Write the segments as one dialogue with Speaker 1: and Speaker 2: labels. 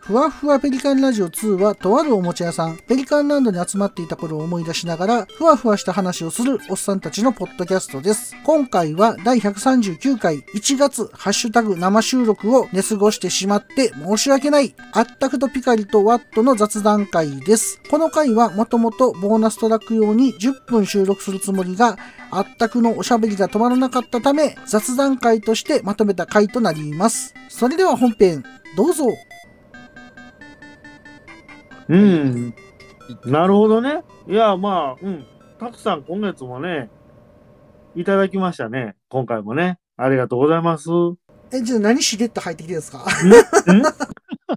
Speaker 1: ふわふわペリカンラジオ2はとあるおもちゃ屋さん、ペリカンランドに集まっていた頃を思い出しながら、ふわふわした話をするおっさんたちのポッドキャストです。今回は第139回1月ハッシュタグ生収録を寝過ごしてしまって申し訳ない、あったくとピカリとワットの雑談会です。この回はもともとボーナストラック用に10分収録するつもりが、あったくのおしゃべりが止まらなかったため、雑談会としてまとめた回となります。それでは本編、どうぞ
Speaker 2: うん。なるほどね。いや、まあ、うん。たくさん今月もね、いただきましたね。今回もね。ありがとうございます。
Speaker 1: え、じゃあ何しれっと入ってきてるんですか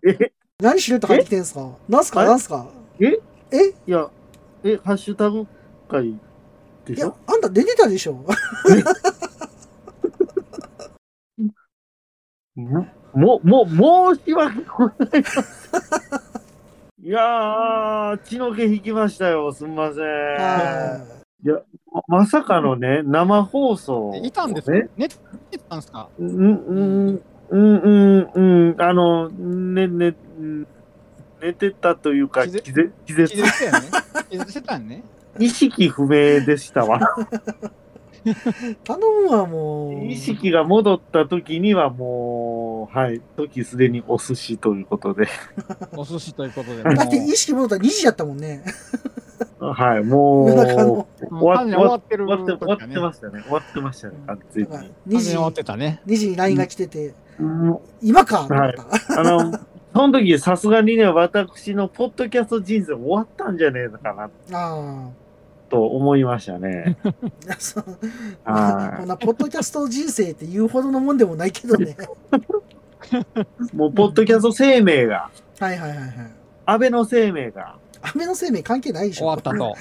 Speaker 2: え、
Speaker 1: 何しれっと入ってきてるんですかなんすか
Speaker 2: あれ
Speaker 1: なんすか
Speaker 2: え
Speaker 1: え
Speaker 2: いや、え、ハッシュタグ会で
Speaker 1: い
Speaker 2: し
Speaker 1: や
Speaker 2: ょ、
Speaker 1: あんた出てたでしょ
Speaker 2: も、も、も、申し訳ございません。いやー、血の毛引きましたよ。すみません。
Speaker 1: はい
Speaker 2: ままさかのね、生放送をね、
Speaker 3: いたんですね。寝てたんですか
Speaker 2: うんうんうんうんうんあのねねうん寝てたというか
Speaker 3: 気
Speaker 2: 気
Speaker 3: 絶
Speaker 2: 絶気
Speaker 3: 気
Speaker 2: 絶
Speaker 3: 絶したよね。気絶してたんね。
Speaker 2: 意識不明でした わ
Speaker 1: 頼むわ、もう。
Speaker 2: 意識が戻った時にはもうはい時すでにお寿司ということで
Speaker 3: お寿司ということで。
Speaker 1: だって意識戻ったら2時やったもんね。
Speaker 2: はいもう
Speaker 1: 夜中の。
Speaker 3: もうもう完全に終わってる
Speaker 2: 終わって終わって
Speaker 3: ね。
Speaker 2: ましたね終わってましたね完全
Speaker 1: だから
Speaker 2: に
Speaker 3: 完
Speaker 1: 2
Speaker 3: 全に
Speaker 1: 時
Speaker 3: 終、わってたね。
Speaker 1: 2時に LINE が来てて、
Speaker 2: うん
Speaker 1: 今かと思
Speaker 2: は
Speaker 1: っ
Speaker 2: い
Speaker 1: た。
Speaker 2: あのその時さすがにね私のポッドキャスト人生終わったんじゃねえのかな
Speaker 1: あ
Speaker 2: と思いましたね
Speaker 1: あ。そう
Speaker 2: はい
Speaker 1: こんなポッドキャスト人生って言うほどのもんでもないけどね。
Speaker 2: もう、ポッドキャスト生命が、
Speaker 1: はいはいはいはい。
Speaker 2: 安倍の生命が、
Speaker 1: 安倍の生命関係ないでし
Speaker 3: 終
Speaker 1: ょ。
Speaker 3: わったと。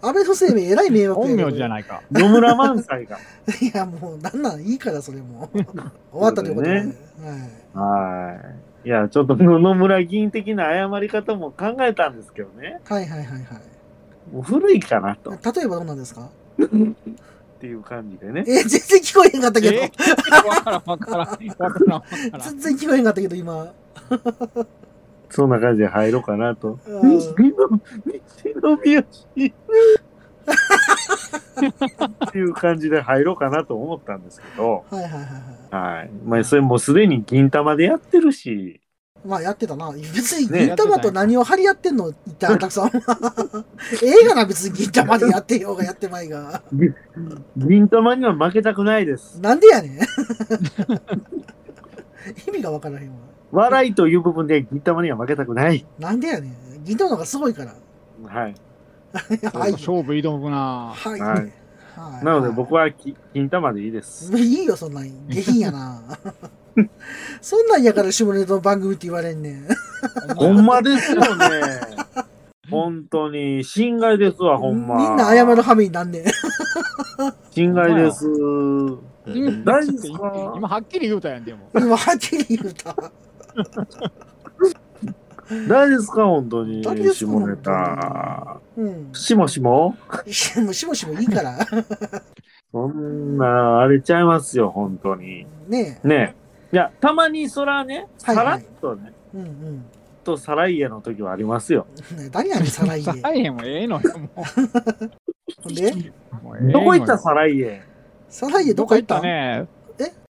Speaker 1: 安倍の生命えらい迷惑
Speaker 3: 本名じゃ
Speaker 1: ない。
Speaker 3: ないか。
Speaker 2: 野村萬斎が。
Speaker 1: いや、もうなんなんいいから、それ もう。終わったということで。
Speaker 2: そう
Speaker 1: はい
Speaker 2: はい。いや、ちょっと野村議員的な謝り方も考えたんですけどね。
Speaker 1: はいはいはいはい。
Speaker 2: もう古いかなと、っ
Speaker 1: 例えばどうなんですか
Speaker 2: ていう感じでね。
Speaker 1: え、全然聞こえへんかったけど、
Speaker 3: えーわからんわからん。わからんわからん。
Speaker 1: 全然聞こえへんかったけど、今。
Speaker 2: そんな感じで入ろうかなと。
Speaker 1: うん
Speaker 2: 西の、西の美容師。っていう感じで入ろうかなと思ったんですけど。
Speaker 1: はいはいはいは
Speaker 2: はい。まあ、それもうすでに銀玉でやってるし。
Speaker 1: い。まあやってたな。別に
Speaker 2: ね
Speaker 1: 銀玉と何を張り合ってんの言ったら、た くさん。映画な別に銀玉でやってようがやってまいが。
Speaker 2: 銀玉には負けたくないです。
Speaker 1: なんでや ねん。意味がわからへんわ。
Speaker 2: 笑いという部分で銀玉には負けたくない。
Speaker 1: なんでやねん。銀玉の方がすごいから。
Speaker 2: はい。
Speaker 1: はい。
Speaker 3: 勝負挑むな
Speaker 1: はい。
Speaker 2: は
Speaker 1: はい
Speaker 2: い。なので僕はき金玉でいい です。
Speaker 1: いいよ、そんなん。下品やな。 そんなんやから下ネタの番組って言われんねん。
Speaker 3: ぁ。
Speaker 2: ほんまですよね。 本当に、侵害ですわ、ほんま。
Speaker 1: みんな謝る。はめになんねん。
Speaker 2: 侵害です。
Speaker 3: 今
Speaker 2: 大丈夫ですか
Speaker 3: 今はっきり言うたやん、でも。
Speaker 1: 今、はっきり言うた。
Speaker 2: 大丈夫ですか本当
Speaker 1: 大丈夫で
Speaker 2: に、
Speaker 1: すか
Speaker 2: 下ネタ。
Speaker 1: うん。
Speaker 2: しもしも
Speaker 1: しもしもしもいいから。
Speaker 2: そんな、荒れちゃいますよ、本当に。
Speaker 1: ね
Speaker 2: ねえ。いや、たまにそらね、
Speaker 1: は
Speaker 2: さ
Speaker 1: いはい
Speaker 2: らっとね、
Speaker 1: え。うん
Speaker 2: とさらい家の時はありますよ。
Speaker 1: うん。誰やねん、サライエ。
Speaker 3: さらいへんもええのよ、も
Speaker 1: ほんで、
Speaker 3: うもうええのよ。
Speaker 2: どこ行ったさらい家
Speaker 1: サライエど
Speaker 3: ど
Speaker 1: こ
Speaker 3: こ
Speaker 1: 行っ
Speaker 3: 行ったた
Speaker 1: ん
Speaker 3: ね。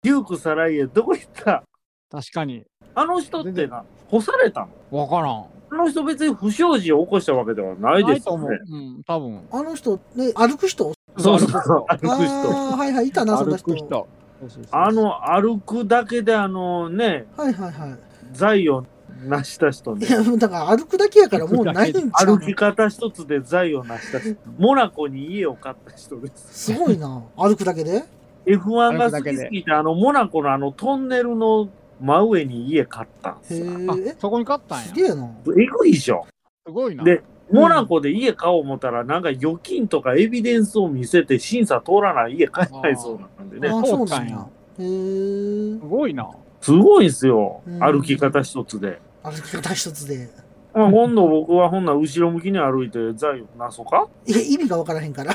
Speaker 2: デュークさらい家どこ行った
Speaker 3: 確かに。
Speaker 2: あの人ってな、干されたの
Speaker 3: わからん。
Speaker 2: あの人別に不祥事を起こしたわけではない
Speaker 3: な
Speaker 2: で
Speaker 3: い
Speaker 2: す
Speaker 3: と
Speaker 2: よ
Speaker 3: 思
Speaker 2: ね
Speaker 3: う。。うん、多分。
Speaker 1: あの人、ね、歩く人
Speaker 2: そうそうそう。歩く人。
Speaker 1: ああ、はいはい、いたな、そんな人。
Speaker 3: 歩く人。そうそうそう
Speaker 2: あ、の、歩くだけで、あのね、
Speaker 1: はいはいはい。
Speaker 2: 財を成した人
Speaker 1: いや、
Speaker 2: ね。
Speaker 1: もうだから歩くだけやからもうないんちゃ
Speaker 2: 歩
Speaker 1: う
Speaker 2: き方一つで財を成した人。モナコに家を買った人です。
Speaker 1: すごいな、歩くだけで。
Speaker 2: F1 が好きすぎて、あの、モナコのあのトンネルの真上に家買ったんです
Speaker 1: へ
Speaker 2: よ。
Speaker 3: あ
Speaker 1: え、
Speaker 3: そこに勝ったんや。
Speaker 1: す
Speaker 3: す
Speaker 1: げえな。
Speaker 2: えぐいでしょ。
Speaker 3: ごいな。
Speaker 2: でモナコで家買おう思ったら、なんか預金とかエビデンスを見せて審査通らない家買えないそうなんでね。
Speaker 1: ああ、そうな
Speaker 3: 通った
Speaker 1: ん
Speaker 3: ん
Speaker 1: や
Speaker 3: や。
Speaker 1: へえ
Speaker 3: す、ごいな。
Speaker 2: すごいんすよ
Speaker 1: うん。
Speaker 2: 歩き方一つで。
Speaker 1: 歩き方一つで。
Speaker 2: まあ、今度僕はほんなら後ろ向きに歩いて財をなそうか
Speaker 1: いや、意味がわからへんから。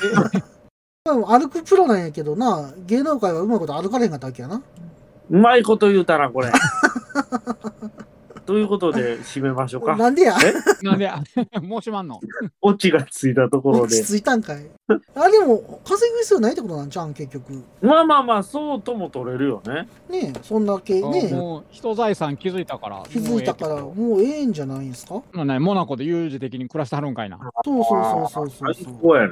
Speaker 1: まあ歩くプロなんやけどな、芸能界はうまいこと歩かれへんかったわけやな。
Speaker 2: うまいこと言うたな、これ。ということで、締めましょうか。
Speaker 1: なんでや
Speaker 3: なんで、 もうしまんの。
Speaker 2: オチがついたところ
Speaker 1: 落
Speaker 2: で。
Speaker 1: ち着いたんかい。あ、でも、稼ぐ必要ないってことなんじゃうん、結局。
Speaker 2: まあまあまあ、そうとも取れるよね。
Speaker 1: ねえ、そんだけね、
Speaker 3: もう、人財産気づいたから。
Speaker 1: 気づいたから、
Speaker 3: も
Speaker 1: もうええんじゃないんすか
Speaker 3: うね、モナコで有事的に暮らしてはるんかいな。
Speaker 1: そうそうそうそう
Speaker 2: 最
Speaker 1: そう。
Speaker 2: 高やね。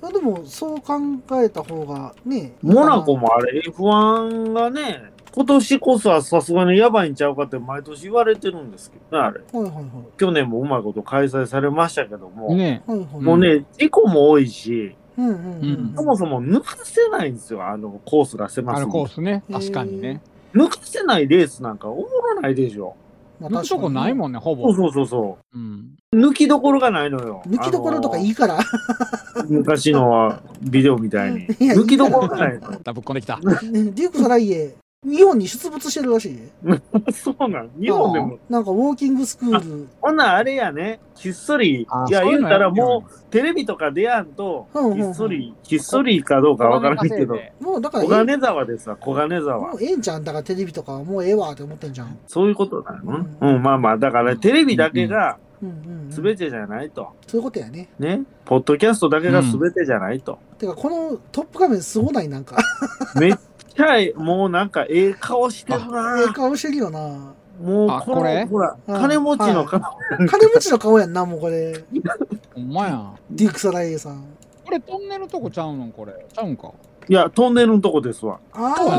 Speaker 1: まあでも、そう考えた方がね、
Speaker 2: モナコもあれ、F1 がね、今年こそはさすがにやばいんちゃうかって毎年言われてるんですけどね、あれ。
Speaker 1: はいはいはい。
Speaker 2: 去年もうまいこと開催されましたけども、
Speaker 3: ね
Speaker 1: はいはい。
Speaker 2: もうね、事故も多いし、
Speaker 1: うんうんうん。
Speaker 2: そもそも抜かせないんですよ、あのコースが狭
Speaker 3: あ
Speaker 2: す
Speaker 3: の
Speaker 2: ぎ
Speaker 3: コー
Speaker 2: て。
Speaker 3: スね。
Speaker 1: へー
Speaker 3: 確かにね。
Speaker 2: 抜かせないレースなんかおもろないでしょ。
Speaker 1: まあ
Speaker 3: 抜くとこない
Speaker 1: ん。
Speaker 3: もんね、ほ
Speaker 2: そ
Speaker 3: ぼ
Speaker 2: う。そうそうそ
Speaker 3: うん。
Speaker 2: う。抜きどころがないのよ。
Speaker 1: 抜きどころとかい
Speaker 2: い
Speaker 1: いから。
Speaker 2: 昔のはビデオみたいに。
Speaker 1: いや
Speaker 2: 抜きどころがないの。
Speaker 3: だぶっこんできた。
Speaker 1: ねデューク・サライエ、日本に出没してるらしい。
Speaker 2: そうなん。日本でも。
Speaker 1: なんかウォーキングスクール。
Speaker 2: ほんなんあれやね。ひっそり。いや、言うたらもうテレビとか出やんと
Speaker 1: うんうんう、ん
Speaker 2: ひっそり、ひっそりかどうかわからんけど。
Speaker 1: もうだから
Speaker 2: 小
Speaker 1: ええ、
Speaker 2: 金沢ですわ、小金沢
Speaker 1: も。うええんちゃんだからテレビとかはもうええわって思ってんじゃん。
Speaker 2: そういうことなの、
Speaker 1: うん
Speaker 2: うん、まあまあ、だからテレビだけが
Speaker 1: うんうん、うん。
Speaker 2: 全てじゃないと。
Speaker 1: そういうことやね。
Speaker 2: ね。ポッドキャストだけが全てじゃないと。
Speaker 1: てか、このトップ画面すごないなんか。
Speaker 2: めっちゃえ、もうなんかええ顔してる
Speaker 1: ええ
Speaker 2: な
Speaker 1: 顔してるよな。
Speaker 2: もう
Speaker 3: あ
Speaker 2: こ
Speaker 3: これ
Speaker 2: の、ほら、
Speaker 1: うん
Speaker 2: 金持ちの方、
Speaker 1: 金持ちの顔やんな、もうこれ。
Speaker 3: ほんまやん。
Speaker 1: デューク・サライエさん。
Speaker 3: これトンネルとこちゃうのこれ。ちゃうんか。
Speaker 2: い、や、トンネルのとこですわ。
Speaker 1: あ
Speaker 3: そうやんな。こ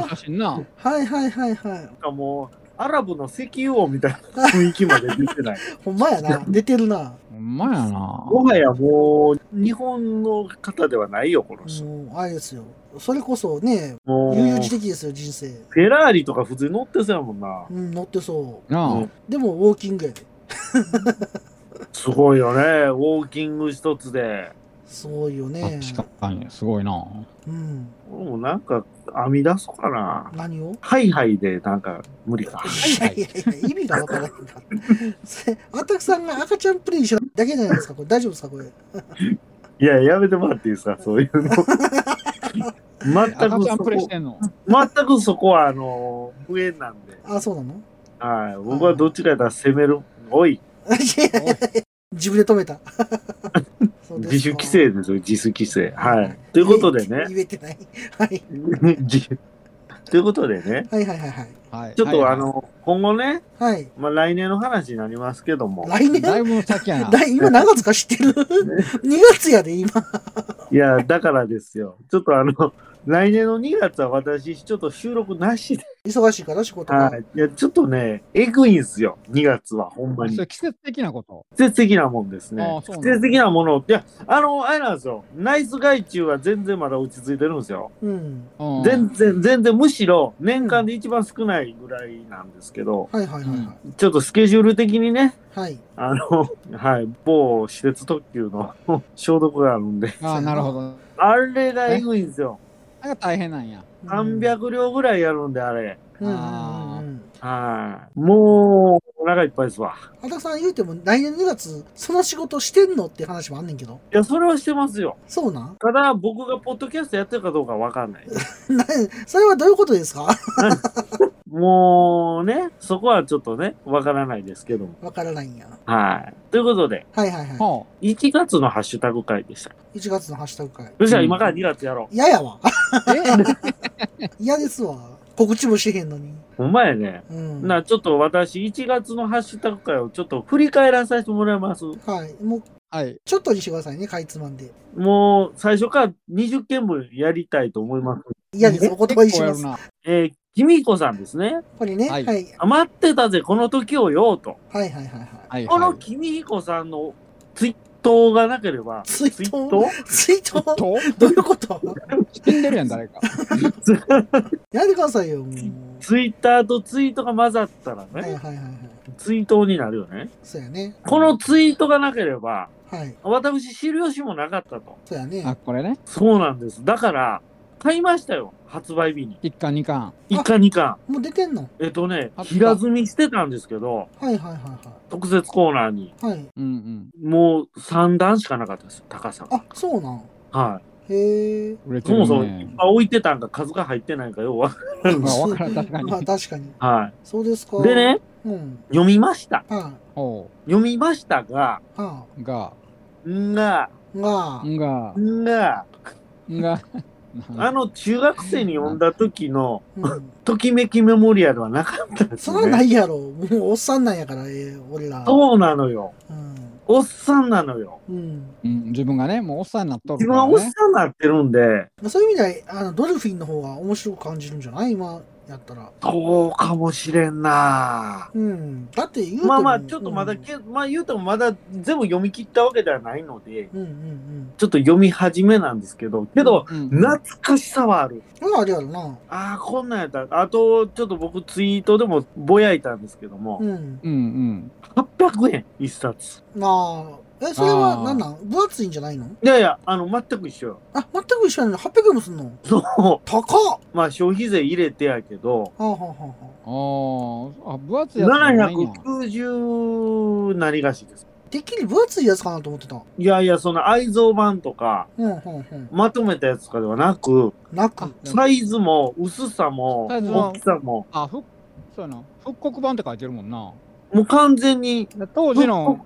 Speaker 3: の
Speaker 1: あ
Speaker 3: 写真な。
Speaker 1: はいはいはいはい。
Speaker 2: なんかもう、アラブの石油王みたいな雰囲気まで出てない。
Speaker 1: ほんまやな。出てるな。
Speaker 3: ほんまやな。
Speaker 2: もはやもう、日本の方ではないよ、この人。
Speaker 1: もう、あれですよ。それこそね、
Speaker 2: もう、
Speaker 1: 悠々自適ですよ、人生。
Speaker 2: フェラーリとか普通に乗ってそうやもんな。
Speaker 1: うん、乗ってそ
Speaker 3: なあ
Speaker 2: うん
Speaker 1: う。でも、ウォーキングやで。
Speaker 2: すごいよね、ウォーキング一つで。
Speaker 1: すごいよね。
Speaker 3: 確かに、すごいな。
Speaker 1: うん。
Speaker 2: 俺もなんか編み出そうかな。
Speaker 1: 何を
Speaker 2: ハイハイでなんか無理か。
Speaker 1: いやいやいや、意味がわからないから。それあたくさんが赤ちゃんプレイしないだけじゃないですか、これ。大丈夫ですか、これ。
Speaker 2: いや、やめてもらっていいですか、そういうの。全く
Speaker 3: 赤ちゃ
Speaker 2: そ
Speaker 3: んプレイし
Speaker 2: こ、
Speaker 3: てんの。
Speaker 2: 全くそこはあの、無縁なんで。
Speaker 1: あ、そうなの
Speaker 2: はい。僕はどっちかやったら攻める。おい、
Speaker 1: いやいや自分で止めた。 そうですか
Speaker 2: 自主規。制ですよ、自主規制。はい。ということでね。
Speaker 1: 言えてない。はい。
Speaker 2: 自ということでね。
Speaker 1: はいはいはいはい。
Speaker 3: はい。
Speaker 2: ちょっ
Speaker 3: はい
Speaker 2: と
Speaker 3: はい
Speaker 2: あ。の、今後ね、
Speaker 1: はい。
Speaker 2: まあ来年の話になりますけども。
Speaker 1: 来
Speaker 3: だい
Speaker 1: 年
Speaker 3: ぶ先やな。
Speaker 1: 来今何月か知ってる ?2 月やで、今。
Speaker 2: いや、だからですよ。ちょっとあの、来年の2月は私、ちょっと収録なしで
Speaker 1: 忙しいから仕事が。
Speaker 2: はい。いや、ちょっとね、えぐいんすよ。2月は、ほんまに。
Speaker 3: そ
Speaker 2: 季
Speaker 3: れ季節的なこと。
Speaker 2: 節的なもんですね
Speaker 3: ああ。
Speaker 2: 季
Speaker 3: そうなんだ
Speaker 2: 節的なものを。いや、あの、あれなんですよ。ナイス外注は全然まだ落ち着いてるんですよ。
Speaker 1: うん。
Speaker 3: うん
Speaker 2: 全然、全然、むしろ、年間で一番少ないぐらいなんですけど、
Speaker 1: はいはいはいはい。
Speaker 2: ちょっとスケジュール的にね、
Speaker 1: はい。
Speaker 2: あの、 はい、某施設特急の 消毒があるんで、
Speaker 3: ああ、なるほど。
Speaker 2: あれがえぐいんですよ。
Speaker 3: あれが大変なんや。
Speaker 1: うん。
Speaker 2: 300両ぐらいやるんで、あれ。
Speaker 1: うんうんうんうん。
Speaker 2: はい。もう、お腹いっぱいですわ。
Speaker 1: あたくさん言うても来年2月、その仕事してんのって話もあんねんけど。
Speaker 2: いや、それはしてますよ。
Speaker 1: そうなん
Speaker 2: ただ、僕がポッドキャストやってるかどうかわかんない。
Speaker 1: なそれはどういうことですか
Speaker 2: もうね、そこはちょっとね、わからないですけども。
Speaker 1: わからないんや。
Speaker 2: はい。ということで、
Speaker 1: はいはいは
Speaker 3: ほ
Speaker 2: 1月のハッシュタグ会でした。
Speaker 1: い。1月のハッシュタグ会。
Speaker 2: そしたら今から2月やろ
Speaker 1: 嫌やわ。
Speaker 3: う。 え
Speaker 1: 嫌ですわ。告知もしてへんのに。
Speaker 2: う。ほんまやね。
Speaker 1: うん。
Speaker 2: な、ちょっと私、1月のハッシュタグ会をちょっと振り返らさせてもらいます。
Speaker 1: はい。もう、
Speaker 3: はい。
Speaker 1: ちょっとにしてくださいね、かいつまんで。
Speaker 2: もう、最初から20件分やりたいと思います。
Speaker 1: 嫌です。お言葉にします。
Speaker 3: 結構
Speaker 1: やっ
Speaker 3: やる
Speaker 2: えー、きみこさんですね。
Speaker 1: ぱりね、は。
Speaker 3: はいい
Speaker 1: はい
Speaker 2: 余ってたぜ、この時をようと。
Speaker 1: はいはいはい。
Speaker 3: なはい。
Speaker 2: この
Speaker 3: はい
Speaker 2: きみひこさんのツイートがなければ、
Speaker 1: ツイ
Speaker 2: ツイ
Speaker 1: ー
Speaker 2: ー
Speaker 1: ト
Speaker 2: ト
Speaker 1: ツイート
Speaker 3: と
Speaker 1: どういうこと
Speaker 3: 死んでるやん、誰か。
Speaker 1: やんでくださいよ、もう。
Speaker 2: ツイッターとツイートが混ざったら
Speaker 1: はいはい
Speaker 2: ね、
Speaker 1: はいはい。
Speaker 2: ツイートになるよね。
Speaker 1: そうやね。
Speaker 2: このツイートがなければ、
Speaker 1: はい。
Speaker 2: 私知る由もなかったと。
Speaker 1: そうやね。
Speaker 3: あ、これね。
Speaker 2: そうなんです。だから、買いましたよ。発売日に。
Speaker 3: 一巻、二巻。
Speaker 2: 1巻2巻。
Speaker 1: もう出てんの
Speaker 2: えっとね
Speaker 3: あ、
Speaker 2: 平積みしてたんですけど、
Speaker 1: はいはいはい
Speaker 2: 特設コーナーに。
Speaker 1: はい。はい。
Speaker 3: うんうん。
Speaker 2: もう3段しかなかったです。高さが。
Speaker 1: あ、そうなん。
Speaker 2: はい。
Speaker 1: へえ。
Speaker 3: 売れて
Speaker 2: そ
Speaker 3: る
Speaker 2: も
Speaker 3: ね。
Speaker 2: そもいっぱい置いてたんか数が入ってないんかようわかんない
Speaker 3: まあ、わからん、確かに
Speaker 1: ま。あ確かに。
Speaker 2: は
Speaker 1: そうですか。
Speaker 2: い。でね、
Speaker 1: うん。
Speaker 2: 読みました。
Speaker 1: あ
Speaker 3: ほ
Speaker 2: 読みましたが、
Speaker 1: あ、あ
Speaker 3: う。が、
Speaker 2: んが、
Speaker 1: あ、が、
Speaker 3: んが、
Speaker 2: んが、
Speaker 3: んが。
Speaker 2: あの中学生に読んだ時の、
Speaker 1: うん。
Speaker 2: ときめきメモリアルはなかったです
Speaker 1: そ
Speaker 2: ね。
Speaker 1: らないやろ。もうおっさんなんやから、ええ俺ら。
Speaker 2: そうなのよ。
Speaker 1: うん。
Speaker 2: おっさんなのよ。
Speaker 1: うん。
Speaker 3: うん、自分がね、もうおっさんになっと
Speaker 2: 自
Speaker 3: るか
Speaker 2: 分は
Speaker 3: ら、
Speaker 2: おっ
Speaker 3: ね。
Speaker 2: さんになってるんで、
Speaker 1: まあ、そういう意味では、あの、ドルフィンの方が面白く感じるんじゃない今やったら。
Speaker 2: そうかもしれんな
Speaker 1: うん。だって言うても
Speaker 2: まあまあ、ちょっとまだ、
Speaker 1: うん
Speaker 2: けまあ言うてもまだ全部読み切ったわけではないので、
Speaker 1: うんうん
Speaker 2: ちょっと読み始めなんですけど、けど、
Speaker 3: うん
Speaker 2: 懐かしさはある。
Speaker 1: うん。まあ、あれやろな。
Speaker 2: ああ、こんなんやった。あと、ちょっと僕ツイートでもぼやいたんですけども、
Speaker 1: うん。
Speaker 3: うんうん。
Speaker 2: 800円、一冊。
Speaker 1: まあ、え、それは何なん分厚いんじゃないの
Speaker 2: いやいや、あの、全く一緒よ。
Speaker 1: あ、全く一緒やのに800円もすんの
Speaker 2: そう。
Speaker 1: 高っ
Speaker 2: まあ消費税入れてやけど、
Speaker 1: はあはあはあはあ。
Speaker 3: あーあ、分厚いやつじゃないんや。
Speaker 2: 790なりがしです。
Speaker 1: てっきり分厚いやつかなと思ってた。
Speaker 2: いやいや、その愛蔵版とか、
Speaker 1: うんうんうん。
Speaker 2: まとめたやつとかではなく、
Speaker 1: な
Speaker 3: あ
Speaker 1: く。
Speaker 2: サイズも薄さも
Speaker 3: サイズも
Speaker 2: 大きさも、
Speaker 3: あ、ふそうやな。復刻版って書いてるもんな。
Speaker 2: もう完全に、
Speaker 3: 当時の。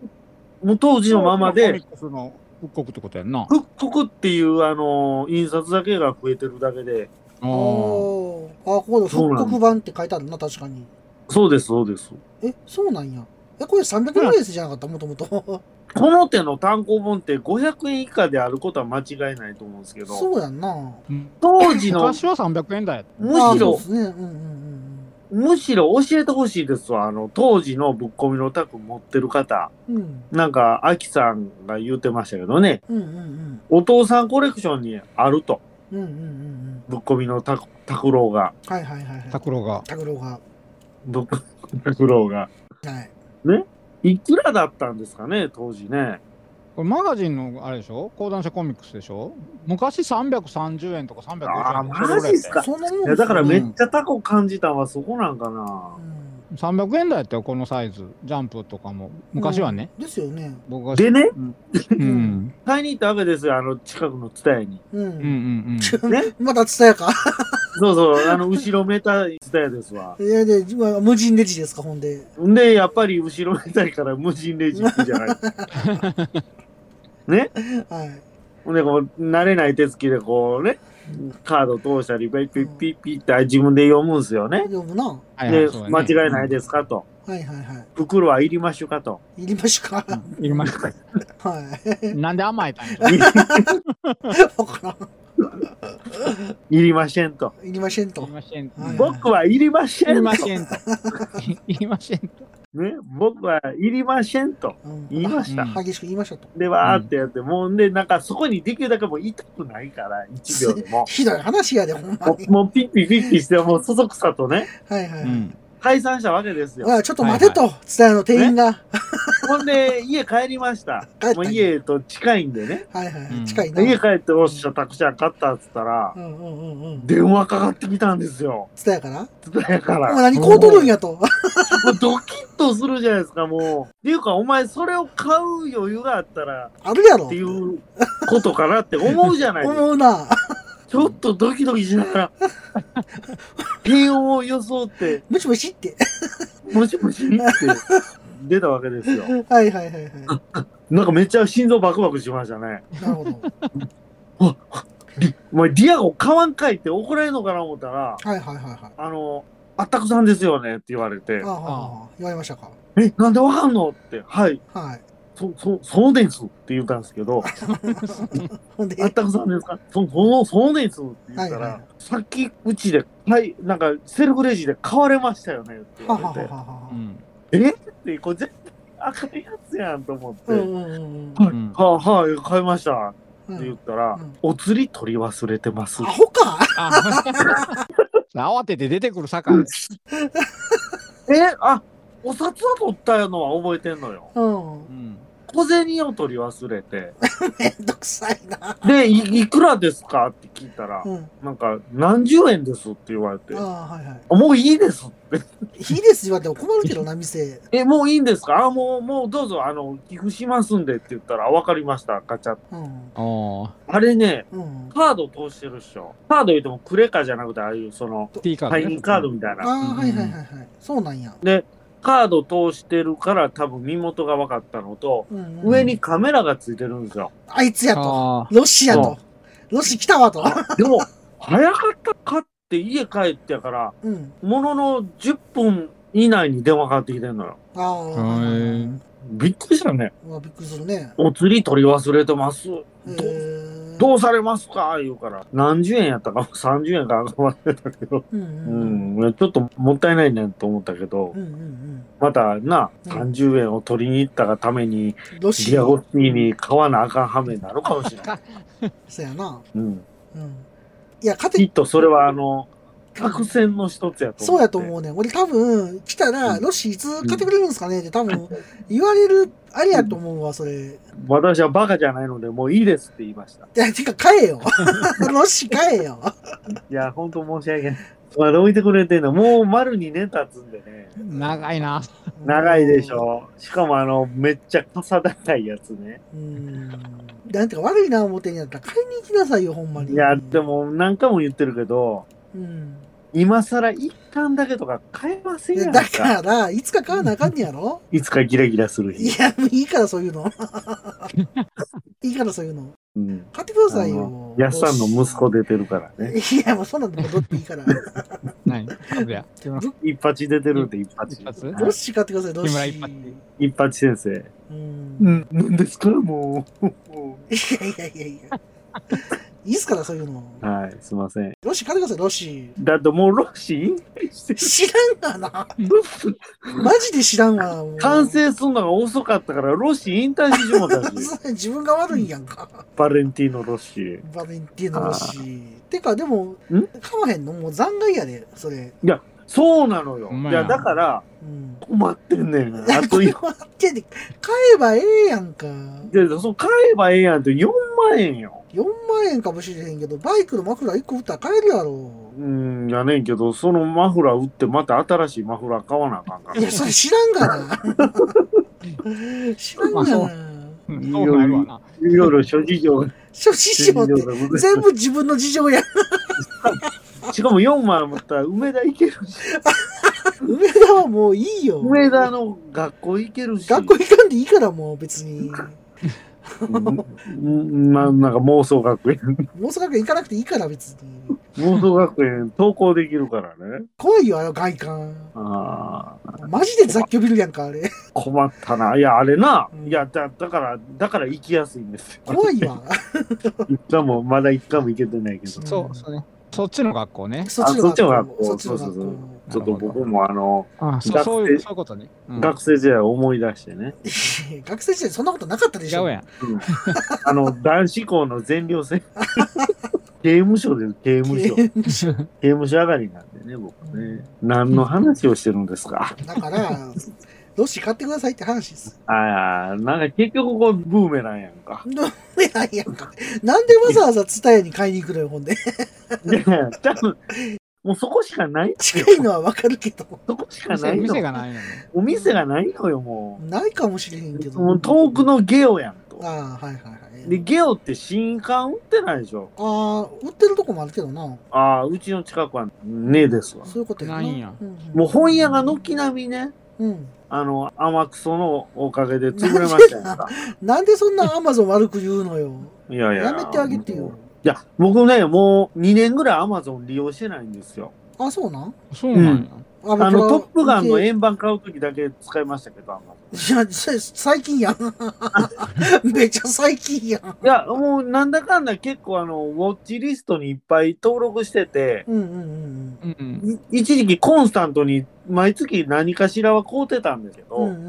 Speaker 2: もう当時のままで、。
Speaker 3: その復刻ってことやんな。
Speaker 2: 復刻っていう、あの印刷だけが増えてるだけで、
Speaker 3: あー
Speaker 1: おーあ、ここで復刻版って書いてあるな、確かに。
Speaker 2: そうです、そうです。
Speaker 1: え、そうなんや。え、これ300円ぐらいですじゃなかった、もともと。
Speaker 2: この手の単行本って500円以下であることは間違いないと思うんですけど、
Speaker 1: そうやんな。
Speaker 2: 当時の、
Speaker 3: 昔は300円台やった。
Speaker 2: むしろ
Speaker 1: あそうですね。うんうんうん
Speaker 2: むしろ教えてほしいですわ。あの、当時のぶっ込みのタク持ってる方。
Speaker 1: うん。うん。
Speaker 2: なんか、アキさんが言ってましたけどね、
Speaker 1: うんうん
Speaker 2: お父さんコレクションにあると、
Speaker 1: うん。うんうんうんうん。
Speaker 2: ぶっ込みのタク、タクローが、
Speaker 1: はいはいはいはい。
Speaker 3: 拓郎が。
Speaker 1: タグロが。
Speaker 2: ぶっ込みのタクローが。
Speaker 1: はい。
Speaker 2: いくらだったんですかね、当時ね。
Speaker 3: これマガジンのあれでしょ講談社コミックスでしょ昔330円とか350円とか。
Speaker 2: あーマジっすか
Speaker 1: そのもん
Speaker 2: いや、だから
Speaker 1: うん
Speaker 2: めっちゃタコ感じたのはそこなんかな。
Speaker 3: 300円台やったよ、このサイズ。ジャンプとかも。昔はね。
Speaker 1: ですよね。
Speaker 3: 僕が。
Speaker 2: でね、
Speaker 3: うん。
Speaker 2: 買いに行ったわけですよ、あの、近くのツタヤに。
Speaker 1: う
Speaker 3: うんうん
Speaker 1: ん。
Speaker 3: うん。
Speaker 2: ね
Speaker 1: まだ伝えか。
Speaker 2: そうそう、あの、後ろめたいツタヤですわ。
Speaker 1: いやで、今無人レジですか、ほんで。
Speaker 2: んで、やっぱり後ろめたいから無人レジ行くじゃ ない。
Speaker 1: はい。
Speaker 2: ほんで、こう、慣れない手つきでこうね、カード通したり、ピッピッピッピッって自分で読むんですよね。
Speaker 1: 読むな。は
Speaker 3: はいは
Speaker 2: で
Speaker 3: い、そう、や
Speaker 2: 間
Speaker 3: ね
Speaker 2: 違いないですかと。
Speaker 1: いはいはい。
Speaker 2: 袋はいりましゅか と。
Speaker 1: いりましゅか。
Speaker 3: うんいりました。
Speaker 1: はい。
Speaker 3: なんで甘えたん や。
Speaker 1: わからん。
Speaker 2: いりませんと。
Speaker 1: いりません
Speaker 3: い
Speaker 1: と
Speaker 3: り。ません。
Speaker 1: はい
Speaker 2: 僕はいりま
Speaker 3: い
Speaker 2: せ
Speaker 3: り
Speaker 2: ん
Speaker 3: ま
Speaker 2: と。
Speaker 3: せんと。いりませんと。
Speaker 2: ね、僕はいりませんと。
Speaker 1: うん
Speaker 2: 言いました。
Speaker 1: 激しく言いましたと。。
Speaker 2: で、わーってやって、もうで、なんかそこにできるだけもう痛くないから、1秒でも
Speaker 1: ひどい話やで、ほんま
Speaker 2: も
Speaker 1: に。
Speaker 2: うもうピッピピッピして、もうそそくさとね、
Speaker 1: はいはいうはい。
Speaker 3: ん。
Speaker 2: 解散したわけですよ。
Speaker 1: あちょっと待てと、伝えの店員が。
Speaker 2: ほんで、家帰りました。
Speaker 1: 帰ったんや
Speaker 2: もう家と近いんでね。
Speaker 1: はいは
Speaker 3: う
Speaker 1: い。
Speaker 3: ん
Speaker 1: 近いな。
Speaker 2: 家帰って、おっしゃ、たくちゃん買ったっつったら
Speaker 1: う、んうんうんうん。
Speaker 2: 電話かかってきたんですよ。
Speaker 1: 伝えから
Speaker 2: つったやから。
Speaker 1: お前
Speaker 2: も
Speaker 1: 何こうとるんやと。
Speaker 2: うドキッとするじゃないですか、もう。っていうか、お前それを買う余裕があったら、
Speaker 1: あるやろ
Speaker 2: っていうことかなって思うじゃないですか
Speaker 1: 思うな。
Speaker 2: ちょっとドキドキしながら、ピンを装って、
Speaker 1: ムチムチって。
Speaker 2: もしもしって出たわけですよ。
Speaker 1: はいはいは いはい。な
Speaker 2: なんかめっちゃ心臓バクバクしましたね。
Speaker 1: るほど。
Speaker 2: お前、ディアゴ買わんかいって怒られるのかな思ったら、
Speaker 1: はいはいはいはい。
Speaker 2: あの、あったくさんですよねって言われて
Speaker 1: あ、ああ言われましたか。
Speaker 2: え、なんでわかんのって、はい、
Speaker 1: はい。
Speaker 2: そ、そ、そうですって言ったんですけど、
Speaker 1: ほんで、
Speaker 2: あったくさんですかそ、そ、そうですって言っ
Speaker 1: はい
Speaker 2: た
Speaker 1: はい
Speaker 2: ら、さっきうちで、はい、なんかセルフレジで買われましたよねって言
Speaker 1: はは
Speaker 2: わ
Speaker 1: は
Speaker 2: れて
Speaker 1: は、は
Speaker 3: う。ん。
Speaker 2: えって、これ絶対赤いやつやんと思って、
Speaker 1: うん
Speaker 2: は
Speaker 1: うんうん
Speaker 2: い、
Speaker 3: うん
Speaker 2: はい、はい、買いました
Speaker 1: う
Speaker 2: って言っ
Speaker 1: ん。
Speaker 2: たら、
Speaker 1: うん
Speaker 2: お釣り取り忘れてます
Speaker 1: ア。ホか
Speaker 3: あ慌てて出てくる坂。
Speaker 2: え、あ、お札は取ったのは覚えてんのよ。
Speaker 1: うん
Speaker 3: う。ん。
Speaker 2: 小銭を取り忘れて。
Speaker 1: めんどくさいな。
Speaker 2: で、いいくらですかって聞いたら、
Speaker 1: うん。
Speaker 2: なんか、何十円ですって言われて、
Speaker 1: ああ、はいはい。
Speaker 2: もういいですって。
Speaker 1: いいです言われても困るけどな、店。
Speaker 2: え、もういいんですかあ、もう、もうどうぞ、あの、寄付しますんでって言ったら、わかりました、ガチャ。
Speaker 1: うん。
Speaker 3: あ
Speaker 2: あれね、
Speaker 1: うん。
Speaker 2: カード通してるっしょ。カード言ってもクレカじゃなくて、ああいう、その、
Speaker 3: あ。T カード
Speaker 2: 会
Speaker 3: ね。
Speaker 2: 員カードみたい
Speaker 1: あ
Speaker 2: な。
Speaker 1: あ、はいはいはいはい。そうなんや。
Speaker 2: で、カード通してるから多分身元が分かったのと、
Speaker 1: うんうん
Speaker 2: 上にカメラがついてるんですよ。
Speaker 1: あいつやと。
Speaker 3: あ
Speaker 1: ロシアと。ロシ来たわと。
Speaker 2: でも、早かったかって家帰ってやから、
Speaker 1: うん。
Speaker 2: ものの10分以内に電話かかってきてんのよ。
Speaker 1: ああ。
Speaker 3: ーはい
Speaker 2: びっくりしたね。
Speaker 1: うわびっくりするね。
Speaker 2: お釣り取り忘れてます。ど
Speaker 1: えー
Speaker 2: どうされますか言うから。何十円やったか ?30 円か忘れたけど。
Speaker 1: うん
Speaker 2: う
Speaker 1: うん
Speaker 2: ん。ちょっともったいないねんと思ったけど
Speaker 1: うんう、ん
Speaker 2: またな、
Speaker 1: うん
Speaker 2: 30円を取りに行ったがために、
Speaker 1: うん。ロシ
Speaker 2: ディ
Speaker 1: ア
Speaker 2: ア。ゴスティーに買わなあかんはめになるかもしれない。
Speaker 1: そやな。
Speaker 2: うん。
Speaker 1: うん。いや、勝て
Speaker 2: きっとそれはあの、作戦の一つやと思
Speaker 1: そうやと思うねん。俺多分、来たら、
Speaker 2: うん
Speaker 1: ロシいつ買ってくれるんですかねって多分、言われる、あれやと思うわ、それ。
Speaker 2: 私はバカじゃないので、もういいですって言いました。
Speaker 1: いや、てか、買えよ。ロシ買えよ。
Speaker 2: いや、ほんと申し訳ない。まだ置いてくれてんの、もう丸2年経つんでね。
Speaker 3: ー長いな。
Speaker 2: 長いでし。ょ。しかもあの、めっちゃかさ高いやつね。
Speaker 1: うん。なんてか、悪いな思ってんやったら、買いに行きなさいよ、ほんまに。
Speaker 2: いや、で。も何回も言ってるけど、
Speaker 1: うん。
Speaker 2: 今更一巻だけとか買えません
Speaker 1: い
Speaker 2: や
Speaker 1: や
Speaker 2: ん
Speaker 1: だ
Speaker 2: か。
Speaker 1: から、いつか買わなあかんねやろ
Speaker 2: いつかギラギラする
Speaker 1: い
Speaker 2: 日。
Speaker 1: や、もういいから、そうい うの。いいから、そういうの。
Speaker 2: うん。
Speaker 1: 買ってください
Speaker 2: あ
Speaker 1: よ。
Speaker 2: やっさんの息子出てるからね。
Speaker 1: いや、もうそんなんでもどっていいから。
Speaker 3: 何カブや。木村
Speaker 2: 一発出てるんで、一発
Speaker 3: 一。発
Speaker 1: ロシ買ってください、ロ
Speaker 3: 木村
Speaker 1: シ
Speaker 3: 一発。
Speaker 2: 一発先生。
Speaker 1: うん。
Speaker 2: うん、なんですか、もう。
Speaker 1: いやいやいやいや。いいっすから、そういうの。
Speaker 2: はい、すいません。
Speaker 1: ロシ、金稼い、ロシ。
Speaker 2: だってもうロッシー引退してる
Speaker 1: 知らんがな。マジで知らんわ。もう
Speaker 2: 完。成するのが遅かったから、ロッシー引退してしもたし、
Speaker 1: それ 自分が悪いんやんか。
Speaker 2: バレンティーノ・ロッシー。
Speaker 1: バレンティーノロシ。てか、でも、
Speaker 2: ん
Speaker 1: 買わへんのもう残骸やで、それ。
Speaker 2: そうなのよ。
Speaker 3: ほんま
Speaker 2: い
Speaker 3: や
Speaker 2: や、だから、
Speaker 1: うん。
Speaker 2: 困ってんねん。あと、
Speaker 1: 買
Speaker 2: い
Speaker 1: ってね買えばええやんか。
Speaker 2: やそう買えばええやんって4万円よ。
Speaker 1: 4万円かもしれへんけど、バイクのマフラー1個売ったら買えるやろ。
Speaker 2: うん、やねんけど、そのマフラー売って、また新しいマフラー買わなあかんから。
Speaker 1: いや、それ知らんがな。知らんが
Speaker 3: まあ
Speaker 1: な。
Speaker 3: うんそうなるわな。
Speaker 2: いろいろ諸事情が。
Speaker 1: 諸事情って
Speaker 2: 諸事情がございます
Speaker 1: 全部自分の事情や。
Speaker 2: しかも4万持ったら梅田行けるし、
Speaker 1: 梅田はもういいよ。
Speaker 2: 梅田の学校行けるし。
Speaker 1: 学校行かんでいいからもう別に。
Speaker 2: うんまあ、なんか妄想学 園。
Speaker 1: 大阪学院行かなくていいから別に。
Speaker 2: 妄想学園投稿できるからね。
Speaker 1: 怖いよ、あの外観。
Speaker 2: ああ、
Speaker 1: マジで雑居ビルやんか、あれ。
Speaker 2: 困ったな。いや、あれな
Speaker 1: うん。
Speaker 2: いや、だだから、だから行きやすいんですよ。
Speaker 1: 怖いわ。
Speaker 2: 一回も、まだ一回も行けてないけど。
Speaker 1: うん
Speaker 3: そう、そうね。そっちの学校ね。
Speaker 1: そっちの学
Speaker 2: そ
Speaker 1: 校。そ
Speaker 2: っ
Speaker 1: っ
Speaker 2: ち
Speaker 1: ち
Speaker 2: の
Speaker 1: の
Speaker 2: 学校
Speaker 1: 学
Speaker 2: そう
Speaker 1: 校。
Speaker 2: ちょっと僕もあの、
Speaker 3: あそうそういう、そういうことね。うん
Speaker 2: 学生時代を思い出してね。
Speaker 1: 学生時代そんなことなかったでし
Speaker 3: 違
Speaker 1: ょ。
Speaker 3: うやん。
Speaker 2: うんあ の、男子校の全寮制。刑務所です、刑務所。刑務所上がりなんでね、僕ね。何の話をしてるんですか。
Speaker 1: だから、ロシ買ってくださいって話です。
Speaker 2: ああ、なんか結局こうブーメランやんか。
Speaker 1: どうやんやんか。なんでわざわざツタヤに買いに行くのよ、ほんで。
Speaker 2: いやいや、多分もうそこしかない。
Speaker 1: 近いのはわかるけど。
Speaker 2: そこしかな
Speaker 3: 店
Speaker 2: い
Speaker 3: 店が
Speaker 2: の。
Speaker 3: ないのね。
Speaker 2: お店がないのよ、も
Speaker 1: ないかもしれへんけ
Speaker 2: う。
Speaker 1: ど。
Speaker 2: もう遠くのゲオやんと。
Speaker 1: ああ、はいはいはい。
Speaker 2: で、ゲオって新刊売ってないでしょ。
Speaker 1: ああ、売ってるとこもあるけどな。
Speaker 2: ああ、うちの近くはねえですわ。
Speaker 1: そういうことや
Speaker 3: ないんや
Speaker 1: うんうん
Speaker 2: もう本屋が軒並みね、
Speaker 1: うん。
Speaker 2: あの、天草のおかげで潰れましたやんか。
Speaker 1: なんでそんなアマゾン悪く言うのよ。
Speaker 2: いやいや。
Speaker 1: やめてあげてよ。。
Speaker 2: いや、僕ね、もう2年ぐらいアマゾン利用してないんですよ。
Speaker 1: あ、そうなん
Speaker 3: そうなんや。
Speaker 1: あ
Speaker 2: あの、トップガンの
Speaker 1: 絵。
Speaker 2: 円盤買うときだけ使いましたけど、アマゾン。
Speaker 1: いや、せ最近 やん。めちゃ最近やん。
Speaker 2: いや、もうなんだかんだ結構あの、ウォッチリストにいっぱい登録してて、
Speaker 1: うんうんうん
Speaker 3: うんうん。
Speaker 2: い一時期コンスタントに毎月何かしらは買うてたんですけど、
Speaker 1: うん。うんうん
Speaker 3: う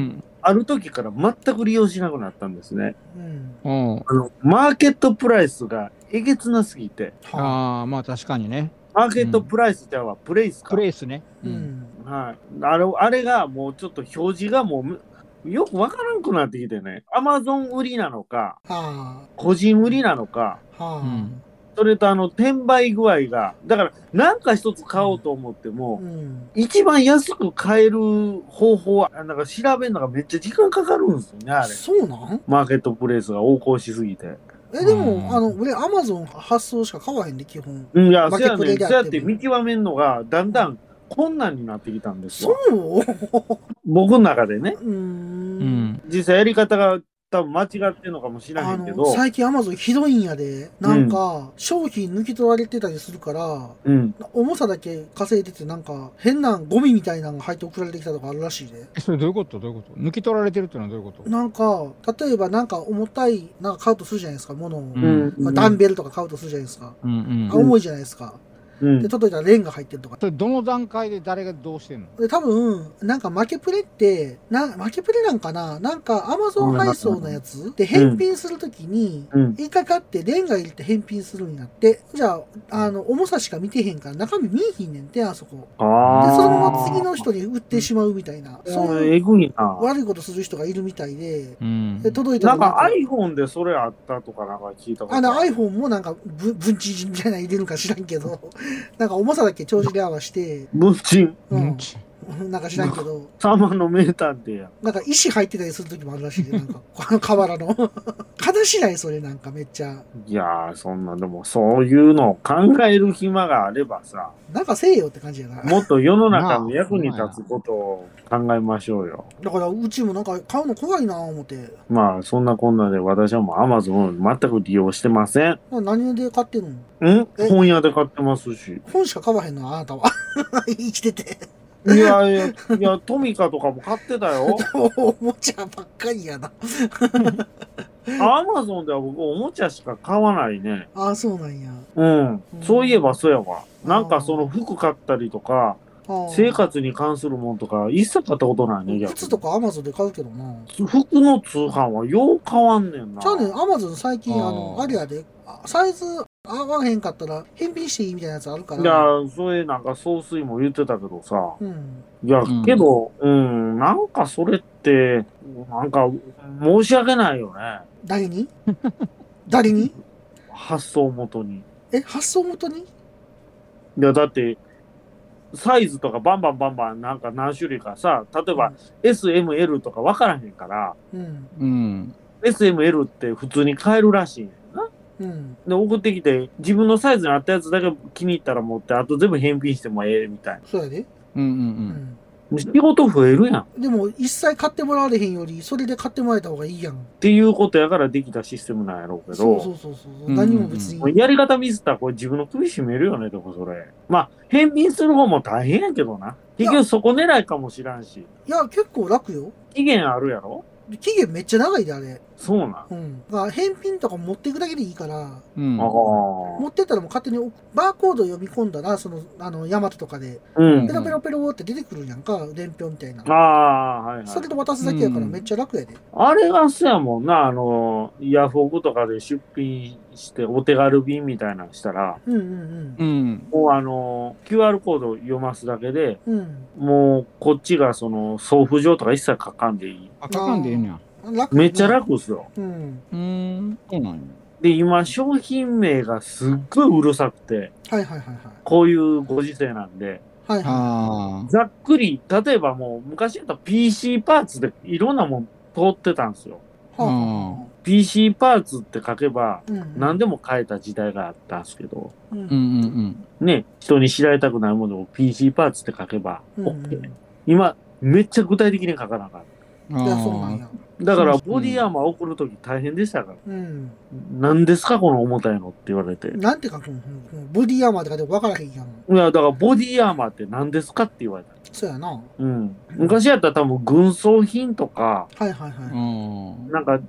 Speaker 3: ん。
Speaker 2: ある時から全く利用しなくなったんですね。
Speaker 1: うん。うん。
Speaker 3: うん。
Speaker 2: あの、マーケットプライスがえげつなすぎて、
Speaker 1: はあ。
Speaker 3: ああ、まあ確かにね。
Speaker 2: マーケットプライスじゃはプレイスか。
Speaker 3: プレイスね。
Speaker 1: う
Speaker 3: うん。
Speaker 1: ん。
Speaker 2: はい。あれ、あれがもうちょっと表示がもうむ、よくわからんくなってきてね。アマゾン売りなのか、
Speaker 1: は
Speaker 2: 個人売りなのか、
Speaker 1: あ。は
Speaker 3: う
Speaker 1: あ。
Speaker 3: ん。
Speaker 2: それとあの、転売具合が、だから、なんか一つ買おうと思っても、
Speaker 1: うん。
Speaker 2: 一番安く買える方法は、なんか調べるのがめっちゃ時間かかるんですよね、あれ。
Speaker 1: そうなん
Speaker 2: マーケットプレイスが横行しすぎて。
Speaker 1: え、で
Speaker 3: うん
Speaker 1: も、あの、俺、アマゾン発送しか買わへんで、基本。
Speaker 2: うん、いや、
Speaker 1: マー
Speaker 2: そ
Speaker 1: ケッ
Speaker 2: や
Speaker 1: ト
Speaker 2: ね
Speaker 1: で
Speaker 2: ん。
Speaker 1: や
Speaker 2: そ
Speaker 1: っ
Speaker 2: うやってて
Speaker 1: も
Speaker 2: 見極めるのが、だんだん困難になってきたんです
Speaker 1: そ
Speaker 2: よ。
Speaker 1: う
Speaker 2: 僕の中でね、
Speaker 1: うーん
Speaker 3: うん。
Speaker 2: 実際やり方が多分間違ってるのかもしれへ
Speaker 1: あ
Speaker 2: んけ
Speaker 1: の
Speaker 2: ど、
Speaker 1: 最近アマゾンひどいんやでなんか商品抜き取られてたりするから、
Speaker 2: うん、
Speaker 1: 重さだけ稼いでてなんか変なゴミみたいなのが入って送られてきたとかあるらしいで
Speaker 3: えそれどういうことどういうこと抜き取られてるっていうのはどういうこと
Speaker 1: なんか例えばなんか重たいなんか買うとするじゃないですか物を、
Speaker 3: う
Speaker 2: うんん、
Speaker 1: まあダンベルとか買うとするじゃないですか、
Speaker 3: うんうん
Speaker 1: あ重いじゃないですか、
Speaker 2: うん
Speaker 1: で届いたらレンが入ってるとか
Speaker 3: それどの段階で誰がどうしてんの
Speaker 1: で多分なんか負けプレってな負けプレなんかななんかアマゾン配送のやつで返品するときに
Speaker 2: うん、
Speaker 1: 一回買ってレンガ入れて返品するんやってじゃああの重さしか見てへんから中身見えへんねんてあそこ
Speaker 2: あ
Speaker 1: で
Speaker 2: あ
Speaker 1: そ
Speaker 2: ー、
Speaker 1: のまま次の人に売ってしまうみたいなそう
Speaker 2: うん
Speaker 1: いう
Speaker 2: えぐいな。
Speaker 1: 悪いことする人がいるみたいで
Speaker 3: うん
Speaker 1: で届いた
Speaker 2: な
Speaker 1: ら
Speaker 2: んか iPhone でそれあったとかなんか聞いたこと
Speaker 1: あの iPhone もなんかぶ分知人みたいなの入れるんか知らんけど なんか重さだけ帳尻合わして、
Speaker 2: 文鎮、
Speaker 1: う
Speaker 3: うんん、ち
Speaker 1: なんか知らんけど
Speaker 2: 様の名探偵や。
Speaker 1: なんか石入ってたりする時もあるらしいで、なんか、 この瓦の。 悲しない、それなんかめっちゃ。
Speaker 2: いやー、そんな、でもそういうのを考える暇があれば さ、
Speaker 1: なんかせえよって感じやな。
Speaker 2: もっと世の中の役に立つことを考えましょうよ。
Speaker 1: だから、うちもなんか買うの怖いなぁ思って。
Speaker 2: まあ、そんなこんなで私はもう Amazon を全く利用してません。
Speaker 1: な何で買ってるの
Speaker 2: ん
Speaker 1: え
Speaker 2: 本屋で買ってますし。
Speaker 1: 本しか買わへんのあなたは。 生きてて。
Speaker 2: いやいや、いや、トミカとかも買ってた よ。
Speaker 1: おもちゃばっかりやな。
Speaker 2: Amazon では僕おもちゃしか買わないね。
Speaker 1: ああ、そうなんや。
Speaker 2: うん。そういえばそうやわ。なんかその服買ったりとか、
Speaker 1: あー
Speaker 2: 生活に関するもんとか、一切買ったことないね、逆に
Speaker 1: 靴とかアマゾンで買うけどな。
Speaker 2: 服の通販はよう買わんねんな。
Speaker 1: じゃあね、アマゾン最近、あの、
Speaker 3: あー
Speaker 1: あれやで、あサイズ合わへんかったら返品していいみたいなやつあるから。
Speaker 2: いや、それなんか総帥も言ってたけどさ。
Speaker 1: うん。
Speaker 2: いや
Speaker 3: うん、
Speaker 2: けど、うん、なんかそれって、なんか申し訳ないよね。
Speaker 1: 誰に 誰に
Speaker 2: 発想元に。
Speaker 1: え、発送元に
Speaker 2: いや、だって、サイズとかバンバンバンバンなんか何種類かさ、例えば SML とか分からへんから、
Speaker 1: うん。
Speaker 3: うん、
Speaker 2: SML って普通に買えるらしいんやな。
Speaker 1: うん。
Speaker 2: で、送ってきて、自分のサイズに合ったやつだけ気に入ったら持って、あと全部返品してもええみたい
Speaker 1: そうやで。
Speaker 3: うんうん
Speaker 1: う
Speaker 3: うん
Speaker 1: ん。
Speaker 2: な。仕事増えるやんっ
Speaker 1: でも、一切買ってもらわれへんより、それで買ってもらえた方がいいやん。
Speaker 2: ていうことやからできたシステムなんやろうけ
Speaker 1: そう
Speaker 2: ど、
Speaker 1: そうそうそう。
Speaker 3: うん
Speaker 1: 何も別
Speaker 2: もう
Speaker 1: に。
Speaker 2: やり方ミスったらこれ自分の首絞めるよね、でもそれ。まあ、返品する方も大変やけどな。結局そこ狙いかもしらんし、
Speaker 1: いや、結構楽よ。
Speaker 2: 期限あるやろ
Speaker 1: 期限めっちゃ長いで、あれ。
Speaker 2: そうなん。あ
Speaker 1: うん。だから返品とか持っていくだけでいいから、
Speaker 3: うん
Speaker 2: あー。
Speaker 1: 持ってったらもう勝手に送バーコード読み込んだら、その、あの、ヤマトとかで、
Speaker 2: うん
Speaker 1: ペ。ロペロペロって出てくるやんか、伝票みたいな
Speaker 2: あ。あ、はいはい。
Speaker 1: それで渡すだけやから
Speaker 3: うん
Speaker 1: めっちゃ楽やで。
Speaker 2: あれがそうやもんな、あの、ヤフオクとかで出品してお手軽便みたいなのしたら、
Speaker 1: うんうん
Speaker 3: うん
Speaker 2: もうあの、QR コード読ますだけで、
Speaker 1: うん。うん。
Speaker 2: もうこっちがその送付状とか一切書かんでいい。
Speaker 3: あ書かんでええんや
Speaker 1: 楽
Speaker 2: めっちゃ。楽っすよ。
Speaker 1: うん。
Speaker 3: うんそうなんや
Speaker 2: で、今商品名がすっごいうるさくて、
Speaker 1: はいはいはい
Speaker 2: こういうご時世なんで、
Speaker 1: はい。はいは
Speaker 3: あ
Speaker 2: ざっくり、例えばもう昔やったら PC パーツでいろんなもん通ってたんですよ。
Speaker 1: い。は
Speaker 2: PC パーツって書けば、
Speaker 1: あ。うん。
Speaker 2: 何でも変えた時代があったんですけど、
Speaker 1: う。
Speaker 3: うんんうんうん
Speaker 2: ね、人に知られたくないものを PC パーツって書けば
Speaker 1: うん
Speaker 2: OK、今、めっちゃ具体的に書かなあかっ
Speaker 1: いや、そうなんや。
Speaker 2: た。だから、
Speaker 3: そうそう
Speaker 2: ボディアーマー送るとき大変でしたから、
Speaker 1: うん。
Speaker 2: 何ですか、この重たいのって言われて。い
Speaker 1: なんて書くんうんボディアーマーとかでも分からへんやん。
Speaker 2: や、だから、ボディアーマーって何ですかって言われた。
Speaker 1: そうやな。は
Speaker 2: うん。昔やったら多分、軍装品とか、
Speaker 1: いはいはい。
Speaker 3: うん
Speaker 2: なんか、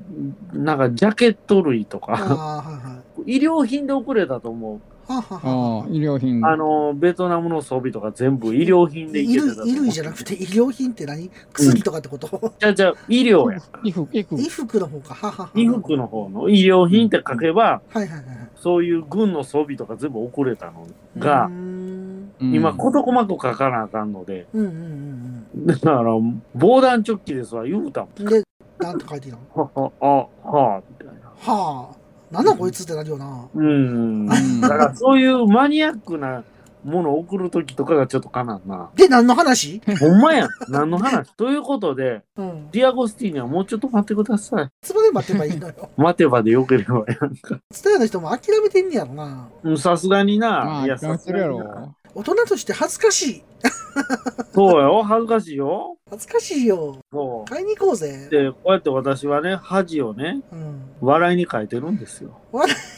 Speaker 2: なんか、ジャケット類と
Speaker 1: あ
Speaker 2: か、
Speaker 1: あ、はいは
Speaker 2: 医
Speaker 1: い。
Speaker 2: 療品で送れたと思う。
Speaker 1: はあはあはあ。
Speaker 3: ああ医療品
Speaker 2: あの、ベトナムの装備とか全部医療品でい
Speaker 1: 衣
Speaker 2: けてた
Speaker 1: 類
Speaker 2: と思う。
Speaker 1: 衣類じゃなくて、医療品って何薬とかってこと
Speaker 2: じゃあじゃあ医療や。
Speaker 3: 衣服衣服
Speaker 1: 衣服の方か。はあはあはあ
Speaker 2: 衣服の方の医療品って書けば、
Speaker 1: はいはいはいはい。
Speaker 2: そういう軍の装備とか全部送れたのが、
Speaker 1: うーん
Speaker 2: 今
Speaker 3: こ
Speaker 2: 事細かく書かなあかんので、
Speaker 1: うんうんうん
Speaker 2: だから防弾チョッキですわ、言うたもん。
Speaker 1: うん。で、なんて書いてるの
Speaker 2: はは、あ、はあ、みたいな。
Speaker 1: はあ。なんなんこいつってなるよな。
Speaker 2: うん。だからそういうマニアックなものを送るときとかがちょっとかなんな。
Speaker 1: で、何の話
Speaker 2: ほんまやん。何の話ということで、
Speaker 1: うん。
Speaker 2: ディアゴスティーニはもうちょっと待ってください。
Speaker 1: いつまで待てばいいのよ。
Speaker 2: 待てばでよければやんか。
Speaker 1: ツタヤの人も諦めてんねやろな。
Speaker 2: うんさすがにな。
Speaker 3: まあ
Speaker 2: いや、
Speaker 3: や
Speaker 2: さ
Speaker 3: っ
Speaker 2: す
Speaker 3: て
Speaker 2: が
Speaker 3: るや
Speaker 2: にな。
Speaker 3: ろ
Speaker 1: 大人として恥ずかしい。
Speaker 2: そうよ、恥ずかしいよ。
Speaker 1: 恥ずかしいよ。
Speaker 2: そ
Speaker 1: 買いに行こう
Speaker 2: う。
Speaker 1: ぜ。
Speaker 2: で、こうやって私はね、恥をね、
Speaker 1: うん。
Speaker 2: 笑いに変えてるんですよ。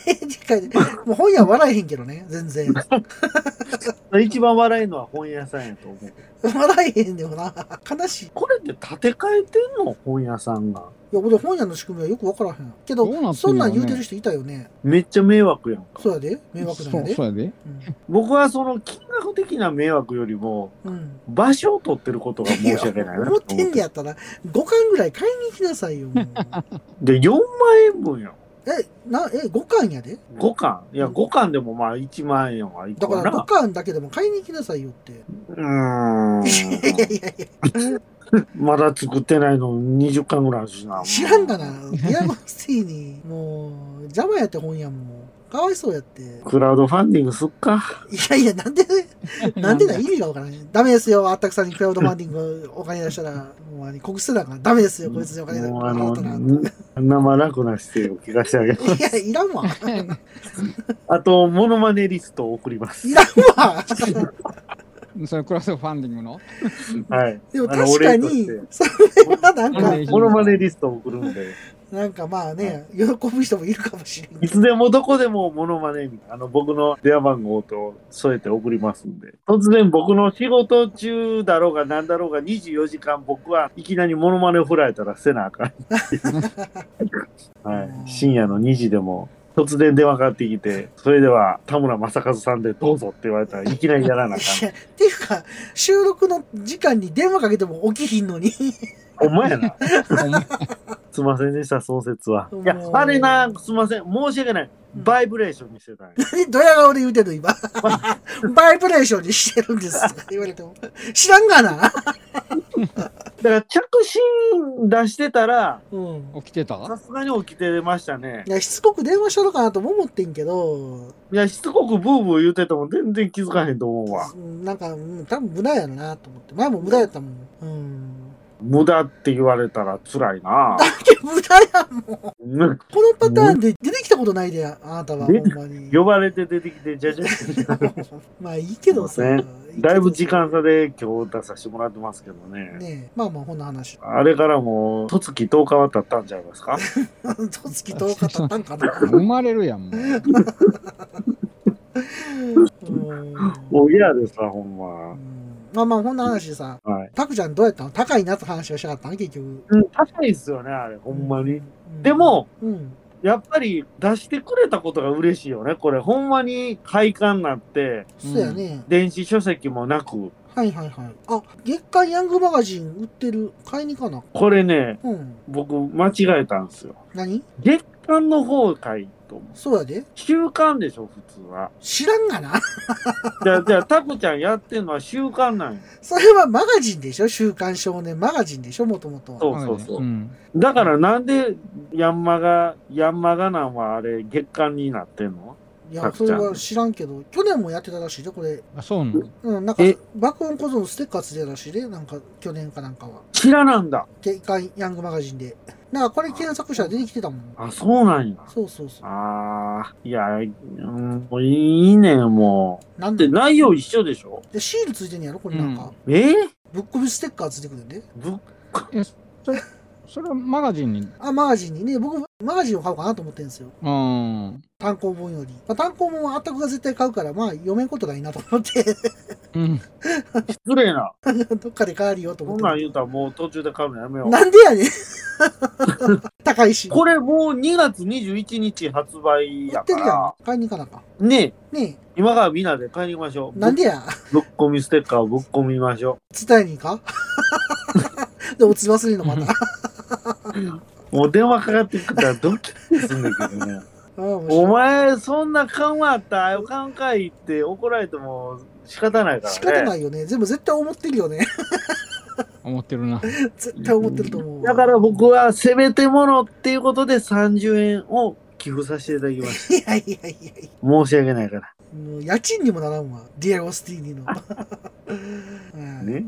Speaker 1: 次回で。もう本屋笑えへんけどね、全然。
Speaker 2: 一番笑えるのは本屋さんやと思う。
Speaker 1: 笑えへんでもな。悲しい。い
Speaker 2: これって建て替えてんの本屋さんが。
Speaker 1: や、俺本屋の仕組みはよくわからへん。けど、
Speaker 3: どうなってんのね
Speaker 1: そんなん言うてる人いたよね。
Speaker 2: めっちゃ迷惑やんか。
Speaker 1: そうやで。迷惑なんや
Speaker 3: そう
Speaker 1: で。
Speaker 3: そうやで。
Speaker 2: 僕はその金額的な迷惑よりも、
Speaker 1: うん。うん
Speaker 2: 場所を取ってることが申し訳ないなと
Speaker 1: 思
Speaker 2: 思
Speaker 1: っ
Speaker 2: って
Speaker 1: てんねやったら、5巻ぐらい買いに行きなさいよ。もう
Speaker 2: で、4万円分やん。
Speaker 1: え、な、え、5巻やで
Speaker 2: 5巻いや、
Speaker 1: うん
Speaker 2: 5巻でもまあ1万円はいく
Speaker 1: だか
Speaker 2: わ
Speaker 1: ら5
Speaker 2: な。
Speaker 1: 巻だけでも買いに行きなさいよって。
Speaker 2: うー
Speaker 1: いやいやい
Speaker 2: ん。まだ作ってないの20巻ぐらいあるしな。
Speaker 1: や、知らんがな。ディアゴスティーニ、もう、邪魔やって本屋も。かわいそうやって。い
Speaker 2: クラウドファンディングすっか。
Speaker 1: やいや、なんで、なんでだ、
Speaker 3: い
Speaker 1: 意味がわからない。ダメですよ、あったくさんにクラウドファンディングお金出したら、もう、告知なんからダメですよ、こいつにお金出し
Speaker 2: も
Speaker 1: た
Speaker 2: うあ
Speaker 1: ら。
Speaker 2: の、
Speaker 1: 払ったな
Speaker 2: 生楽な姿勢を聞かせてあげる。
Speaker 1: いや、いらんわ。
Speaker 2: あと、モノマネリストを送ります
Speaker 1: い。らんわ。
Speaker 3: それクラウドファンディングの
Speaker 2: はい。
Speaker 1: でも
Speaker 2: あの
Speaker 1: 確か
Speaker 2: お礼
Speaker 1: に
Speaker 2: として、
Speaker 1: それはなん
Speaker 3: お
Speaker 1: か
Speaker 3: 礼、
Speaker 2: モノマネリストを送るんで、
Speaker 1: なんかまあね、喜ぶ人もいるかもしれん
Speaker 2: い
Speaker 1: けど。
Speaker 2: つでもどこでもモノマネに、あの、僕の電話番号と添えて送りますんで、突然僕の仕事中だろうが何だろうが24時間僕はいきなりモノマネを振られたらせなあかんって いう。はい。深夜の2時でも、突然電話かかってきて、それでは田村正和さんでどうぞって言われたらいきなりやらなあかん
Speaker 1: い。やっていうか、収録の時間に電話かけても起きひんのに。
Speaker 2: お前やな。 すいませんでした、創設は。いや
Speaker 1: も、う
Speaker 2: あれな、すいません、申し訳ない。
Speaker 1: うん
Speaker 2: バイブレーションにしてたんや。
Speaker 1: 何ドヤ顔で言うてんの今。 バイブレーションにしてるんですとか言われても。知らんがな。
Speaker 2: だから、着信出してたら、
Speaker 1: うん。
Speaker 3: 起きてた
Speaker 2: さすがに起きてましたね
Speaker 1: い。や、しつこく電話したのかなとも思ってんけど、
Speaker 2: いや、しつこくブーブー言うてても全然気づかへんと思うわ。
Speaker 1: うんなんか、うん多分無駄やろなと思って。前も無駄やったもん。うん。
Speaker 2: 無駄って言われたら辛いな。
Speaker 1: 無駄やもん。
Speaker 2: うん
Speaker 1: このパターンで出てきたことないで、あなたは。ほん
Speaker 2: 出て
Speaker 1: まに。
Speaker 2: 呼ばれて出てきて、じゃじゃじゃ
Speaker 1: まあいいけどさ。
Speaker 2: そう
Speaker 1: い
Speaker 2: ね
Speaker 1: いけど
Speaker 2: だいぶ時間差で今日出させてもらってますけどね。
Speaker 1: ねえ。まあまあ、こんな話。
Speaker 2: あれからもう、とつき10日は経ったんちゃいますか
Speaker 1: とつき10日経ったんか な。
Speaker 3: 生まれるやん、もう。
Speaker 1: うん
Speaker 2: おぎやですわ、ほんま。
Speaker 1: まあまあ、こんな話でさ、
Speaker 2: はい。
Speaker 1: タクちゃんどうやったの高いなって話をしたかったの結局。
Speaker 2: うん、高いっすよね、あれ、ほんまに。
Speaker 1: うん
Speaker 2: で、も、
Speaker 1: うん。
Speaker 2: やっぱり出してくれたことが嬉しいよね。これ、ほんまに廃刊になって、
Speaker 1: そうやね。
Speaker 2: 電子書籍もなく、
Speaker 1: はいはいはい。あ、月刊ヤングマガジン売ってる。買いに行かな。
Speaker 2: これね、
Speaker 1: うん。
Speaker 2: 僕、間違えたんですよ。
Speaker 1: 何
Speaker 2: 月刊の方かいと思う。
Speaker 1: そうやで。
Speaker 2: 週刊でしょ、普通は。
Speaker 1: 知らんがな。
Speaker 2: じゃあ、じゃあ、タコちゃんやってんのは週刊なんよ。
Speaker 1: それはマガジンでしょ週刊少年マガジンでしょもともと。
Speaker 2: そうそうそう。
Speaker 3: ん
Speaker 2: だから、なんで、ヤンマガ、ヤンマガなんはあれ、月刊になってんの
Speaker 1: いや
Speaker 2: た、く
Speaker 1: そ
Speaker 2: ち
Speaker 1: れ
Speaker 2: ゃん
Speaker 1: は知らんけど、去年もやってたらしいで、これ。
Speaker 3: あ、そうなの
Speaker 1: うん、なんか
Speaker 2: え、
Speaker 1: 爆音小僧のステッカーついてたらしいで、なんか、去年かなんかは。
Speaker 2: 知らなんだ。
Speaker 1: 月刊ヤングマガジンで。なんか、これ検索したら出てきてたもん。
Speaker 2: あ、そうなんや。
Speaker 1: そうそうそう。
Speaker 2: ああ、いや、うん、もういいね、もう。
Speaker 1: なん
Speaker 2: で、
Speaker 1: で
Speaker 2: 内容一緒でしょ
Speaker 1: で、シールついてんやろこれなんか。
Speaker 2: え
Speaker 1: ブックビステッカーついてくるんで。
Speaker 2: ぶっ
Speaker 3: え、それ、それはマガジンに。う
Speaker 1: あ、マガジンにね、僕、マガジンを買おうかなと思ってるんですよ。
Speaker 3: ーん。
Speaker 1: 単行本より。まあ、単行本はあったくが絶対買うから、まあ、読めんことないなと思って、
Speaker 3: うん。
Speaker 2: 失礼な。
Speaker 1: どっかで買えるよと
Speaker 2: こ
Speaker 1: 思
Speaker 2: んな
Speaker 1: っ
Speaker 2: ん
Speaker 1: て
Speaker 2: 言うたらもう途中で買うのやめよ
Speaker 1: る。
Speaker 2: う。
Speaker 1: なんでやねん。 高いし。
Speaker 2: これもう2月21日発売
Speaker 1: 売
Speaker 2: や
Speaker 1: って
Speaker 2: か
Speaker 1: るやん
Speaker 2: ら。。
Speaker 1: 買いに行かなあかん。
Speaker 2: ねえ
Speaker 1: ね
Speaker 2: 今からみんなで買いに行きましょ
Speaker 1: え、
Speaker 2: う。
Speaker 1: なんでや。
Speaker 2: ぶっぶっ込みステッカーをぶっ込みましょ
Speaker 1: 伝え にかでもつ忘れるのまた。あ
Speaker 2: う。もう電話かかってきたらドキッとするんだけどね。
Speaker 1: あ 面白
Speaker 2: お
Speaker 1: い
Speaker 2: 前、そんな勘はあったよ、勘かいって怒られても仕方ないからね。
Speaker 1: 仕方ないよね。全部絶対思ってるよね。
Speaker 3: 思ってるな。
Speaker 1: 絶対思ってると思う。
Speaker 2: だから僕はせめてものっていうことで30円を寄付させていただきまし
Speaker 1: いやいやいやい
Speaker 2: た。申し訳ないから。
Speaker 1: や。もう家賃にもならんわ。ディアゴスティー ニの。うん
Speaker 2: ね。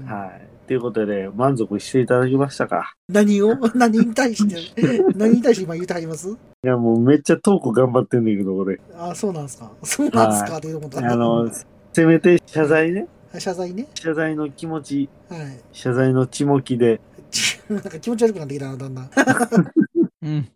Speaker 1: うん
Speaker 2: はい。ということで、満足していただきましたか。
Speaker 1: 何を 何に対して、 何に対して今言うてはります
Speaker 2: いや、もうめっちゃトーク頑張ってんだけど、俺。
Speaker 1: あ、そうなんすか。そうなんすかって言うと思った。
Speaker 2: あの、せめて謝罪ね。
Speaker 1: 謝罪ね。
Speaker 2: 謝罪の気持ち、
Speaker 1: はい。
Speaker 2: 謝罪の血もきで、
Speaker 1: ちなんか気持ち悪くなってきたな、だんだん。は
Speaker 3: うん。
Speaker 1: い。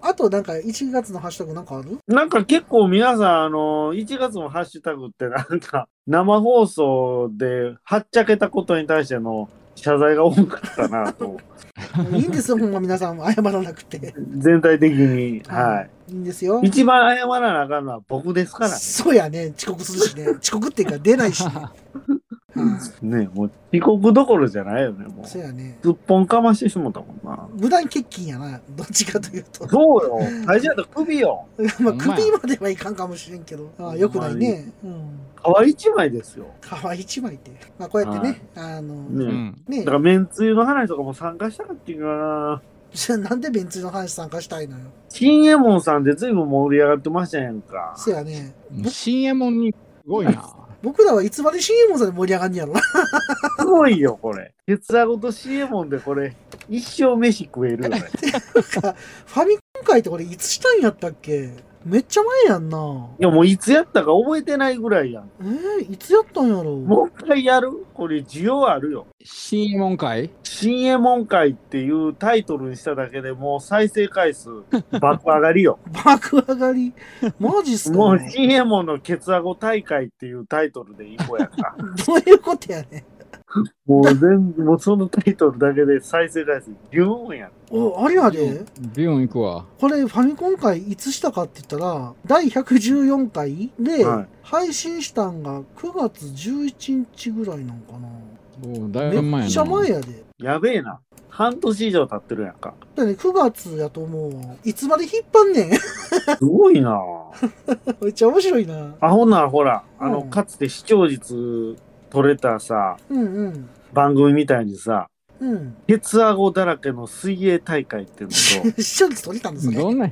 Speaker 1: あと、なんか1月のハッシュタグなんかある
Speaker 2: なんか結構皆さん、あの、1月のハッシュタグってなんか、生放送で、はっちゃけたことに対しての謝罪が多かったなと、
Speaker 1: いいんですよ、ほんま皆さんも謝らなくて。。
Speaker 2: 全体的に、はい
Speaker 1: いんですよ
Speaker 2: い。。一番謝らなあかんのは僕ですから
Speaker 1: そうやね、遅刻するしね。遅刻っていうか出な いしね。はい
Speaker 2: ね。ねもう、遅刻どころじゃないよね、もう。
Speaker 1: そうやね。
Speaker 2: すっぽんかましてしもたもんな。
Speaker 1: 無断欠勤やな、どっちかというと。
Speaker 2: そうよ。大事だと首よ。
Speaker 1: まあ、
Speaker 3: ほんまや
Speaker 1: 首まではいかんかもしれんけど、ああよくないね。うん。
Speaker 2: 皮一枚ですよ。
Speaker 1: 皮一枚って。まあ、こうやってね、あの、
Speaker 2: ね、
Speaker 3: うん。
Speaker 1: ね
Speaker 2: だから、めんつゆの話とかも参加したかっていうかな。
Speaker 1: じゃあ なんでベンツの話参加したいのよ。
Speaker 2: 新右衛門さんで随分盛り上がってましたやんか。
Speaker 1: そうやね。ぼ
Speaker 3: 新右衛門に、すごいな。
Speaker 1: 僕らはいつまで新右衛門さんで盛り上がんねやろな。
Speaker 2: すごいよ、これ。ケツアゴと新右衛門でこれ、一生飯食えるよね。
Speaker 1: ファミコン会ってこれいつしたんやったっけめっちゃ前やんな。
Speaker 2: いや、もういつやったか覚えてないぐらいやん。
Speaker 1: えー、いつやったんやろ
Speaker 2: もう一回やるこれ、需要あるよ。
Speaker 3: 新右衛門会
Speaker 2: 新右衛門会っていうタイトルにしただけでもう再生回数、爆上がりよ。
Speaker 1: 爆上がり。マジっすか
Speaker 2: もう新右衛門のケツアゴ大会っていうタイトルでいこうやんか。
Speaker 1: どういうことやね。
Speaker 2: もう全部、もうそのタイトルだけで再生回数、ビューンやん。
Speaker 1: お、あれやで。
Speaker 3: ビヨン行くわ。
Speaker 1: これファミコン会いつしたかって言ったら、第114回で
Speaker 2: はい、
Speaker 1: 配信したんが9月11日ぐらいなんかな。
Speaker 3: おだいぶ前やな。
Speaker 1: めっちゃ前やで。
Speaker 2: やべえな。半年以上経ってるやんか。
Speaker 1: だね、9月やと思うわ。いつまで引っ張んねん。
Speaker 2: すごいな
Speaker 1: めっちゃ面白いな。
Speaker 2: あ、ほんならほら、あの、
Speaker 1: うん
Speaker 2: かつて視聴率取れたさ、
Speaker 1: うんうん。
Speaker 2: 番組みたいにさ、
Speaker 1: うん。
Speaker 2: ケツアゴだらけの水泳大会っていうの
Speaker 1: 視聴率取れたんですね。
Speaker 3: どんな、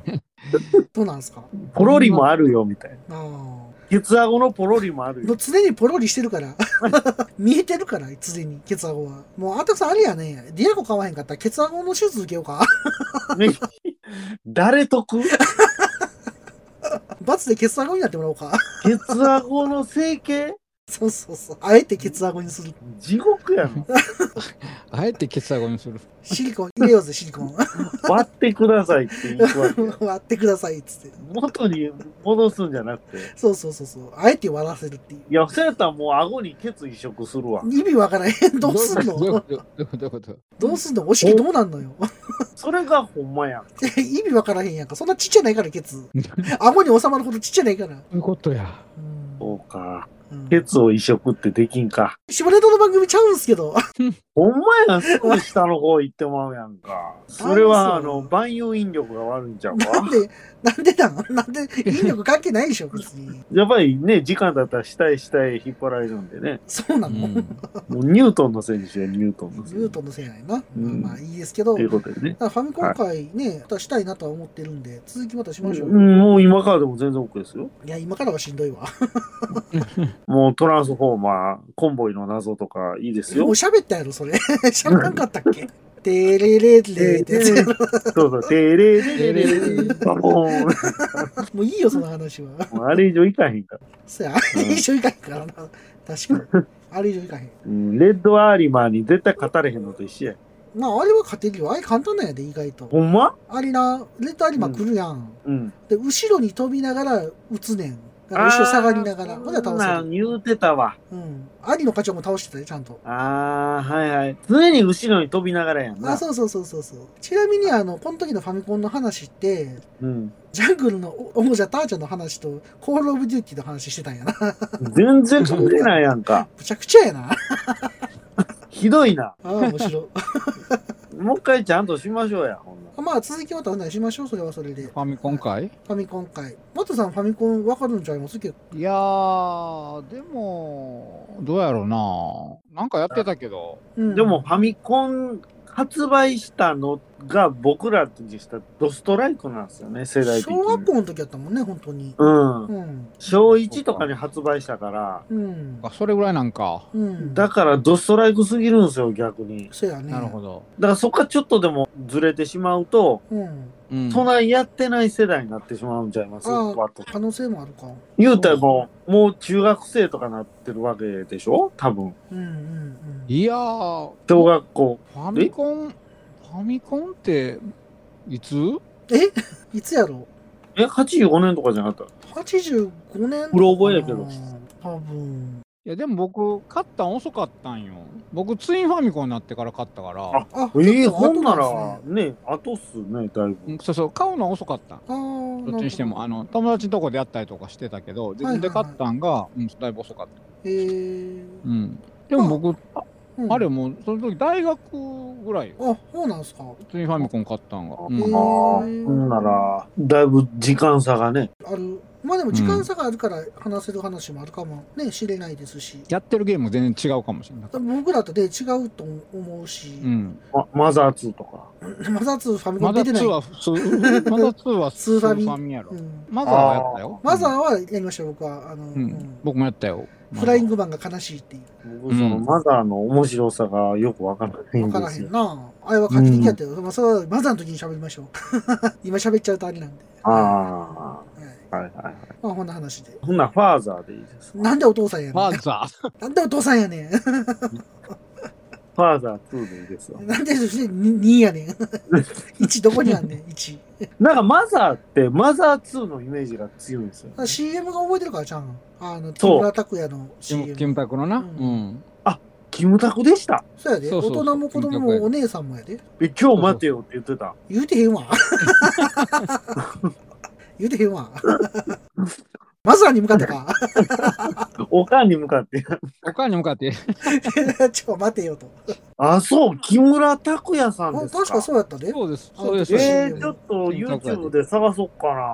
Speaker 1: どうなんですか
Speaker 2: と、ポロリもあるよみたいな。
Speaker 1: ああ。も
Speaker 2: ケツアゴのポロリもあるよ
Speaker 1: う。常にポロリしてるから。 見えてるから、常に、ケツアゴは。もう、あたくさんあれやね。ディアゴ買わへんかったら、ケツアゴの手術受けようか。
Speaker 2: 誰得ケ
Speaker 1: 罰でケツアゴになってもらおうか。
Speaker 2: ツアゴの整形
Speaker 1: そうそうそう。あえてケツアゴにする。
Speaker 2: 地獄やの。
Speaker 3: あえてケツアゴにする。
Speaker 1: シリコン入れようぜ、シリコン。
Speaker 2: 割ってくださいって言うわけ。
Speaker 1: 割ってください、っつって。
Speaker 2: 元に戻すんじゃなくて。
Speaker 1: そうそうそうそう。あえて割らせるっていう。
Speaker 2: いや、そうやったらもう顎にケツ移植するわ。
Speaker 1: 意味わからへん。どうすん
Speaker 3: どういう
Speaker 1: の
Speaker 3: ことどういうことどういうこと
Speaker 1: どうすんのお尻どうなんのよ。
Speaker 2: それがほんまやん。
Speaker 1: え意味わからへんやんか。そんなちっちゃないから、ケツ。顎に収まるほどちっちゃないから。
Speaker 3: どういうことや。
Speaker 1: うん
Speaker 2: そうか。
Speaker 1: うん
Speaker 2: ケツを移植ってできんか。
Speaker 1: シモネタの番組ちゃうんすけど。
Speaker 2: ほんまやん、すぐ下の方行ってまうやんか。それは、
Speaker 1: あ
Speaker 2: あ
Speaker 1: そ
Speaker 2: の、
Speaker 1: う
Speaker 2: 万有引力が悪いんちゃう
Speaker 1: なん
Speaker 2: か。
Speaker 1: で、なんでなんなんで、引力関係ないでしょ、別に。
Speaker 2: やっぱりね、時間だったら下へ下へ引っ張られるんでね。
Speaker 1: そう
Speaker 3: う
Speaker 1: なの、
Speaker 3: ん。
Speaker 2: もうニュートンの選手はニュートンの
Speaker 1: ニ
Speaker 2: 選
Speaker 1: ュー
Speaker 2: 手。
Speaker 1: トンのせいないな。
Speaker 2: うん
Speaker 1: まあまあいいですけど。
Speaker 2: とい
Speaker 1: だ
Speaker 2: う
Speaker 1: か
Speaker 2: ことでね。
Speaker 1: らファミコン会ね、またしたいなとは思ってるんで、続きまたしましょう。
Speaker 2: うん、もう今からでも全然 OK ですよ。
Speaker 1: いや、今からはしんどいわ。
Speaker 2: もうトランスフォーマー、コンボイの謎とかいいです
Speaker 1: もう
Speaker 2: よ。
Speaker 1: 喋ったやろ、それ。喋らんかったっけてれれれってやつやろ
Speaker 2: そうそう、テレレレレレバコーン。
Speaker 1: もういいよ、その話は。
Speaker 2: もうあれ以上いかへんから。
Speaker 1: そや、あれ以上いかへんからな。確かに。あれ以上いかへん。
Speaker 2: うん、レッドアーリマーに絶対勝たれへんのと一緒や。
Speaker 1: まあ、あれは勝てるよ。あれ簡単なんやで、意外と。
Speaker 2: ほんま
Speaker 1: あれな、レッドアリマ来るやん。
Speaker 2: うん。
Speaker 1: で、後ろに飛びながら撃つねん。だから後ろ下がりながら。
Speaker 2: あー
Speaker 1: ほんで倒
Speaker 2: そんな
Speaker 1: せ
Speaker 2: ん
Speaker 1: る。
Speaker 2: 言うてたわ。
Speaker 1: うん。アリの課長も倒してたよ、ちゃんと。
Speaker 2: ああ、はいはい。常に後ろに飛びながらやんな。
Speaker 1: あ、そうそうそうそうそう。ちなみに、あの、この時のファミコンの話って、
Speaker 2: うん。
Speaker 1: ジャングルのお王者ターちゃんの話と、コールオブデューティーの話してたんやな。
Speaker 2: 全然関係ないやんか。
Speaker 1: むちゃくちゃやな。あ
Speaker 2: ひどいな。
Speaker 1: あ、面白
Speaker 2: もう一回ちゃんとしましょうや、ほんなら
Speaker 1: い。 まあ、続きまた案内しましょう、それはそれで。フ
Speaker 3: ファミコン会
Speaker 1: ァミコン会。マトさん、ファミコンわかるんちゃいますけど。
Speaker 3: いやー、でも、どうやろうな。なんかやってたけど。
Speaker 1: うん
Speaker 2: でも、ファミコン発売したのが僕らにしたらドストライクなんですよね、世代的に。
Speaker 1: 小学校の時やったもんね、本当に。
Speaker 2: うん
Speaker 1: う。ん。
Speaker 2: 小1とかに発売したから、
Speaker 1: うん
Speaker 3: あ。それぐらいなんか。
Speaker 1: うん。
Speaker 2: だからドストライクすぎるんですよ、逆に。
Speaker 1: そうやね。
Speaker 3: なるほど。
Speaker 2: だからそこからちょっとでもずれてしまうと、
Speaker 1: うん。
Speaker 3: うん
Speaker 2: そないやってない世代になってしまうんちゃいます、
Speaker 1: あー
Speaker 2: パッと
Speaker 1: 可能性もあるか。
Speaker 2: 言うたらもう、もう中学生とかなってるわけでしょ多分。
Speaker 1: うんうんうん。
Speaker 3: いやー、
Speaker 2: 小学校。
Speaker 3: ファミコン、ファミコンって、いつ
Speaker 1: いつやろ
Speaker 2: え、85年とかじゃなかっ
Speaker 1: う ?85 年
Speaker 2: うろ覚えやけど。
Speaker 1: 多分。
Speaker 3: いや、でも僕、買ったん遅かったんよ。僕、ツインファミコンになってから買ったから
Speaker 2: あ、
Speaker 1: あ
Speaker 2: たええほん
Speaker 1: 結構
Speaker 2: な
Speaker 1: 後
Speaker 2: ら
Speaker 1: な、ん
Speaker 2: ね、後っすね、だいぶ。
Speaker 3: そうそう、買うのは遅かったん。
Speaker 1: あー
Speaker 3: どっちにしても、
Speaker 1: な
Speaker 3: あ
Speaker 1: る
Speaker 3: の、友達のとこでやったりとかしてたけど、自分で買ったんが、うん、だいぶ遅かった。
Speaker 1: ほどへー
Speaker 3: うん。でも僕、あ
Speaker 1: うん
Speaker 3: あれもう、その時大学ぐらいよ。
Speaker 1: あ、そうなんすか。
Speaker 3: ツインファミコン買ったんが。う
Speaker 2: あ
Speaker 1: へ
Speaker 3: ん
Speaker 1: ー
Speaker 2: ーほんなら、だいぶ時間差がね。
Speaker 1: ある。まあでも時間差があるから話せる話もあるかもね、知れないですし。
Speaker 3: やってるゲームも全然違うかもしれない。
Speaker 1: 僕らとで違うと思うし、
Speaker 3: うん。
Speaker 2: まマザー2とか。
Speaker 1: マザー2ファミコ
Speaker 3: ま
Speaker 1: ン
Speaker 3: だ
Speaker 1: 出てない
Speaker 3: 2。は普通、 まだ2は
Speaker 1: スーファミ
Speaker 3: スーファミやろ
Speaker 1: う。ん
Speaker 3: マザーはやったよ。
Speaker 1: マザーはやりましたよ、僕は。あの、
Speaker 3: うん、
Speaker 1: う
Speaker 3: うんん僕もやったよ。
Speaker 1: フライン
Speaker 3: グ。
Speaker 1: グマンが悲しいっていう。
Speaker 2: 僕、その、
Speaker 3: うん
Speaker 2: マザーの面白さがよくわからないん
Speaker 1: わか
Speaker 2: で
Speaker 1: らへ
Speaker 2: すよ
Speaker 1: ん。な。あれは画期的やったよ。まあ、それはマザーの時に喋りましょう。 今喋っちゃうとあれなんで。
Speaker 2: あ
Speaker 1: はい、
Speaker 2: あ、はいはい。
Speaker 1: まあ、こんな話で。
Speaker 2: ほんならファーザーでいいです。
Speaker 1: なんでお父さんやねん。
Speaker 3: マザー。
Speaker 1: なんでお父さんやねん。
Speaker 2: ファーザー2でいいですわ。
Speaker 1: なんで2やねん。1どこにあんねん、1。
Speaker 2: なんかマザーって、マザー2のイメージが強いんですよ、ね。
Speaker 1: CM が覚えてるからちゃうん。あの、木
Speaker 2: そう
Speaker 1: 村拓哉の
Speaker 3: キム
Speaker 1: CM。
Speaker 3: キムタクのな。
Speaker 1: う
Speaker 3: うんん。
Speaker 2: キムタクでした。
Speaker 1: そうやで。
Speaker 3: そうそうそ
Speaker 1: 大
Speaker 3: う
Speaker 1: 人も子供もお姉さんもやで。
Speaker 2: え、今日待てよって言ってた。
Speaker 1: 言うてへ んわ。言うてへんわ。マザーに向かって か。
Speaker 2: おかんに向かって。
Speaker 3: お母に向かって。
Speaker 1: ちょ、待てよと。
Speaker 2: あ、そう、木村拓哉さん
Speaker 1: あ
Speaker 2: ですか。
Speaker 1: 確かそうやったで。
Speaker 3: そうです。そうです。
Speaker 2: え
Speaker 1: そう
Speaker 2: ー、ちょっと YouTube で探そうかな。
Speaker 1: あ、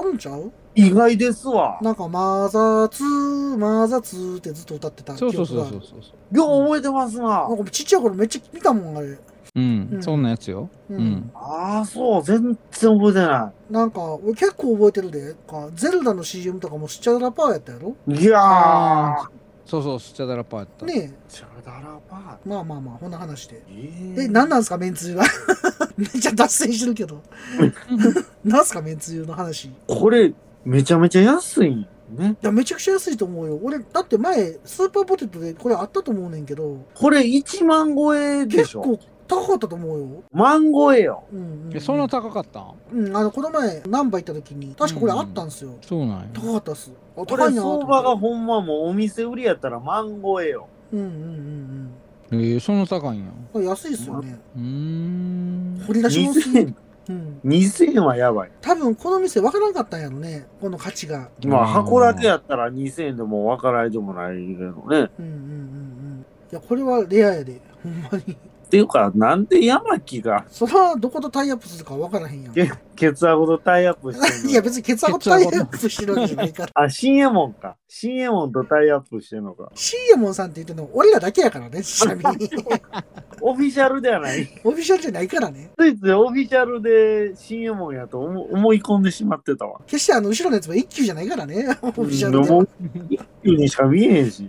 Speaker 1: あるんちゃう
Speaker 2: 意外ですわ。
Speaker 1: なんか、マザー2、マザー2ってずっと歌ってた記
Speaker 3: そう
Speaker 1: 憶
Speaker 3: そ
Speaker 1: が。
Speaker 3: うそうそうそう。
Speaker 2: よう覚えてますな。
Speaker 1: なんかちっちゃい頃めっちゃ見たもん、あれ。
Speaker 3: うん、
Speaker 1: うん
Speaker 3: そんなやつよ。
Speaker 1: う
Speaker 3: うん。
Speaker 2: ああ、そう、全然覚えてな
Speaker 1: なんか、俺結構覚えてるで。かゼルダの CM とかもスチャラパーやったやろ
Speaker 2: い。いやー
Speaker 3: あ。そうそう、スチャダラパーやった。
Speaker 1: ね
Speaker 2: チャダラパ
Speaker 1: え。まあまあまあ、こんな話で。
Speaker 2: ー。
Speaker 1: え、なんなんすか、めんつゆは。 めっちゃ脱線してるけど。なんすか、めんつゆの話。い
Speaker 2: これ、めちゃめちゃ安いね。
Speaker 1: や、めちゃくちゃ安いと思うよ。俺、だって前、スーパーポテトでこれあったと思うねんけど、
Speaker 2: これ1万超えでし
Speaker 1: 結
Speaker 2: ょ。
Speaker 1: 構高かったと思うよ。
Speaker 2: 万超えよ。
Speaker 1: うんうん、うん。
Speaker 3: え、そんな高かったん
Speaker 1: うん、あの、この前、ナンバ行った時に、確かこれあったんすよ。
Speaker 3: そうなんや。
Speaker 1: 高かったっす。あ、
Speaker 2: こ
Speaker 1: 高
Speaker 2: れ
Speaker 1: いなと思
Speaker 2: 相
Speaker 1: って
Speaker 2: 場がほんまもうお店売りやったら万超えよ。
Speaker 1: うんうんうん
Speaker 3: えー、そんな高いんや。
Speaker 1: うん。これ安いっすよね。
Speaker 3: うーん。
Speaker 1: 掘り出しますね。
Speaker 2: 2000、
Speaker 1: うん。
Speaker 2: 2000はやばい。
Speaker 1: 多分、この店分からんかったんやろね。この価値が。
Speaker 2: ま
Speaker 3: う
Speaker 2: あ、
Speaker 3: ん
Speaker 2: 箱だけやったら2000円でも分からないでもないけどね。
Speaker 1: うんうんうんうん。いや、これはレアやで。ほんまに。
Speaker 2: っていうか、なんで山木が
Speaker 1: そら、どことタイアップするか分からへんやん。
Speaker 2: けケツアゴとタイアップしてんの
Speaker 1: いや、別にケツアゴとタイアップしてるわけじゃないから。
Speaker 2: あ、新右衛門か。新右衛門とタイアップしてんのか。
Speaker 1: シーエモンさんって言ってるの俺らだけやからね、ちなみに。
Speaker 2: オフィシャルではない。
Speaker 1: オフィシャルじゃないからね。
Speaker 2: ついついオフィシャルで新右衛門やと思思い込んでしまってたわ。
Speaker 1: 決してあの後ろのやつも一級じゃないからね、オフィシャルで
Speaker 2: う
Speaker 1: は
Speaker 2: ん。一級にしか見えへん し。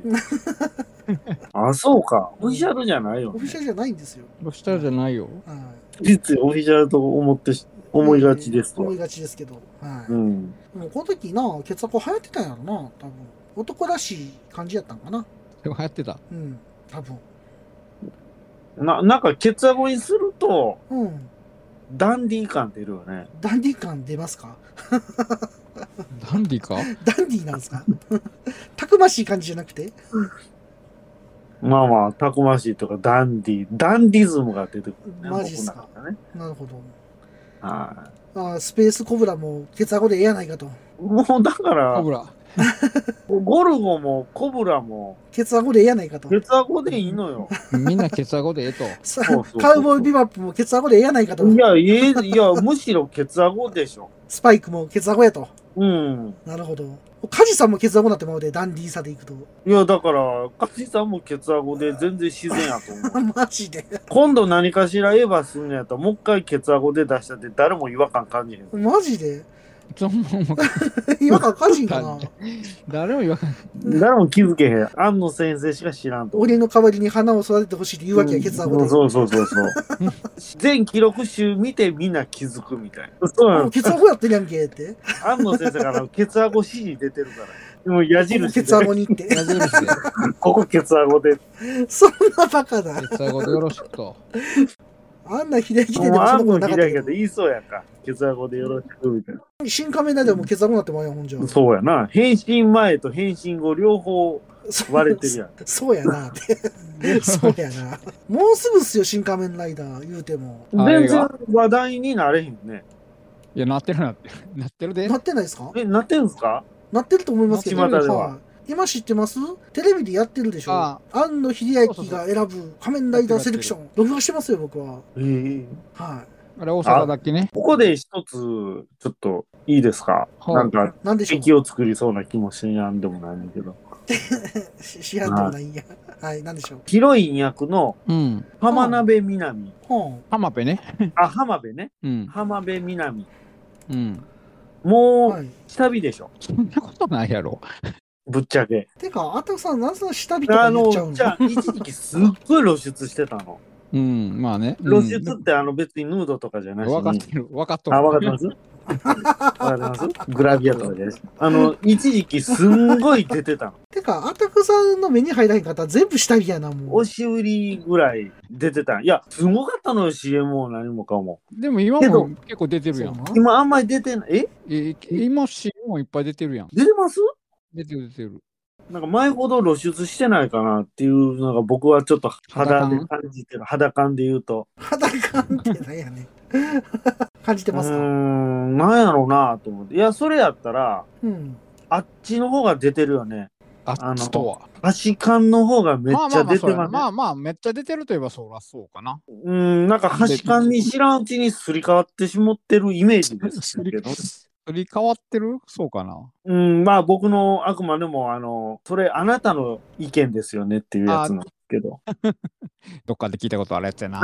Speaker 2: あ、そうか。オフィシャルじゃないよ
Speaker 1: オフィ。シャルじゃないんですよ。
Speaker 3: スチャダじゃないよ。
Speaker 1: は
Speaker 2: 実オフィシャルと思ってし
Speaker 1: い
Speaker 2: 思いがちですわ
Speaker 1: 思い。がちですけど。は
Speaker 2: う
Speaker 1: い。
Speaker 2: ん。
Speaker 1: もうこの時な、ケツアコ流行ってたんやろな、多分。男らしい感じやったんかな。
Speaker 3: でも流行ってた。
Speaker 1: うん、多分。
Speaker 2: な、なんか、ケツアゴにすると、
Speaker 1: うん。
Speaker 2: ダンディー感出るよね。
Speaker 1: ダンディ感出ますか
Speaker 3: ダンディか
Speaker 1: ダンディなんですか たくましい感じじゃなくて
Speaker 2: まあまあ、たくましいとか、ダンディー、ダンディズムが出てくるね。
Speaker 1: マジっすか
Speaker 2: 僕の中でね。
Speaker 1: なるほど。
Speaker 2: は
Speaker 1: あースペースコブラもケツアゴでええやないかと。
Speaker 2: い。もう、だか
Speaker 3: コ
Speaker 2: ら
Speaker 3: ブ、ラ。
Speaker 2: ゴルゴもコブラも、
Speaker 1: ケツアゴでええやないかと。
Speaker 2: ケツアゴでいいのよ。
Speaker 3: みんなケツアゴでええと。
Speaker 2: そ
Speaker 1: さ
Speaker 2: うそうそう
Speaker 1: カウボーイビバップもケツアゴでええやないかと。
Speaker 2: いや、いえいや、むしろケツアゴでしょ。
Speaker 1: スパイクもケツアゴやと。
Speaker 2: うん。
Speaker 1: なるほど。カジさんもケツアゴなってまうで、ダンディーさでいくと。
Speaker 2: いや、だから、カジさんもケツアゴで全然自然やと思う。
Speaker 1: マジで。
Speaker 2: 今度何かしらエヴァするんやったら、もう一回ケツアゴで出したって誰も違和感感じへん。
Speaker 1: マジで。
Speaker 3: ちょもうもう
Speaker 1: 今からカジン かな。
Speaker 3: 誰も言わない。
Speaker 2: 誰も気づけへん。庵野先生しか知らんと。
Speaker 1: 俺の代わりに花を育ててほしいって言うわけや、ケツアゴで。
Speaker 2: そうそうそうそう。 全記録集見てみんな気づくみたいな。そうな
Speaker 1: もう
Speaker 2: の。
Speaker 1: ケツアゴやってるやんけって。
Speaker 2: 安野先生からケツアゴ指示出てるから。でも矢印
Speaker 1: ケツア
Speaker 2: で、
Speaker 1: ゴに行って。
Speaker 3: 矢印で、
Speaker 2: ここケツアゴで。
Speaker 1: そんなバカだ。
Speaker 3: 鉄アゴでよろしくと。
Speaker 1: あんな秀明でで
Speaker 2: もう
Speaker 1: もそんな
Speaker 2: 安
Speaker 1: こと
Speaker 2: 野
Speaker 1: なか
Speaker 2: 開
Speaker 1: った
Speaker 2: け
Speaker 1: け
Speaker 2: て言いそうやんか。ケツアゴでよろしくみたいな。
Speaker 1: ど。新仮面ライダーもケツアゴなってまうやん、ほんじゃ。
Speaker 2: そうやな。返信前と返信後両方
Speaker 1: そう
Speaker 2: 割れてるやん。
Speaker 1: そうやなって。そうやな。もうすぐっすよ、新仮面ライダー言うても。
Speaker 3: あれ
Speaker 2: 全然
Speaker 3: が
Speaker 2: 話題になれへんね。
Speaker 3: いや、なってるなってる。なってるで。
Speaker 1: なってないですか
Speaker 2: え、なってんすか
Speaker 1: なってると思いますけど、
Speaker 2: 巷ではい
Speaker 1: 今知ってますテレビでやってるでしょ
Speaker 3: あ
Speaker 1: 庵野秀明が選ぶ仮面ライダーセレクション録画してますよ僕は
Speaker 2: ええ
Speaker 1: は
Speaker 3: あれ、大阪だっけね。
Speaker 2: ここで一つ、ちょっといいですか、
Speaker 3: はい
Speaker 2: なんか、
Speaker 1: いなんでしょう
Speaker 2: 敵を作りそうな気もしなんでもないんだけど。
Speaker 1: 知らんでもないんやはいなんでしょう
Speaker 2: ヒロイン役の
Speaker 3: うん。
Speaker 2: 浜辺美波。
Speaker 1: ほう
Speaker 3: 浜辺ね。
Speaker 2: あ、浜辺ね。
Speaker 3: うん。
Speaker 2: 浜辺美波。
Speaker 3: うん。
Speaker 2: も
Speaker 1: は
Speaker 2: う、
Speaker 1: い
Speaker 2: 下火でしょ。
Speaker 3: そんなことないやろ。
Speaker 2: ぶっちゃけ。
Speaker 1: てかあたさんなんその下火と
Speaker 2: あ
Speaker 1: か言っ
Speaker 2: の
Speaker 1: ちゃう、の
Speaker 2: じゃあ、一時期すっごい露出してたの。
Speaker 3: うん、まあね。うん
Speaker 2: 露出って、あの、別にヌードとかじゃないしに。
Speaker 3: 分かってる、分かっとる。
Speaker 2: あ、わかってますわかってますグラビアとかじゃないし。あの、一時期すんごい出てたの。
Speaker 1: てかあたくさんの目に入らへん方全部下火やなもう
Speaker 2: 押し売りぐらい出てたん。いや、すごかったのよ、CM も何もかも。
Speaker 3: でも今
Speaker 2: け
Speaker 3: も
Speaker 2: ど
Speaker 3: 結構出てるやん。
Speaker 1: そう
Speaker 2: 今あんまり出てない。え
Speaker 3: え今、シーンもいっぱい出てるやん。
Speaker 2: 出てます
Speaker 3: 出てる、出てる。
Speaker 2: なんか前ほど露出してないかなっていうのが僕はちょっと肌で
Speaker 3: 肌
Speaker 2: 感じてる。肌感で言うと。
Speaker 1: 肌感ってなん やね感じて
Speaker 2: う
Speaker 1: ます
Speaker 2: ー
Speaker 1: か
Speaker 2: ん、なんやろうなと思って。いや、それやったら、
Speaker 1: うん
Speaker 2: あっちの方が出てるよね。
Speaker 3: あっちとは。
Speaker 2: 足感の方がめっ
Speaker 3: まあ
Speaker 2: ち
Speaker 3: ま
Speaker 2: ゃ
Speaker 3: あまあ
Speaker 2: 出
Speaker 3: そ
Speaker 2: て
Speaker 3: うや
Speaker 2: ま
Speaker 3: な、
Speaker 2: すね
Speaker 3: ま。あまあ、めっちゃ出てるといえばそらそう かな。
Speaker 2: うーん、なんか端感に知らんうちにすり替わってしまってるイメージです
Speaker 3: す
Speaker 2: け
Speaker 3: り
Speaker 2: ど。
Speaker 3: すり替わってるそうかな。
Speaker 2: うん、まあ僕のあくまでも、あの、それあなたの意見ですよねっていうやつなんですけど。
Speaker 3: どっかで聞いたことあるやつ やな。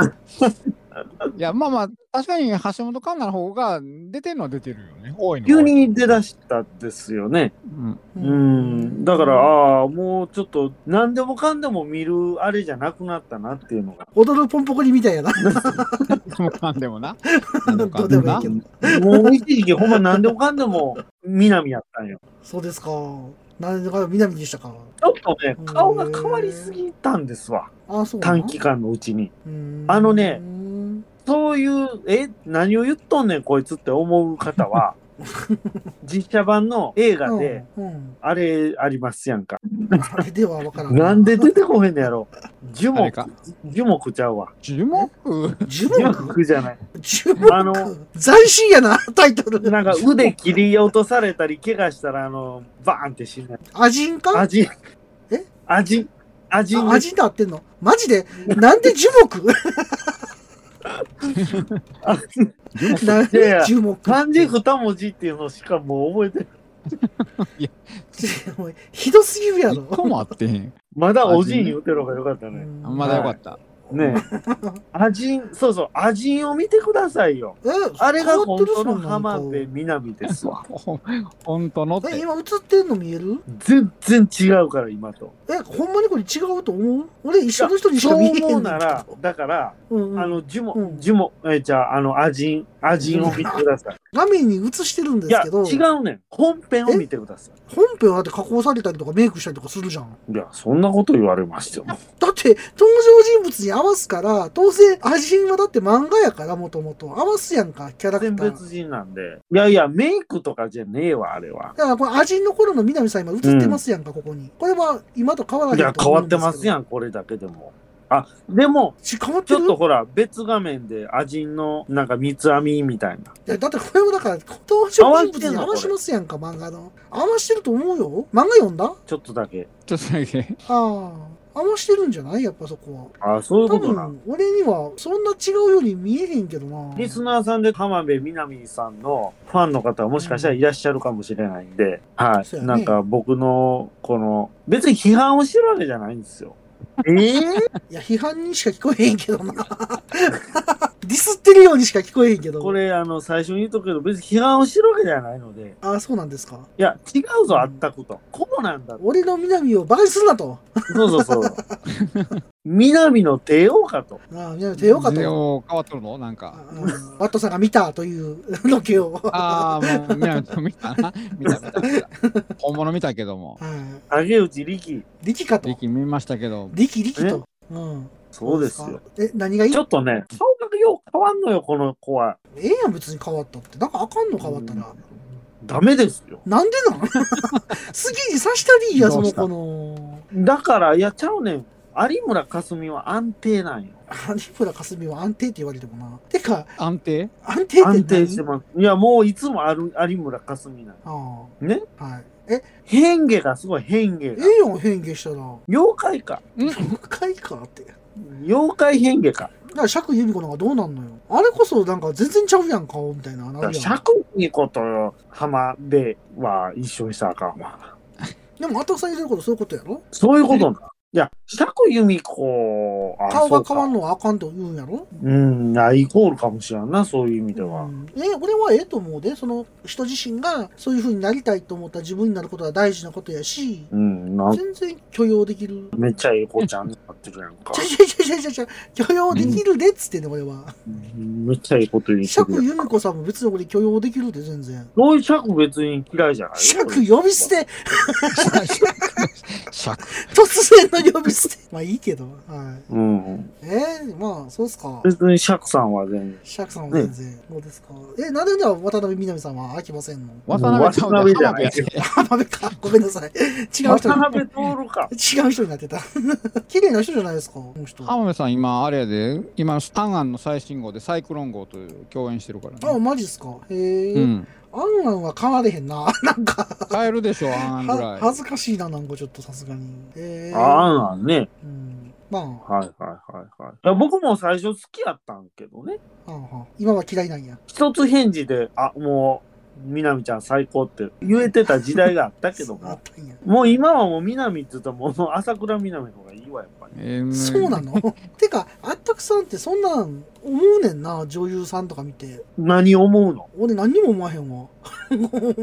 Speaker 3: いや、まあまあ、確かに橋本環奈の方が出てるのは出てるよね。多いのは
Speaker 2: 急
Speaker 3: 多い
Speaker 2: に出だしたんですよね。
Speaker 3: うん
Speaker 2: うん、だから、ああ、もうちょっと、何でもかんでも見るあれじゃなくなったなっていうのが。
Speaker 1: 踊るポンポコリみたいやな
Speaker 3: その間でも な。
Speaker 1: どうでもいいけど
Speaker 2: もう一時期、ほんま何でもかんでも、南やったんよ。
Speaker 1: そうですかなんでか南でしたか
Speaker 2: ちょっとね、顔が変わりすぎたんですわ。
Speaker 1: あそうなの
Speaker 2: 短期間のうちに。
Speaker 1: あ
Speaker 2: あのねそういう、え、何を言っとんねん、こいつって思う方は、実写版の映画で、
Speaker 1: うんうん、
Speaker 2: あれありますやんか。
Speaker 1: あれではわからん。
Speaker 2: なんで出てこへんのやろ。樹
Speaker 3: あ
Speaker 2: 木
Speaker 3: れか、
Speaker 2: 樹木ちゃうわ。
Speaker 3: 樹木
Speaker 1: 樹
Speaker 2: 樹
Speaker 1: 木
Speaker 2: 木じゃない。
Speaker 1: 樹木
Speaker 2: あの
Speaker 1: 斬新やな、タイトル。
Speaker 2: なんか腕切り落とされたり、怪我したら、あの、バーンって死ぬ。
Speaker 1: アジンかあ
Speaker 2: 味。
Speaker 1: え
Speaker 2: 味。味。
Speaker 1: アジンで合ってんのマジでなんで樹 木
Speaker 2: い
Speaker 1: なん
Speaker 2: やい
Speaker 1: で
Speaker 2: や
Speaker 1: 樹木
Speaker 2: 漢字二文字っていうのしかもう覚えてない。
Speaker 1: おいひどすぎるや
Speaker 3: 一個
Speaker 1: ろ。
Speaker 3: もあってへん。
Speaker 2: まだおじいに打てる方がよかった
Speaker 1: う
Speaker 2: ね。
Speaker 1: ん
Speaker 3: あまだよかった。
Speaker 2: ねえ。味ん、そうそう、味んを見てくださいよ。
Speaker 1: え
Speaker 2: あれが
Speaker 1: 変わって
Speaker 2: 本
Speaker 1: る
Speaker 2: 当
Speaker 1: そ
Speaker 2: の
Speaker 1: んなん
Speaker 2: 浜
Speaker 1: 顔
Speaker 2: 辺美波ですわ。
Speaker 3: ほ本当のっ
Speaker 1: え
Speaker 3: て。
Speaker 1: 今映ってんの見える
Speaker 2: 全然違うから、今と。
Speaker 1: え、ほんまにこれ違うと思う俺一緒の人にし
Speaker 2: そ
Speaker 1: か
Speaker 2: う
Speaker 1: 見えへんねん
Speaker 2: 思うなら、だから、
Speaker 1: うんうん
Speaker 2: あの、樹
Speaker 1: う
Speaker 2: も、
Speaker 1: ん
Speaker 2: 樹も、え、じゃあ、あの、味ん、味んを見てください。
Speaker 1: 画面に映して るんで
Speaker 2: い
Speaker 1: す
Speaker 2: や、
Speaker 1: けど、
Speaker 2: 違うねん。本編を見てください。
Speaker 1: 本編はだって加工されたりとかメイクしたりとかするじゃん。
Speaker 2: いや、そんなこと言われましても。
Speaker 1: だって登場人物に合わすから当然アジンはだって漫画やからもともと合わすやんかキャラク
Speaker 2: 全
Speaker 1: ター
Speaker 2: 別人なんで。いやいや、メイクとかじゃねえわ、あれは。
Speaker 1: だからこれアジンの頃の南さん今映ってますやんか、ここにこれは今と変わらない
Speaker 2: いや、変わってます
Speaker 1: ん
Speaker 2: やん、これだけでも。あ、でも、
Speaker 1: 血かまっ
Speaker 2: ち
Speaker 1: てる
Speaker 2: ょっとほら、別画面でアジンのなんか三つ編みみたいな。
Speaker 1: いやだってこれもだから、登場人物に
Speaker 2: 合わ
Speaker 1: 話
Speaker 2: せて
Speaker 1: し
Speaker 2: んの
Speaker 1: ますやんか、漫画の。話してると思うよ。漫画読んだあ
Speaker 2: ちょっとだけ。
Speaker 3: ちょっとだけ。
Speaker 1: あ。話してるんじゃないやっぱそこ
Speaker 2: あ、そうい
Speaker 1: は。
Speaker 2: うこ
Speaker 1: 多
Speaker 2: とな。
Speaker 1: 分、俺にはそんな違うように見えへんけどな。
Speaker 2: リスナーさんで浜辺美波さんのファンの方はもしかしたらいらっしゃるかもしれないんで、は
Speaker 1: そう
Speaker 2: い。
Speaker 1: やね
Speaker 2: なんか僕の、この、別に批判をしてるわけじゃないんです よ。え
Speaker 1: いや、批判にしか聞こえへんけどな。 ディスってるようにしか聞こえへんけど。
Speaker 2: これ、あの、最初に言っとくけど、別に批判をしてるわけじゃないので、
Speaker 1: ああ、そうなんですか。
Speaker 2: いや、違うぞ、あったこと。こうなんだ。
Speaker 1: 俺の南をバカにするなと。
Speaker 2: そうそうそう。 南の帝王かと。
Speaker 1: ああ、南出ようか
Speaker 3: で
Speaker 1: と。
Speaker 3: お変わっとるのなん
Speaker 1: あ
Speaker 3: か。
Speaker 1: あワットさんが見たというロケを。は
Speaker 3: ああ、もう見た見たな。見た見た見た。本物見たけども。
Speaker 1: い
Speaker 2: 竹内力。
Speaker 1: 力かと。
Speaker 3: 力見ましたけど。
Speaker 1: 力力と。うん。
Speaker 2: そうですよ。。
Speaker 1: え、何がいい
Speaker 2: ちょっとね、顔がよう変わんのよ、この子は。
Speaker 1: ええやん、別に変わったって。なんかあかんの変わったら。
Speaker 2: ダメですよ。
Speaker 1: なんでなん すげえに刺したりや、そ
Speaker 3: どう
Speaker 1: の
Speaker 3: した
Speaker 1: 子の。
Speaker 2: だから、いや、ちゃうねん。有村架純は安定なんよ。
Speaker 1: アニプラかすみは安定って言われてもな。てか、
Speaker 3: 安定
Speaker 1: 安定って
Speaker 2: 安定して
Speaker 1: 何
Speaker 2: ます。いや、もういつもある有村架純なんよ。
Speaker 1: あ
Speaker 2: ね
Speaker 1: あ。はい。え、
Speaker 2: 変化がすごい変化
Speaker 1: え
Speaker 2: が。
Speaker 1: えやん、変化したら。
Speaker 2: 妖怪か。
Speaker 1: 深いかって。だ
Speaker 2: 妖怪変化か。
Speaker 1: から、釈由美子なんかどうなんのよ。あれこそ、なんか全然ちゃうやん、顔みたいな。な
Speaker 2: だから
Speaker 1: るやん。
Speaker 2: 釈にこと浜辺は一緒にしたらあかんわ。
Speaker 1: でも、あたくさん言ってることそういうことやろ
Speaker 2: そういうことな。いや、釈由美子、あ
Speaker 1: 顔が変わん
Speaker 2: の
Speaker 1: のはあかんと言うんやろ
Speaker 2: うん、あイコールかもしれんな、そういう意味では。
Speaker 1: うんえ俺はええと思うでその人自身がそういう風になりたいと思った自分になることは大事なことやし
Speaker 2: うん、なん
Speaker 1: 全然許容できる。
Speaker 2: めっちゃええ子ちゃんになってるやんか
Speaker 1: ちゃ。ちゃちゃちゃちゃちゃ許容できるでっつってね、俺は。
Speaker 2: うんめっちゃええこと言って
Speaker 1: 釈
Speaker 2: るやん。
Speaker 1: 由美子さんも別に俺許容できるで、全然。
Speaker 2: そういう釈別に嫌いじゃない
Speaker 1: 釈呼び捨て
Speaker 3: 尺
Speaker 1: 突然の呼び捨てまあいいけど。はい。
Speaker 2: うん。
Speaker 1: えー、まあ、そうっすか。
Speaker 2: 別に釈さんは全
Speaker 1: 釈さんは全然。どうですか。え、なんでじゃあ渡辺みなみさんは飽きませんの
Speaker 3: 渡辺ちゃん
Speaker 2: 渡辺じゃない
Speaker 1: あ、ダメか。ごめんなさい。違う
Speaker 2: 然。渡
Speaker 1: 人に。
Speaker 2: 辺徹か。
Speaker 1: 違う人になってた。 綺麗な人じゃないですか、この人。
Speaker 3: 浜辺さん、今、あれやで、今、タンアンの最新号でサイクロン号と共演してるから
Speaker 1: あ、
Speaker 3: ね。
Speaker 1: マジっすか。へえ。
Speaker 3: うん。
Speaker 1: アンアンは変われへんな。なんか
Speaker 3: 変えるでしょ、アンアンぐ
Speaker 1: は、
Speaker 3: らい
Speaker 1: 恥。ずかしいな、なんかちょっとさすがに。へえ。
Speaker 2: ああ、ね。
Speaker 1: うん。ま
Speaker 2: はいはいはいはいいや。僕も最初好きやったんけどね。
Speaker 1: あ、あんはん今は嫌いなんや。
Speaker 2: 一つ返事で、あ、もう、みなみちゃん最高って言えてた時代があったけど
Speaker 1: あ
Speaker 2: も
Speaker 1: っ。たんや。
Speaker 2: もう今はもう南って言ったらもう朝倉南の方がいいわ、やっぱり。
Speaker 3: えー
Speaker 1: そうなの てか、あったくさんってそんなん思うねんな、女優さんとか見て。
Speaker 2: 何思うの
Speaker 1: 俺何にも思わへ んわ。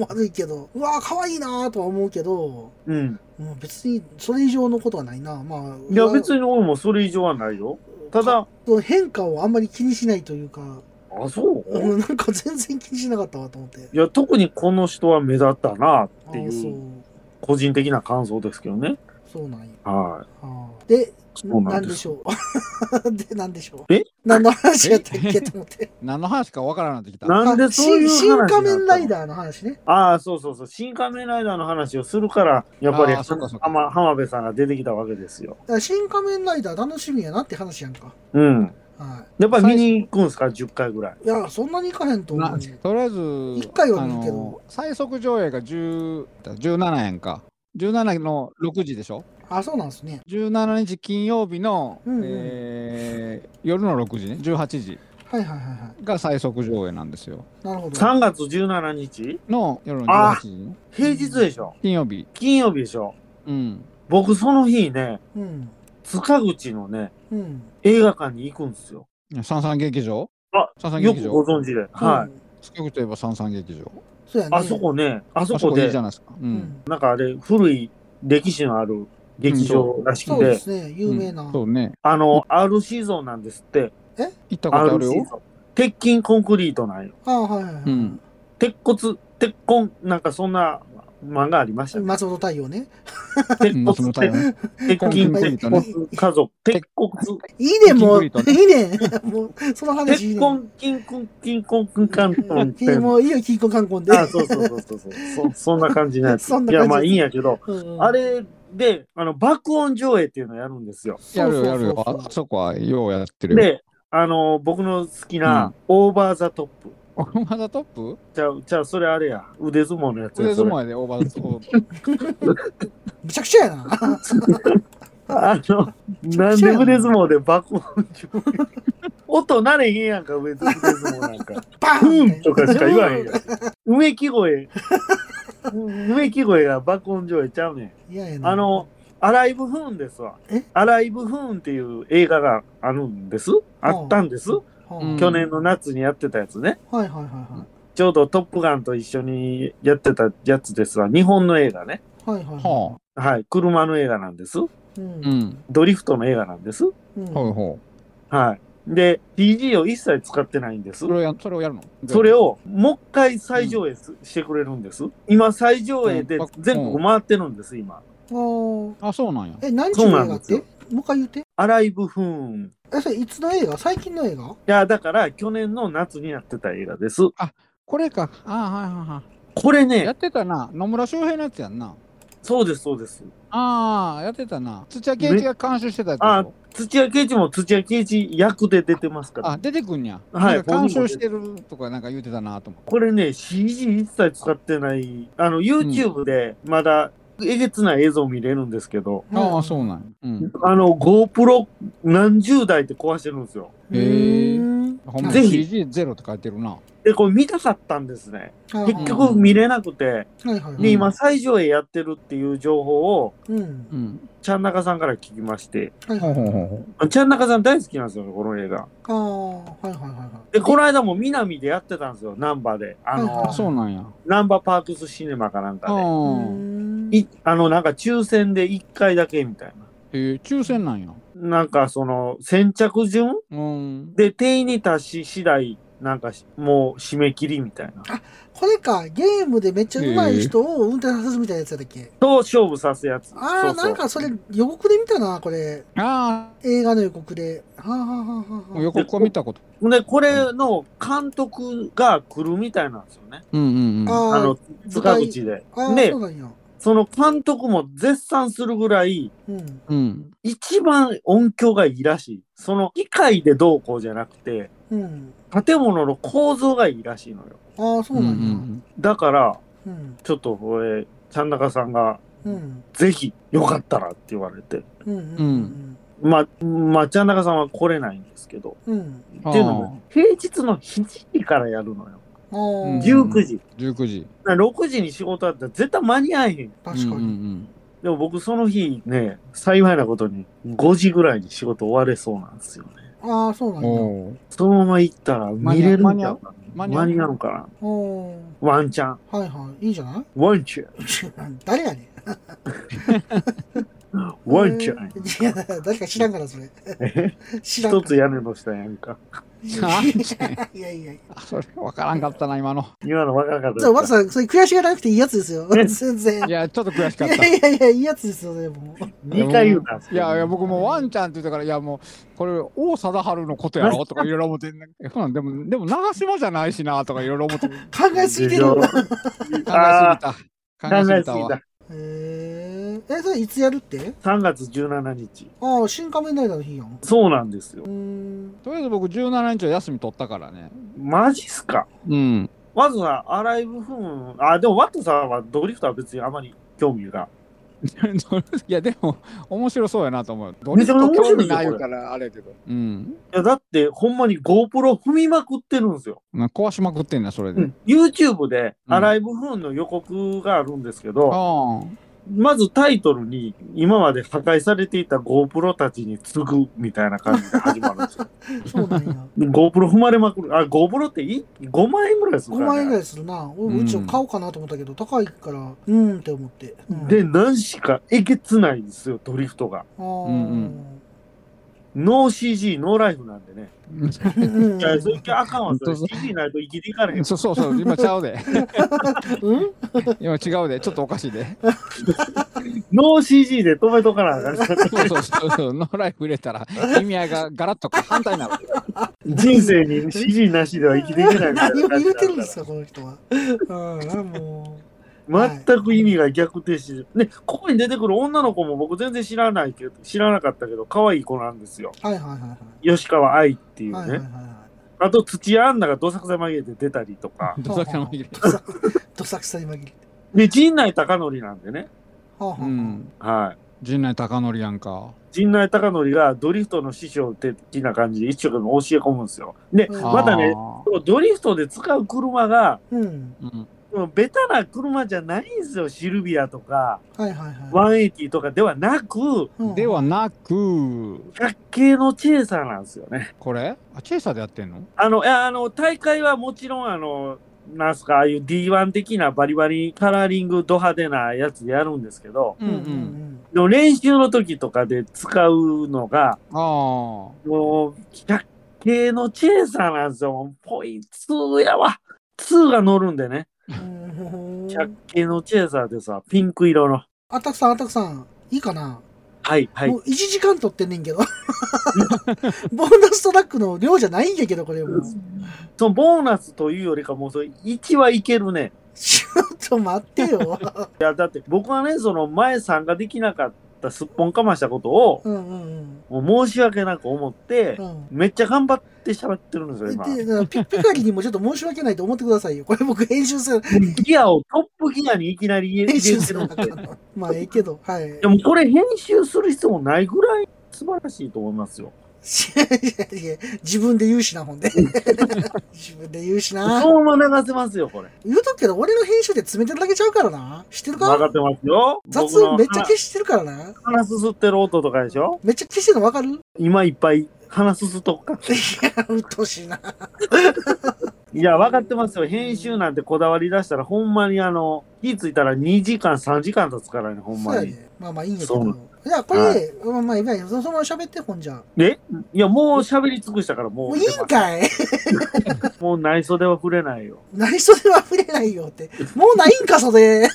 Speaker 1: 悪いけど。うわー可愛いなーとは思うけど、
Speaker 2: うん。
Speaker 1: もう別にそれ以上のことはないな。まあ、
Speaker 2: いや、別に俺もそれ以上はないよ。ただ、
Speaker 1: に。変化をあんまり気にしないというか、
Speaker 2: あ、そう
Speaker 1: う
Speaker 2: い
Speaker 1: んなんか全然気にしなかったわと思って。
Speaker 2: や、特にこの人は目立ったな
Speaker 1: あ
Speaker 2: ってい
Speaker 1: ーそう
Speaker 2: う、。個人的な感想ですけどね。
Speaker 1: そうなんや。
Speaker 2: は
Speaker 1: あーで、
Speaker 2: い。そうな
Speaker 1: なんん
Speaker 2: で。
Speaker 1: ですしょう。 で、なんでしょう。
Speaker 2: え
Speaker 1: 何の話やったっけと思って。
Speaker 3: 何の話かわからなくなってき た。
Speaker 2: なんでそういう
Speaker 1: あ
Speaker 2: 話
Speaker 1: 新新仮面ライ
Speaker 2: ー。
Speaker 1: ダーの話ね。
Speaker 2: ああ、そうそうそう。新仮面ライダーの話をするから、やっぱり
Speaker 3: あーそっかそっか
Speaker 2: 浜浜辺さんが出てきたわけですよ
Speaker 1: だ。から新仮面ライダー楽しみやなって話やんか。
Speaker 2: うん。
Speaker 1: は
Speaker 2: やっぱり見に行くんですか ?10 回ぐらい。
Speaker 1: い。いや、そんなにいかへんと思
Speaker 3: な
Speaker 1: う。
Speaker 3: とりあえず、
Speaker 1: 一回は見るけど
Speaker 3: あの最速上映が10だ17円か。17の6時でしょ
Speaker 1: あ、そうなんですね。
Speaker 3: 17日金曜日の、
Speaker 1: うんうん
Speaker 3: えー夜の6時ね18時
Speaker 1: はいはいはいは
Speaker 3: が最速上映なんですよ
Speaker 1: い。なるほど。
Speaker 2: 3月17日
Speaker 3: の夜の
Speaker 2: あ
Speaker 3: 18時ね、
Speaker 2: 平日でしょ
Speaker 3: 金曜日
Speaker 2: 金曜日でしょ
Speaker 3: うん
Speaker 2: 僕その日ね、
Speaker 1: うん。
Speaker 2: 塚口のね、
Speaker 1: うん。
Speaker 2: 映画館に行くんですよ。
Speaker 3: 三三劇場
Speaker 2: あ
Speaker 3: 三三
Speaker 2: よ
Speaker 3: 劇
Speaker 2: くご
Speaker 3: 場
Speaker 2: 存知で。はい。
Speaker 1: い。
Speaker 3: 近くといえば三三劇場
Speaker 1: そうやね。
Speaker 2: あそこね、あそ
Speaker 3: あそ
Speaker 2: こ
Speaker 3: こいい
Speaker 2: で
Speaker 3: じゃ、ないですか、う
Speaker 1: うんん。
Speaker 2: なんかあれ、古い歴史のある劇場らしく
Speaker 1: そうで
Speaker 2: て、
Speaker 1: すね。有名
Speaker 3: う。
Speaker 1: なん
Speaker 3: そうね
Speaker 2: あの、R シーゾンなんですって。
Speaker 3: 行ったことあ
Speaker 2: R
Speaker 3: る
Speaker 2: シー
Speaker 3: よ
Speaker 2: ゾン。鉄筋コンクリートなんよ。
Speaker 1: あはいはいは
Speaker 3: う
Speaker 1: い
Speaker 3: ん。
Speaker 2: 鉄骨、鉄痕、なんかそんな漫画ありましたね。
Speaker 1: 松本太陽ね。
Speaker 2: 鉄
Speaker 3: う
Speaker 2: 骨、
Speaker 3: ん松本太
Speaker 2: 鉄
Speaker 3: 陽ね
Speaker 2: 鉄
Speaker 3: コン
Speaker 2: 筋、
Speaker 3: クリー
Speaker 2: 鉄
Speaker 3: トね
Speaker 2: 骨、家族、鉄骨、
Speaker 1: いいね、もう。い
Speaker 3: キングリ
Speaker 1: いね。もう、その話いい
Speaker 2: 鉄
Speaker 1: ね。
Speaker 2: 痕、金婚、金婚、金婚、金婚って。
Speaker 1: もういいよ、金婚観光で。
Speaker 2: あそうそうそうそうそう。そそんな感じのやつ。
Speaker 1: そんない感じ
Speaker 2: や、まあいいんやけど、
Speaker 1: うんうん
Speaker 2: あれで、あの、爆音上映っていうのをやるんですよ。
Speaker 3: やるよやる
Speaker 1: そう
Speaker 3: よ。
Speaker 1: そうそう
Speaker 3: ああそこはようやってる よ。
Speaker 2: で、あの、僕の好きな、オーバーザトップ。
Speaker 3: オーバーザトップ
Speaker 2: じゃあ、じゃあ、それあれや。腕相撲のやつ
Speaker 3: 腕
Speaker 2: や。そ
Speaker 3: 相
Speaker 2: れ
Speaker 3: 撲やで、オーバーザトップ。
Speaker 1: めちゃくちゃや な。
Speaker 2: あの、なんで腕相撲で爆音上映 音なれへんやんか、腕相撲なんか。
Speaker 1: バ
Speaker 2: う
Speaker 1: ーン
Speaker 2: んとかしか言わへん やん。植木声、植木声が爆音上映ちゃうねん。
Speaker 1: いややな
Speaker 2: あ、の、アライブ・フーンですわ
Speaker 1: え。
Speaker 2: アライブ・フーンっていう映画があるんです。あったんです。
Speaker 1: はあ
Speaker 3: うん
Speaker 2: 去年の夏にやってたやつね。
Speaker 1: はいはいはいは
Speaker 2: ちょうどトップガンと一緒にやってたやつですわ。日本の映画ね。
Speaker 1: い。はいはいはい。
Speaker 3: はあ。
Speaker 2: はい。車の映画なんです。
Speaker 1: うん
Speaker 3: う。ん。
Speaker 2: ドリフトの映画なんです。
Speaker 1: うん
Speaker 3: ほうほう。
Speaker 2: はい。で、PG を一切使ってないんです
Speaker 3: そ。れをやそれをやるの
Speaker 2: それをもう一回再上映すしてくれるんです。今再上映で
Speaker 3: うん
Speaker 2: 全国回ってるんです、今。
Speaker 1: おー
Speaker 3: あ、そうなんや。
Speaker 1: え、何時の映
Speaker 2: そう
Speaker 1: 画
Speaker 2: なん
Speaker 1: っ
Speaker 2: です
Speaker 1: て
Speaker 2: よ
Speaker 1: もう一回言って。
Speaker 2: アライブ・フーン。
Speaker 1: え、それいつの映画最近の映画。
Speaker 2: いや、だから去年の夏にやってた映画です。
Speaker 3: これか。あはいはいは
Speaker 2: これ
Speaker 3: い。や
Speaker 2: ね
Speaker 3: っ、てたな。野村周平のやつやんな。
Speaker 2: そうです、そうです。
Speaker 3: ああ、やってたな。土屋圭一が監修してたやつ
Speaker 2: あ
Speaker 3: でしょ。
Speaker 2: 土屋圭一も土屋圭一役で出てますから。
Speaker 3: あ、出てくんや。
Speaker 2: はい
Speaker 3: なんか監修してるとかなんか言うてたなと思って。
Speaker 2: これね、CG 一切使ってない、あの、YouTube でまだえげつない映像見れるんですけど、
Speaker 3: ああ、そううなんや。うん。
Speaker 2: あの、GoPro 何十台って壊してるんですよ。
Speaker 3: へ
Speaker 1: へ
Speaker 3: え
Speaker 1: ー
Speaker 3: ほんま
Speaker 2: ぜひ
Speaker 3: CG ゼロって書いてるな。
Speaker 2: で、これ見たかったんですね。
Speaker 1: はい
Speaker 2: 結局見れなくて、
Speaker 1: はいはいはい。
Speaker 2: で、今再上映やってるっていう情報を、
Speaker 1: うん。
Speaker 3: うん。
Speaker 2: ちゃんなかさんから聞きまして、
Speaker 1: はいは
Speaker 3: ほう
Speaker 1: い。
Speaker 3: ほうほうほう。
Speaker 2: ちゃんなかさん大好きなんですよね、この映画。
Speaker 1: ああ、はいはいはいは
Speaker 2: で、この間も南でやってたんですよ、ナンバーで。あ
Speaker 1: はいは
Speaker 2: の
Speaker 1: い、
Speaker 3: そうなんや。
Speaker 2: ナンバーパークスシネマかなんか
Speaker 3: う。
Speaker 2: で。
Speaker 1: い。うんん
Speaker 2: いあのなんか抽選で1回だけみたいな。
Speaker 3: えー、抽選なんや。
Speaker 2: なんかその先着順
Speaker 3: うん。
Speaker 2: で定員に達し次第なんかしもう締め切りみたいな。
Speaker 1: これか、ゲームでめっちゃ上手い人を運転させるみたいなやつやったっけ
Speaker 2: と勝負さすやつ。
Speaker 1: あ
Speaker 2: そ
Speaker 1: あ、
Speaker 2: うそう
Speaker 1: なんかそれ予告で見たな、これ。
Speaker 3: あ
Speaker 1: 映画の予告で。はあはあは
Speaker 3: あ、
Speaker 1: あ
Speaker 3: もう
Speaker 1: はあ。
Speaker 3: 予告は見たこと。
Speaker 2: でこれの監督が来るみたいなんですよね。
Speaker 3: うんうんうん。
Speaker 1: あ
Speaker 2: あ
Speaker 1: あ
Speaker 2: の塚口で。
Speaker 1: ああ、
Speaker 2: で
Speaker 1: そうなんや。
Speaker 2: その監督も絶賛するぐらい
Speaker 1: うん。
Speaker 3: うん。
Speaker 2: 一番音響がいいらしい。その機械でどうこうじゃなくて
Speaker 1: うん。
Speaker 2: 建物の構造がいいらしいのよ。
Speaker 1: ああ、そう
Speaker 3: うんう
Speaker 1: なんや。
Speaker 3: ん
Speaker 2: だから
Speaker 1: うん。
Speaker 2: ちょっとこれちゃんなかさんが
Speaker 1: うん。
Speaker 2: ぜひよかったらって言われて。
Speaker 1: うん。うん。
Speaker 2: まあ、まあ、ちゃん中さんは来れないんですけど。
Speaker 1: うん。
Speaker 3: あー
Speaker 2: っていうのも、平日の7時からやるのよ。
Speaker 1: ああ、
Speaker 3: うん
Speaker 2: 19時。
Speaker 3: 19時。
Speaker 2: だから6時に仕事あったら絶対間に合えへん。
Speaker 1: 確か
Speaker 3: うんう
Speaker 1: に。
Speaker 3: ん
Speaker 2: でも僕その日ね、幸いなことに5時ぐらいに仕事終われそうなんですよね。
Speaker 1: ああ、そうな
Speaker 3: うんん。
Speaker 1: や。
Speaker 3: おー
Speaker 2: そのまま行ったら見れるんだ間
Speaker 3: 間に合う間に合う
Speaker 2: に合うかな。
Speaker 1: おー
Speaker 2: ワンチャン。
Speaker 1: はいはい。いいんじゃない
Speaker 2: ワンチャン。
Speaker 1: 誰やねん。
Speaker 2: ワンチャン。
Speaker 1: いや、誰か知らんから、それ。知らん
Speaker 2: 一
Speaker 1: か
Speaker 2: つ屋根の下やんか。
Speaker 1: ら。いやいやいや。
Speaker 3: あそれ分からんかったな、今の。
Speaker 2: 今の若かっ
Speaker 1: そう、マク
Speaker 2: た。
Speaker 1: さん、それ悔しがらなくていいやつですよ。全然。
Speaker 3: いや、ちょっと悔し
Speaker 1: い
Speaker 3: かっ
Speaker 1: や
Speaker 3: た。
Speaker 1: いやいや、いいやつですよ、でも。
Speaker 2: 2回言うな。
Speaker 3: いやいや、僕もワンちゃんって言ったから、いやもう、これ、王貞治のことやろとかいろいろ思ってんねんえそうなんでも、でも長島じゃないしなとかいろいろ思 って、考
Speaker 1: 考えすぎてる
Speaker 2: で
Speaker 1: よ。
Speaker 2: しょ
Speaker 3: え
Speaker 2: あ
Speaker 3: すぎた。
Speaker 2: あ、
Speaker 3: 考
Speaker 2: 考
Speaker 3: えす
Speaker 2: え
Speaker 3: ぎ
Speaker 2: す
Speaker 3: た
Speaker 2: ぎ
Speaker 3: わ
Speaker 2: た。。
Speaker 1: へえ。え、それいつやるって
Speaker 2: 3月17日。
Speaker 1: ああ、新仮面ライダーの日やん。
Speaker 2: そうなんですよ
Speaker 1: うー。ん。
Speaker 3: とりあえず僕、17日は休み取ったからね。
Speaker 2: マジっすか
Speaker 3: うん。
Speaker 2: まずはアライブフーン、あ、でもワットさんはドリフトは別にあまり興味が。
Speaker 3: いや、でも、面白そうやなと思う。ど
Speaker 2: めちゃめちゃ面白い
Speaker 3: 興味ないから、あれやけど。うん。
Speaker 2: いや、だってほんまに GoPro 踏みまくってるんですよ。
Speaker 3: まあ壊しまくってんな、それで。
Speaker 2: YouTube で
Speaker 3: うん
Speaker 2: アライブフーンの予告があるんですけど、
Speaker 3: あ
Speaker 2: まずタイトルに今まで破壊されていた GoPro たちに次ぐみたいな感じで始まるんですよ。
Speaker 1: そう なんや。
Speaker 2: で GoPro 踏まれまくる。あ、GoPro ってい5万円ぐらいする
Speaker 1: 5
Speaker 2: から、ね。
Speaker 1: 万円ぐらいするな。俺も一応買おうかなと思ったけど、高いから、うんって思って。うん、
Speaker 2: で、何しかえげつないんですよ、ドリフトが。
Speaker 1: あー、
Speaker 3: うん
Speaker 2: ノー CG、ノーライフなんでね。
Speaker 3: あ。
Speaker 1: うん
Speaker 2: いや、それあかんわ、それ。
Speaker 3: 本当
Speaker 2: CG ないと生きていかれへんわ。
Speaker 3: そうそうそう、今ちゃうで。
Speaker 1: うん
Speaker 3: 今違うで。ちょっとおかしいで。
Speaker 2: ノー CG で止めとかなあかん
Speaker 3: そうそうそうそう、ノーライフ入れたら、意味合いがガラッと反対になる。
Speaker 2: 人生に CG なしでは生きていけないみたいな
Speaker 1: 何を
Speaker 2: 感じだか
Speaker 1: 言う
Speaker 2: ら
Speaker 1: てるんですか、この人は。うん、もはい
Speaker 2: 全く意味が逆転してる、ね、ここに出てくる女の子も僕全然知らないけど、知らなかったけど、可愛い子なんですよ。
Speaker 1: はいはいはいはい。
Speaker 2: 吉川愛っていうね。
Speaker 1: はいはいはいは
Speaker 2: あと、土屋アンナがどさくさ紛れて出たりとか。
Speaker 3: どさくさまぎれ。
Speaker 1: い。どさくさに紛れて。
Speaker 2: で、陣内孝則なんでね。
Speaker 1: はあはあはあ
Speaker 3: うん。
Speaker 2: はい。
Speaker 3: 陣内孝則やんか。
Speaker 2: 陣内孝則がドリフトの師匠的な感じで一生懸命教え込むんですよ。で、
Speaker 1: うん
Speaker 2: またね、
Speaker 3: あ
Speaker 2: このドリフトで使う車が、
Speaker 1: うん。
Speaker 3: ー。うん。
Speaker 2: うんベタな車じゃないんですよ。シルビアとか、
Speaker 1: はいはいは
Speaker 2: 180とかではなく、
Speaker 1: い。うん
Speaker 3: ではなく、
Speaker 2: 100系のチェイサーなんですよね。
Speaker 3: これあ、チェイサーでやってんの
Speaker 2: あの、いや、あの、大会はもちろん、あの、なんすか、ああいう D1 的なバリバリカラーリングド派手なやつでやるんですけど、
Speaker 1: うんうんうん。
Speaker 2: でも練習の時とかで使うのが、
Speaker 3: あ
Speaker 2: もう、100系のチェイサーなんですよ。もうポイン2やわ。2が乗るんでね。
Speaker 1: うん
Speaker 2: 100系のチェイサーでさ、ピンク色の。
Speaker 1: あたくさんあたくさん、いいかな、
Speaker 2: はい、はい
Speaker 1: も。う1時間取ってんねん けど。ボーナストラックの量じゃないんやけど、これもう。
Speaker 2: そのボーナスというよりかもうそれ1はいけるね。
Speaker 1: ちょっと待ってよ。
Speaker 2: いやだって僕はねその前参加できなかったすっぽんかましたことを
Speaker 1: うんうんうん。
Speaker 2: もう申し訳なく思って
Speaker 1: うん
Speaker 2: めっちゃ頑張って喋ってるんですよ今。
Speaker 1: で、だからピピカリにもちょっと申し訳ないと思ってくださいよ。これ僕編集する、
Speaker 2: ギアをトップギアにいきなり入れ 入
Speaker 1: 編集
Speaker 2: れ
Speaker 1: す
Speaker 2: て
Speaker 1: る
Speaker 2: る
Speaker 1: の
Speaker 2: んで
Speaker 1: かなまあ、ええけど、はい。い
Speaker 2: でもこれ編集する必要もないぐらい素晴らしいと思いますよ。
Speaker 1: やいやいや自分で言うしな、ほん で。自分で言うし
Speaker 2: そ
Speaker 1: な。
Speaker 2: のまま流せますよこれ。
Speaker 1: 言うとくけど、俺の編集で詰めてるだけちゃうからな。知ってる
Speaker 2: 分かっ
Speaker 1: か
Speaker 2: てますよ。
Speaker 1: 雑
Speaker 2: 僕の
Speaker 1: 音めっちゃ消してるからな。
Speaker 2: 鼻すすってる音とかでしょ
Speaker 1: めっちゃ消してるのわかるい
Speaker 2: 今いっぱい鼻すすっとくか。
Speaker 1: や、うっとうしいな。
Speaker 2: いや、分かってますよ。編集なんてこだわり出したら、ほんまにあの、気ぃついたら2時間、3時間経つからね、ほん
Speaker 1: そう
Speaker 2: ま
Speaker 1: や
Speaker 2: に。
Speaker 1: ね。まあまあいいんやけ
Speaker 2: そうな
Speaker 1: ど。じゃあこれ、まあまあいいわよそのまま喋ってほんじゃ。
Speaker 2: えいや、もう喋り尽くしたから、もう。
Speaker 1: もういいんかい
Speaker 2: もう内装では触れないよ。
Speaker 1: 何それは触れないよって。もうないんか、そ れ。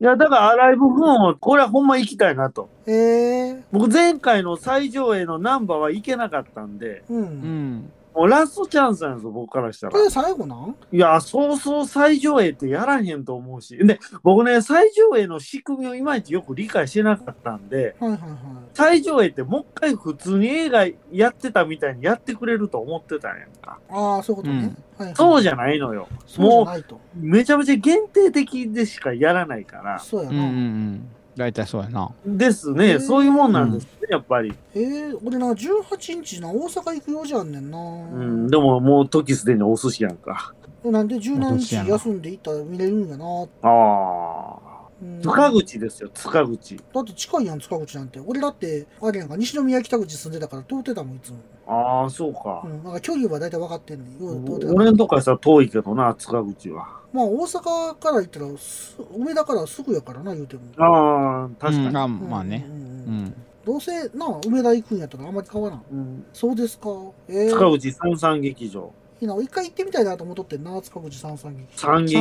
Speaker 2: いや、だから、アライブフーンを、これはほんま行きたいなと。
Speaker 1: えー、
Speaker 2: 僕、前回の最上映のナンバーは行けなかったんで、
Speaker 1: う。
Speaker 3: ー。うんん。
Speaker 2: もうラストチャンスなんですよ、僕からした
Speaker 1: こ
Speaker 2: ら。
Speaker 1: れ最後なん
Speaker 2: いや、そうそう最上映ってやらへんと思うし。で、僕ね、最上映の仕組みをいまいちよく理解してなかったんで、
Speaker 1: はいはいはい。
Speaker 2: 最上映ってもう一回普通に映画やってたみたいにやってくれると思ってたんやんか。
Speaker 1: ああ、そういうことね。はいはい、
Speaker 2: そう
Speaker 1: じ
Speaker 2: じゃないのよ。
Speaker 1: ゃそうじゃないと。
Speaker 2: めちゃめちゃ限定的でしかやらないから。
Speaker 1: そうや
Speaker 3: うんうん
Speaker 1: な。
Speaker 3: うん。大体そうやな。
Speaker 2: です
Speaker 1: へ
Speaker 2: ね。
Speaker 1: ー
Speaker 2: そういうもんなんですね、やっぱり。
Speaker 1: えー、俺な、18日な、大阪行くようじゃんねんな。
Speaker 2: うん。でももう時すでにお寿司やんか。
Speaker 1: なんで17日休んで行ったら見れるんやな。
Speaker 2: ああ。
Speaker 1: うん
Speaker 2: 塚口ですよ、塚口。
Speaker 1: だって近いやん、塚口なんて。俺だって、あれやんか、西宮北口住んでたから通ってたもん、いつも。
Speaker 2: ああ、そうか
Speaker 1: う。ん、なんか距離は大体分かってんねん。よう通ってた
Speaker 2: 俺んとこはさ、遠いけどな、塚口は。
Speaker 1: まあ大阪から行ったらす梅田からすぐやからな言うても
Speaker 2: ああ、確か
Speaker 3: うん
Speaker 2: に。
Speaker 3: あ
Speaker 1: うん
Speaker 3: まあね
Speaker 1: う。ん
Speaker 3: う
Speaker 1: うん
Speaker 3: ん。
Speaker 1: どうせな梅田行くんやったらあんまり変わらん
Speaker 2: うん、
Speaker 1: そうですかええ
Speaker 2: 塚口三三劇場。
Speaker 1: いいな一回行ってみたいなと思っとってんな塚口三三劇
Speaker 2: 三劇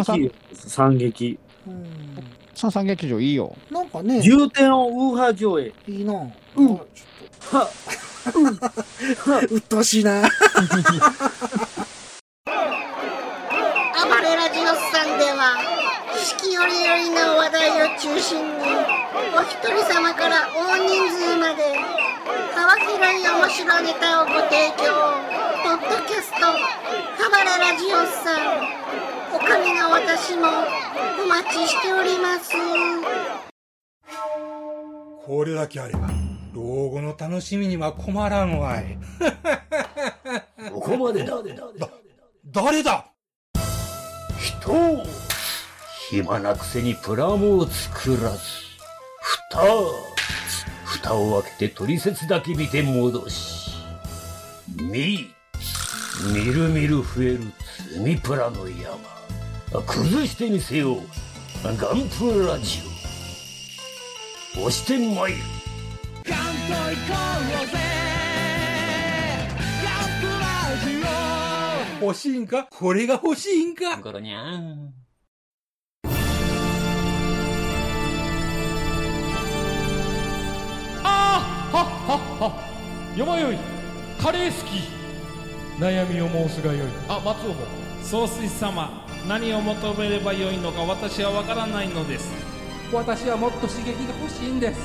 Speaker 2: です。三劇。
Speaker 1: うん
Speaker 3: 三三劇場いいよ。
Speaker 1: なんかね
Speaker 2: 重点をウーハー上 映。
Speaker 1: いいな
Speaker 2: うん
Speaker 1: あち
Speaker 2: は
Speaker 1: ょっとうっとうしいな
Speaker 4: 暴れラジオスさんでは四季折々の話題を中心にお一人様から大人数まで幅広い面白ネタをご提供ポッドキャスト「暴れラジオスさん」おかみの私もお待ちしております。
Speaker 5: これだけあれば、老後の楽しみには困らんわい。
Speaker 6: ここまでだ
Speaker 5: 誰だ
Speaker 6: 人を暇なくせにプラモを作らず蓋蓋を開けて取説だけ見て戻し見みるみる増える積みプラの山崩してみせようガンプラジオ押してまいる
Speaker 5: 欲しいんかこれが欲しいんか
Speaker 6: ゴロニャン
Speaker 7: あーはっはっはよまよいカレー好き悩みを申すがよいあ松尾も総帥様何を求めればよいのか私はわからないのです
Speaker 8: 私はもっと刺激が欲しいんです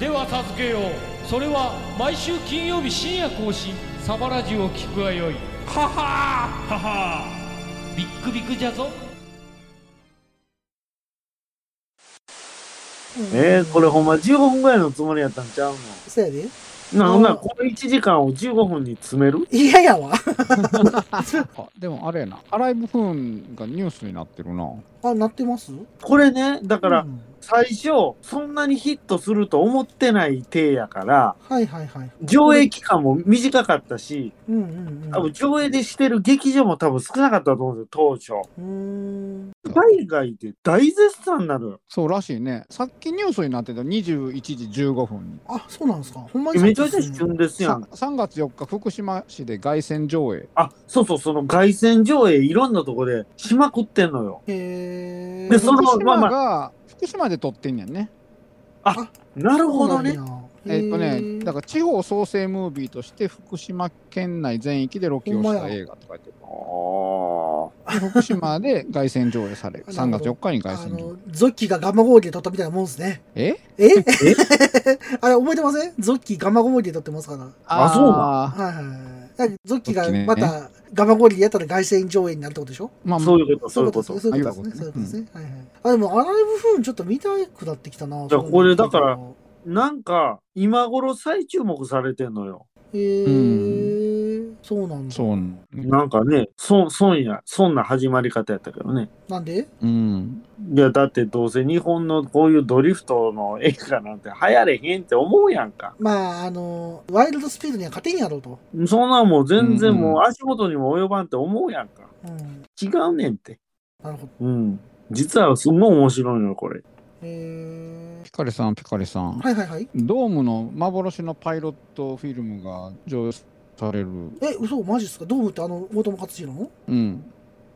Speaker 7: では助けようそれは毎週金曜日深夜更新サバラジュを聞くがよいははははビックビックじゃぞ
Speaker 2: えー、これほんま15分ぐらいのつもりやったんちゃう
Speaker 1: そやで。
Speaker 2: のなんならこの1時間を15分に詰める
Speaker 1: 嫌やわ。
Speaker 3: あでもあれやな、アライブフーンがニュースになってるな。
Speaker 1: あ、なってます
Speaker 2: これね、だか
Speaker 1: う
Speaker 2: ら
Speaker 1: ん
Speaker 2: 最初、そんなにヒットすると思ってない体やから、
Speaker 1: はいはいはい。
Speaker 2: 上映期間も短かったし、
Speaker 1: うんうん
Speaker 2: 多分上映でしてる劇場も多分少なかったと思うんですよ、当初。
Speaker 1: うん。うーん。
Speaker 2: 海外で大絶賛なのよ。
Speaker 3: そうらしいね。さっきニュースになってた21時15分
Speaker 1: あ、そうなんですか。ほんまにそう
Speaker 2: め
Speaker 1: で
Speaker 2: ちゃめちゃ
Speaker 1: すね。
Speaker 2: 旬です
Speaker 3: に。
Speaker 2: や
Speaker 3: さ
Speaker 2: ん。
Speaker 3: 3月4日、福島市で凱旋上映。
Speaker 2: あ、そうそう、その凱旋上映いろんなとこでしまくってんのよ。
Speaker 1: へー
Speaker 2: でその
Speaker 3: 福島が、
Speaker 2: まあ
Speaker 3: 福島で撮ってんやんね。
Speaker 2: なるほどね。。
Speaker 3: えっとね、だ
Speaker 1: か
Speaker 3: から地方創生ムービーとして福島県内全域でロケをした映画って書いて
Speaker 2: あー
Speaker 3: ある。で福島で凱旋上映 される。
Speaker 1: なるほ
Speaker 3: 3
Speaker 1: ど
Speaker 3: 月4日に凱
Speaker 1: あ
Speaker 3: 旋上映。
Speaker 1: の、ゾッキーがガンマゴーリで撮ったみたいなもんですね。
Speaker 3: え
Speaker 1: え あれ覚えてませんゾッキーガンマゴーリで撮ってますから。
Speaker 2: あそう
Speaker 3: な
Speaker 1: はいはいはい。だからゾッキー
Speaker 3: ゾ
Speaker 1: が
Speaker 3: ッキーね
Speaker 1: またガンマゴーリでやったら凱旋上映になるってことでしょ
Speaker 3: まあ、
Speaker 2: そういうこと、そういうこと。
Speaker 1: そういうことですね。そういうことですね。はいはい。あ、でもアライブフーンちょっと見たくなってきたな。
Speaker 2: じゃあ
Speaker 1: そう
Speaker 2: これだから
Speaker 1: 考
Speaker 2: なんか、今頃再注目されてんのよ。
Speaker 1: えたら。へー。そうなんだ。
Speaker 3: そうなのね
Speaker 2: なんかね、そ、そんや、そんな始まり方やったけどね。
Speaker 1: なんで
Speaker 3: うん。
Speaker 2: いや、だってどうせ日本のこういうドリフトの映画なんて流行れへんって思うやんか。
Speaker 1: まあ、あの、ワイルドスピードには勝てんやろうと。
Speaker 2: そんなんもう全然
Speaker 3: うんうん
Speaker 2: もう足元にも及ばんって思うやんか。
Speaker 1: うん。
Speaker 2: 違うねんって。
Speaker 1: なるほど。
Speaker 2: うん。実はすごい面白いのよ、これ。
Speaker 1: へー。
Speaker 3: ピカリさん、ピカリさん。
Speaker 1: はいはいはい。
Speaker 3: ドームの幻のパイロットフィルムが上映される。
Speaker 1: え、嘘マジっすかドームってあの、大友克洋の
Speaker 3: うん。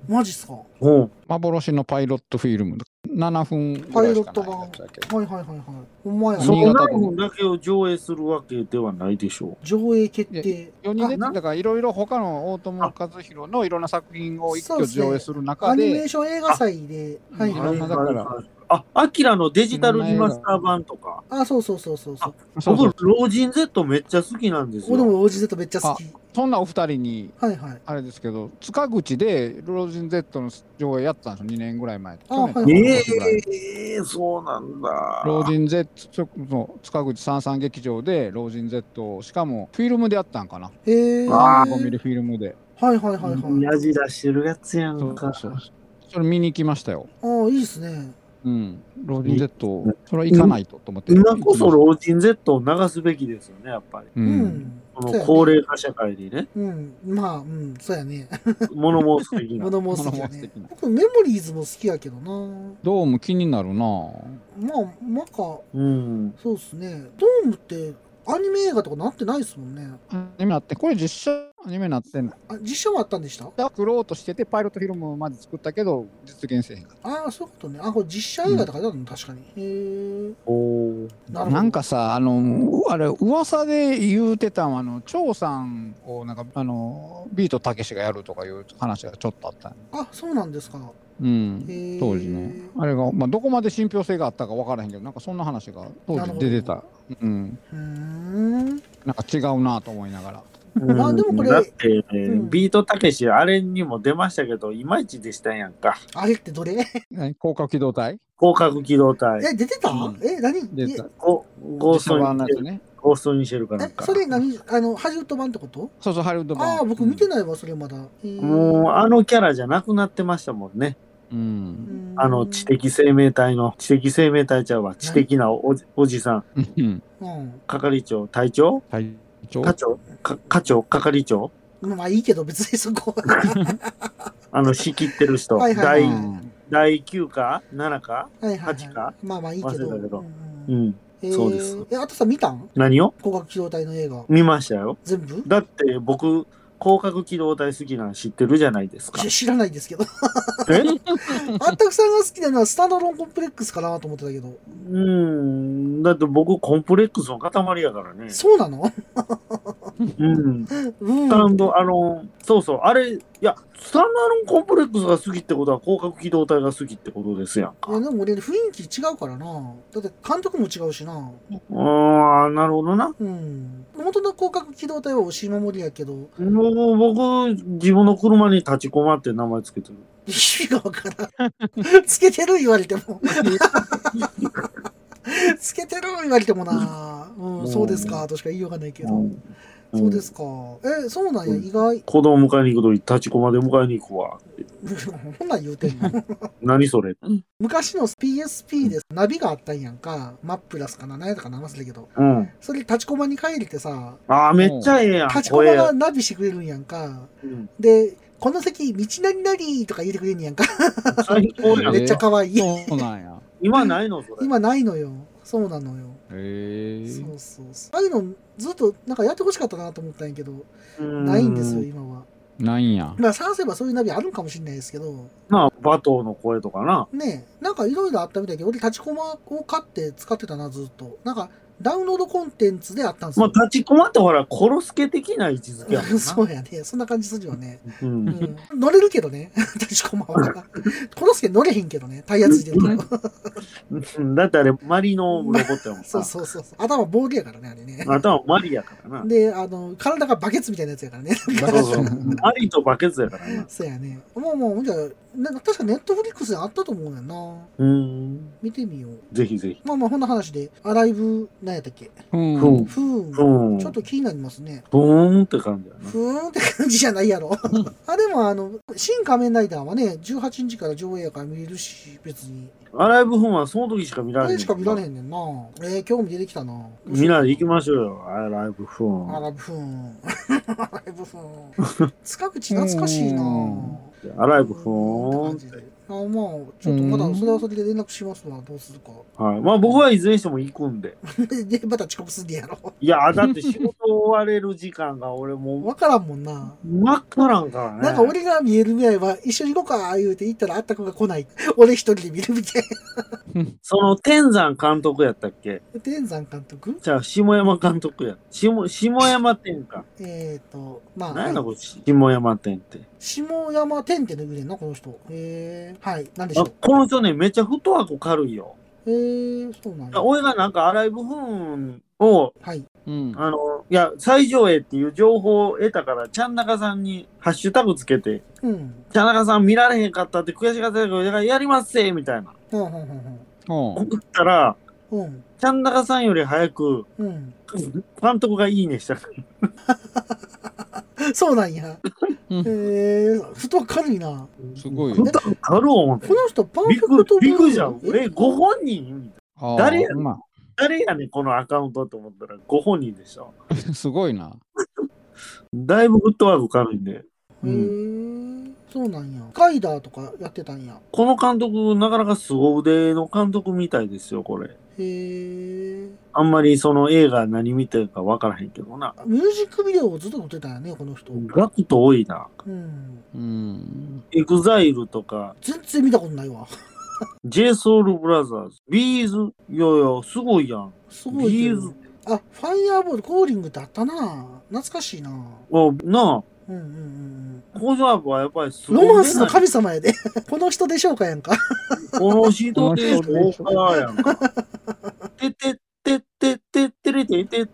Speaker 1: マジっすかは
Speaker 2: うん。
Speaker 3: 幻のパイロットフィルム。7分
Speaker 1: パ
Speaker 3: ぐ
Speaker 1: イ
Speaker 3: らい
Speaker 1: ロ
Speaker 3: し
Speaker 1: ッ
Speaker 3: か
Speaker 1: ト
Speaker 3: ない
Speaker 1: 版
Speaker 3: やつだけど。
Speaker 1: いはいはいはい。ほんまや。
Speaker 2: そ
Speaker 3: 新
Speaker 2: の
Speaker 3: 潟
Speaker 2: ナイ
Speaker 3: 県
Speaker 2: フだけを上映するわけではないでしょ
Speaker 1: 上映決定。
Speaker 3: 4人出て
Speaker 2: あな
Speaker 3: だからいろいろ他の大友和弘のいろんな作品を一
Speaker 1: そう
Speaker 3: 挙
Speaker 1: ですね
Speaker 3: 上映する
Speaker 1: ア
Speaker 3: 中
Speaker 1: ニメ
Speaker 3: で
Speaker 1: ーション映画祭で。
Speaker 3: あ
Speaker 1: はい
Speaker 2: い
Speaker 3: い
Speaker 1: は
Speaker 3: ろ
Speaker 1: い
Speaker 3: ん
Speaker 2: は
Speaker 3: ない
Speaker 1: はい。
Speaker 3: だから
Speaker 2: はいあ、アキラのデジタルリマスター版とか。
Speaker 1: あ、そうそうそうそうそう。
Speaker 3: そうそう
Speaker 2: 僕、老人 Z めっちゃ好きなんです
Speaker 1: 俺
Speaker 2: よ。
Speaker 1: も王子 Z めっちゃ好き。
Speaker 3: そんなお二人に
Speaker 1: はいはい。
Speaker 3: あれですけど塚口で「老人 Z」の上映やったんですよ2年ぐらい前
Speaker 1: あ
Speaker 3: 去年
Speaker 1: はい
Speaker 2: え
Speaker 3: 一昨年ぐらい
Speaker 2: えー、そうなんだ。
Speaker 3: 老人 Z の塚口三三劇場で老人 Z をしかもフィルムでやったんかな
Speaker 1: えー。
Speaker 2: あ
Speaker 1: はい
Speaker 3: 5ミリフィルムで
Speaker 1: はいはいはい。
Speaker 2: やじ出してるやつや
Speaker 3: そ
Speaker 2: ん
Speaker 3: う
Speaker 2: か。
Speaker 3: そうそれ見に行きましたよ
Speaker 1: ああ、いいっすね。
Speaker 3: うん老人 Z それは行かないとと思って
Speaker 2: 今こそ老人 Z を流すべきですよね、やっぱり。
Speaker 3: う
Speaker 1: うんん。
Speaker 2: この高齢化社会でね、
Speaker 1: うん。まあ、うん。そうやね。
Speaker 2: 物申す的な。
Speaker 1: 物も好きや
Speaker 3: 物申す
Speaker 1: ね
Speaker 3: 的な。
Speaker 1: 僕、メモリーズも好きやけどな。
Speaker 3: ドーム気になるなぁ
Speaker 1: まあ、なんか、
Speaker 2: うん。
Speaker 1: そうっすね。ドームって、アニメ映画とかなってないっすもんね。
Speaker 3: アニメなってこれ実写アニメなってない
Speaker 1: あ、実写はあったんでした
Speaker 3: 作ろうとしててパイロットフィルムまで作ったけど実現せえへんかっ
Speaker 1: ああ、そういうことね。あ、これ実写映画とかだったの、確かに。へえ。
Speaker 2: おー
Speaker 1: なる
Speaker 3: た
Speaker 1: ほど。
Speaker 3: なんかさあのあれ噂で言うてたんはあの張さんをなんかあのビートたけしがやるとかいう話がちょっとあったんよ
Speaker 1: あ、そうなんですか。
Speaker 3: うん
Speaker 1: へー
Speaker 3: 当時ねあれが、まあ、どこまで信憑性があったか分からへんけどなんかそんな話が当
Speaker 1: なる
Speaker 3: 時
Speaker 1: ほど
Speaker 3: 出てたうん
Speaker 1: うーん。
Speaker 3: なんか違うなと思いながら
Speaker 2: うん
Speaker 1: あでもこれ
Speaker 2: だって、えー
Speaker 1: うん
Speaker 2: ビートたけし、あれにも出ましたけど、いまいちでしたやんか。
Speaker 1: あれってどれえ、
Speaker 3: 何広角機動隊
Speaker 2: 広角機動隊。
Speaker 1: 出てた、
Speaker 3: うん
Speaker 1: え、何
Speaker 3: で
Speaker 1: え
Speaker 2: ゴゴー
Speaker 3: 実
Speaker 2: ス
Speaker 3: 写
Speaker 2: ト
Speaker 3: 版
Speaker 2: に
Speaker 3: のや
Speaker 2: シェ
Speaker 3: つ
Speaker 2: ル、
Speaker 3: ね
Speaker 2: ゴーストにシェルかなん
Speaker 1: え、
Speaker 2: か
Speaker 1: そ。れ何あの、ハリウッド版ってこと
Speaker 3: そうそうハリウッド版
Speaker 1: ああ、僕見てないわ、それまだ。へー
Speaker 2: もう、あのキャラじゃなくなってましたもんね。
Speaker 3: うん
Speaker 2: あの、知。的生命体の、知的生命体ちゃうわ。知的なおじおじさん、
Speaker 3: うん
Speaker 1: うーん
Speaker 2: 係長、隊長
Speaker 3: 隊長
Speaker 2: 課長か課長係長
Speaker 1: うん。まあいいけど、別にそこ は。
Speaker 2: あの、仕切ってる人。
Speaker 1: はいはいはい
Speaker 3: うん
Speaker 2: 第9か7か
Speaker 1: はいはい、
Speaker 2: 八か
Speaker 1: まあまあいいけど。
Speaker 2: 忘れたけど
Speaker 1: うん
Speaker 2: う
Speaker 1: うん
Speaker 2: ん。
Speaker 1: えー
Speaker 2: そうです
Speaker 1: え、あとさ、見たん
Speaker 2: 何を
Speaker 1: 広角機動隊の映画。
Speaker 2: 見ましたよ。
Speaker 1: 全部
Speaker 2: だって僕、広角機動隊好きなの知ってるじゃないですか
Speaker 1: いや。知らないですけど。
Speaker 2: え
Speaker 1: あったくさんが好きなのはスタンドローンコンプレックスかなと思ってたけど。
Speaker 2: うん。だって僕、コンプレックスの塊やからね。
Speaker 1: そうなの
Speaker 2: うん。
Speaker 1: うん
Speaker 2: スタンド、あの、そうそう、あれ、いや、スタンダードコンプレックスが好きってことは、広角機動隊が好きってことですやんか。
Speaker 1: いやでも俺雰囲気違うからな。だって監督も違うしな。
Speaker 2: ああ、なるほどな。
Speaker 1: うん。元の広角機動隊は押し守りやけど、意
Speaker 2: もう僕、自分の車に立ちこまって名前つけてる。
Speaker 1: 味がわからん。 つけてる言われても。 つけてる言われてもな。うん、そうですか、としか言いようがないけど。
Speaker 2: ん
Speaker 1: そうですか。え、そうなんや、意外。
Speaker 2: 子供迎えに行くとき、立ちこまで迎えに行くわ。
Speaker 1: こんなん言うてんの
Speaker 2: 何それ。
Speaker 1: 昔の PSP でナビがあったんやんか。マップラスかな、何やったかな忘れたけど。
Speaker 2: うん。
Speaker 1: それ立ちコマに帰れてさ、
Speaker 2: ああ、めっちゃええやん。
Speaker 1: 立ちコマ
Speaker 2: 声
Speaker 1: が
Speaker 2: や。
Speaker 1: ナビしてくれるんやんか。
Speaker 2: うん
Speaker 1: で、この席、道なりなりとか言ってくれんねやんか。
Speaker 2: 最高やん
Speaker 1: めっちゃ可愛い。
Speaker 3: そうなんや。
Speaker 2: 今ないのそれ。
Speaker 1: 今ないのよ。そうなのよ。
Speaker 3: へえ。
Speaker 1: そうそうそう。ああいうのずっとなんかやってほしかったなと思ったんやけど、
Speaker 2: うん
Speaker 1: ないんですよ、。今は。
Speaker 3: なんや。
Speaker 1: まあ、探せばそういうナビあるんかもしれないですけど、
Speaker 2: まあ、バトーの声とかな。
Speaker 1: ねえ、なんかいろいろあったみたいやけど、俺立ちコマを買って使ってたな、ずっと。なんか、ダウンロードコンテンツであったんです
Speaker 2: まあ、
Speaker 1: よ。
Speaker 2: 立ちこまってほら、殺すけ的な位置づけやもんな。
Speaker 1: そうやね。そんな感じするよね。
Speaker 2: うん
Speaker 1: うん、乗れるけどね。 立ちコマは。コロスケ乗れへんけどね。タイヤついてるから。
Speaker 2: うんだってあれ、マリの残ったもん
Speaker 1: そう
Speaker 2: さ。
Speaker 1: そうそうそう。頭ボールやからね、あれね。
Speaker 2: 頭マリやからな。
Speaker 1: で、あの、体がバケツみたいなやつやからね。
Speaker 2: そうそう。マリとバケツやからな。
Speaker 1: そうやね。もうもう、ほんじゃ、なんか確かネットフリックスであったと思うねんな。
Speaker 2: うん。
Speaker 1: 見てみよう。
Speaker 2: ぜひぜひ。
Speaker 1: まあまあ、こんな話で、アライブ、なんやったっけ
Speaker 3: うん。
Speaker 2: ふん。
Speaker 1: ふーん。
Speaker 2: ふん。
Speaker 1: ちょっと気になりますね。
Speaker 2: ふーんって感じやな。
Speaker 1: ふーんって感じじゃないやろ。 あ、でもあの、新仮面ライダーはね、18日から上映やから見れるし、別に。
Speaker 2: アライブフンはその時しか見ら
Speaker 1: こ
Speaker 2: れへ
Speaker 1: れ
Speaker 2: ん。
Speaker 1: しか見られへんねんな。えー、興味出てきたな。
Speaker 2: みんなで行きましょうよ。アライブフン。
Speaker 1: ア
Speaker 2: ア
Speaker 1: ラブフーン。アラブフーン。塚口懐かしいな
Speaker 3: うん
Speaker 2: ライブフン
Speaker 1: って。感じであまあ、ちょっとまだそれはそれで連絡しますわ、どうするか。
Speaker 2: はい。まあ僕はいずれにしても行くんで。
Speaker 1: で、また遅刻すんねやろ。
Speaker 2: いや、だって仕事終われる時間が俺も
Speaker 1: わからんもんな。
Speaker 2: う、わからんからね。
Speaker 1: なんか俺が見える未来は一緒に行こうか言うて行ったらあった子が来ない。 俺一人で見るみたい
Speaker 2: その天山監督やったっけ
Speaker 1: な。 天山監督
Speaker 2: じゃあ、下山監督や。下下山天か。
Speaker 1: えっ、ー、と、まあ、
Speaker 2: 何やの
Speaker 1: はい
Speaker 2: これ、下山天って。
Speaker 1: 下山天って言うねんな、この人。えー、はい、なんでしょ
Speaker 2: あ
Speaker 1: う。
Speaker 2: この人ね、めっちゃフットワーク軽いよ。
Speaker 1: えー、そうなんや。
Speaker 2: 俺がなんかアライブフーンを、
Speaker 1: はい。
Speaker 3: うん。
Speaker 2: あの、いや、最上映っていう情報を得たから、ちゃんなかさんにハッシュタグつけて、
Speaker 1: うん。
Speaker 2: ちゃんなかさん見られへんかったって悔しがってたけど、だからやりますせみたいな。
Speaker 1: ほんほんほんほん。
Speaker 3: う
Speaker 2: 送
Speaker 3: ん
Speaker 2: ったら、
Speaker 1: うん。
Speaker 2: ちゃんなかさんより早く、
Speaker 1: うん。
Speaker 2: 監督がいいねした。
Speaker 1: そうなんや。え
Speaker 3: うん
Speaker 1: ー、ふと軽いな。
Speaker 3: すごい
Speaker 2: フ
Speaker 3: よ
Speaker 2: ッ。トワーク軽い思って
Speaker 1: こ。の人、パーフ
Speaker 2: びっ
Speaker 1: ェクト
Speaker 2: く
Speaker 1: ル
Speaker 2: びっく
Speaker 1: ー
Speaker 2: りじゃん。
Speaker 1: ム。え
Speaker 2: え、ご本人
Speaker 3: あー
Speaker 2: 誰や
Speaker 3: ほんま
Speaker 2: 誰やねん、このアカウントって思ったら、ご本人でした。
Speaker 3: すごいな。
Speaker 2: だいぶフットワーク軽いんで。
Speaker 1: えー、そうなんや。カイダーとかやってたんや。
Speaker 2: この監督、なかなか凄腕の監督みたいですよ、これ。
Speaker 1: へー。
Speaker 2: あんまりその映画何見てるか分からへんけどな。
Speaker 1: ミュージックビデオをずっと撮ってたんやね、この人。う
Speaker 2: ガクト多いな。
Speaker 1: ん。
Speaker 3: うん。
Speaker 2: エグザイルとか、
Speaker 1: 全然見たことないわ。
Speaker 2: ジェイソウルブラザーズ、ビーズ、いやいや、すごいやん。
Speaker 1: すごいけ
Speaker 2: ビー
Speaker 1: ど。あ、ファイヤーボール、コーリングってあったな。懐かしいな。
Speaker 2: あな
Speaker 1: うんうんうん
Speaker 2: あ、コジャーブはやっぱりす
Speaker 1: うん。
Speaker 2: ごい。
Speaker 1: ロマンスの神様やで。 この人でしょうかやんか。
Speaker 2: この人で豪華やんか。ててててててれてて、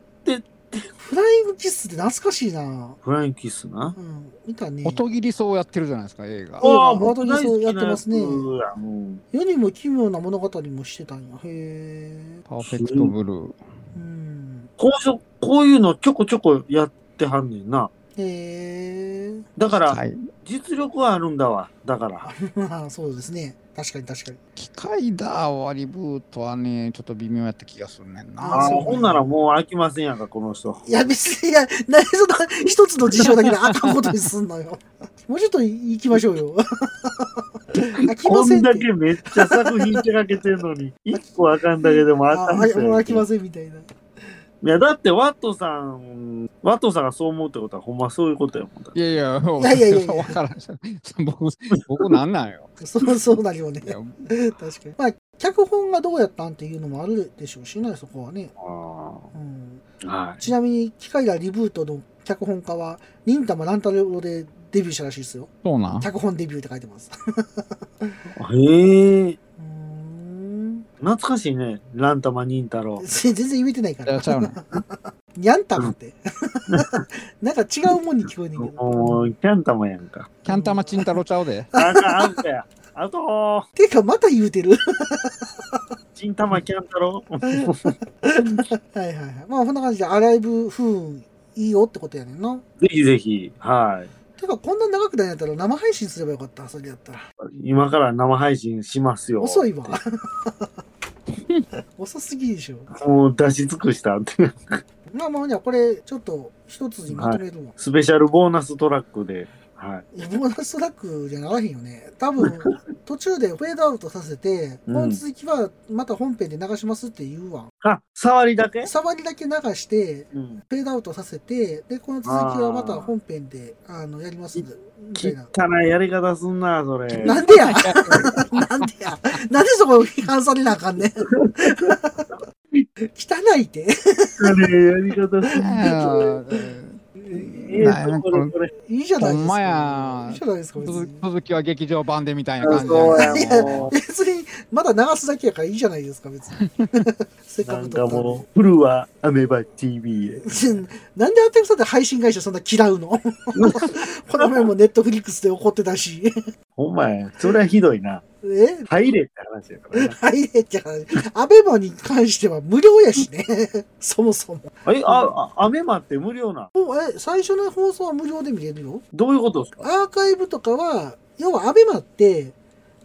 Speaker 1: フライングキッスって懐かしいな。
Speaker 2: フラインキスな。
Speaker 1: うん。見たね。
Speaker 3: 音切りそうやってるじゃないですか、映画。
Speaker 1: ああ
Speaker 2: 僕
Speaker 1: 本当にそうやってますね
Speaker 2: 大好きなやつやうん
Speaker 1: 世にも奇妙な物語もしてたんや。へえ。
Speaker 3: パーフェクトブルー。
Speaker 1: うん。
Speaker 2: こうしょこういうのちょこちょこやってはんねんな。
Speaker 1: へえ。
Speaker 2: だから、
Speaker 3: はい。
Speaker 2: 実力はあるんだわ。だから。
Speaker 1: まあ、そうですね。確かに確かに。
Speaker 3: 機械だはリブートはね、ちょっと微妙やった気がするねん
Speaker 1: あ
Speaker 2: あ
Speaker 3: な。
Speaker 2: あ
Speaker 1: そう
Speaker 2: ほんならもう飽きませんやんか、この人。
Speaker 1: いや、別に、いや、なにその一つの事象だけであかんことにすんのよ。 もうちょっと行きましょうよ。 飽きま
Speaker 2: こ
Speaker 1: せん
Speaker 2: ん
Speaker 1: って
Speaker 2: だけめっちゃ作品手がけてんの に、一個あかんだけでもあ
Speaker 1: あ
Speaker 2: かん
Speaker 1: あ、もう飽きま
Speaker 2: い
Speaker 1: せんみたいな。
Speaker 2: や、だってワットさん、ワットさんがそう思うってことはほんまそういうことやもんだ。
Speaker 3: いやいや、
Speaker 1: やいやいやいや
Speaker 3: わからん。 僕、僕なんなんよ。
Speaker 1: そう、そうなるよね
Speaker 3: い。や
Speaker 1: 確かに。まあ、脚本がどうやったんっていうのもあるでしょうしね、そこはね。
Speaker 2: あ
Speaker 1: うん、
Speaker 2: あはい。
Speaker 1: ちなみに、機械がリブートの脚本家は、忍たま乱太郎でデビューしたらしいですよ。
Speaker 3: そうなん
Speaker 1: 脚本デビューって書いてます。
Speaker 2: へえ。
Speaker 1: うーん。
Speaker 2: 懐かしいね。ランタマニンタロウ。
Speaker 1: 全然言えてないか
Speaker 3: じゃ
Speaker 1: ら
Speaker 3: あ。ちゃうねん。
Speaker 1: にゃんたまって。なんか違うもんに聞こえねえけど。
Speaker 2: もう、キャンタマやんか。
Speaker 3: キャンタマチンタロちゃうで。
Speaker 2: あかん、アウトや。アウト
Speaker 1: てか、また言うてる。
Speaker 2: チンタマキャンタロ ウ。
Speaker 1: はいはいはい。まあ、こんな感じで、アライブ不運いいよってことやねんな。
Speaker 2: ぜひぜひ、はい。
Speaker 1: てか、こんな長くないんやったら生配信すればよかった、それやったら。
Speaker 2: 今から生配信しますよ。
Speaker 1: 遅いわ。 遅すぎでしょ。
Speaker 2: もう出し尽くしたって。
Speaker 1: まあまあ、じゃあこれ、ちょっと一つにまとめるわ。
Speaker 2: スペシャルボーナストラックで。はい。
Speaker 1: いやボーナストラックじゃならへんよね。多 分、途中でフェードアウトさせて、
Speaker 2: うん
Speaker 1: この続きはまた本編で流しますって言うわ。
Speaker 2: あ、触りだけ
Speaker 1: 触りだけ流して、
Speaker 2: うん。
Speaker 1: フェードアウトさせて、で、この続きはまた本編で、あの、やりますんで、みたいな。
Speaker 2: 汚いやり方すんな、そ れ。
Speaker 1: なんでやなんでやなんでそこ批判されなあかんねん 汚いって。
Speaker 2: 汚いやり方すん
Speaker 3: いや
Speaker 2: な。
Speaker 3: ー
Speaker 2: ええ
Speaker 3: なんや
Speaker 2: これ、これ。
Speaker 1: いいじゃないですか。
Speaker 3: ほんまや
Speaker 1: いいじゃないですか、別
Speaker 3: 続
Speaker 1: に。
Speaker 3: 続きは劇場版でみたいな感じ
Speaker 2: そうや
Speaker 3: や
Speaker 2: もう
Speaker 1: 別に、まだ流すだけやからいいじゃないですか、別 に。せっ
Speaker 2: な
Speaker 1: か
Speaker 2: ん
Speaker 1: く
Speaker 2: か
Speaker 1: 撮ったん
Speaker 2: もう、古はアメバ TV へ。
Speaker 1: で。 なんでアテムさんって配信会社そんな嫌うの この前もネットフリックスで怒ってたし。
Speaker 2: ほんまや。それはひどいな。
Speaker 1: え
Speaker 2: 入れって話やから な。
Speaker 1: 入れちゃう。アベマに関しては無料やしね。 そもそも。
Speaker 2: え、あ、あアメマって無料な。
Speaker 1: もうえ、最初の放送は無料で見れるよ。
Speaker 2: どういうことですか、
Speaker 1: アーカイブとかは、要はアベマって、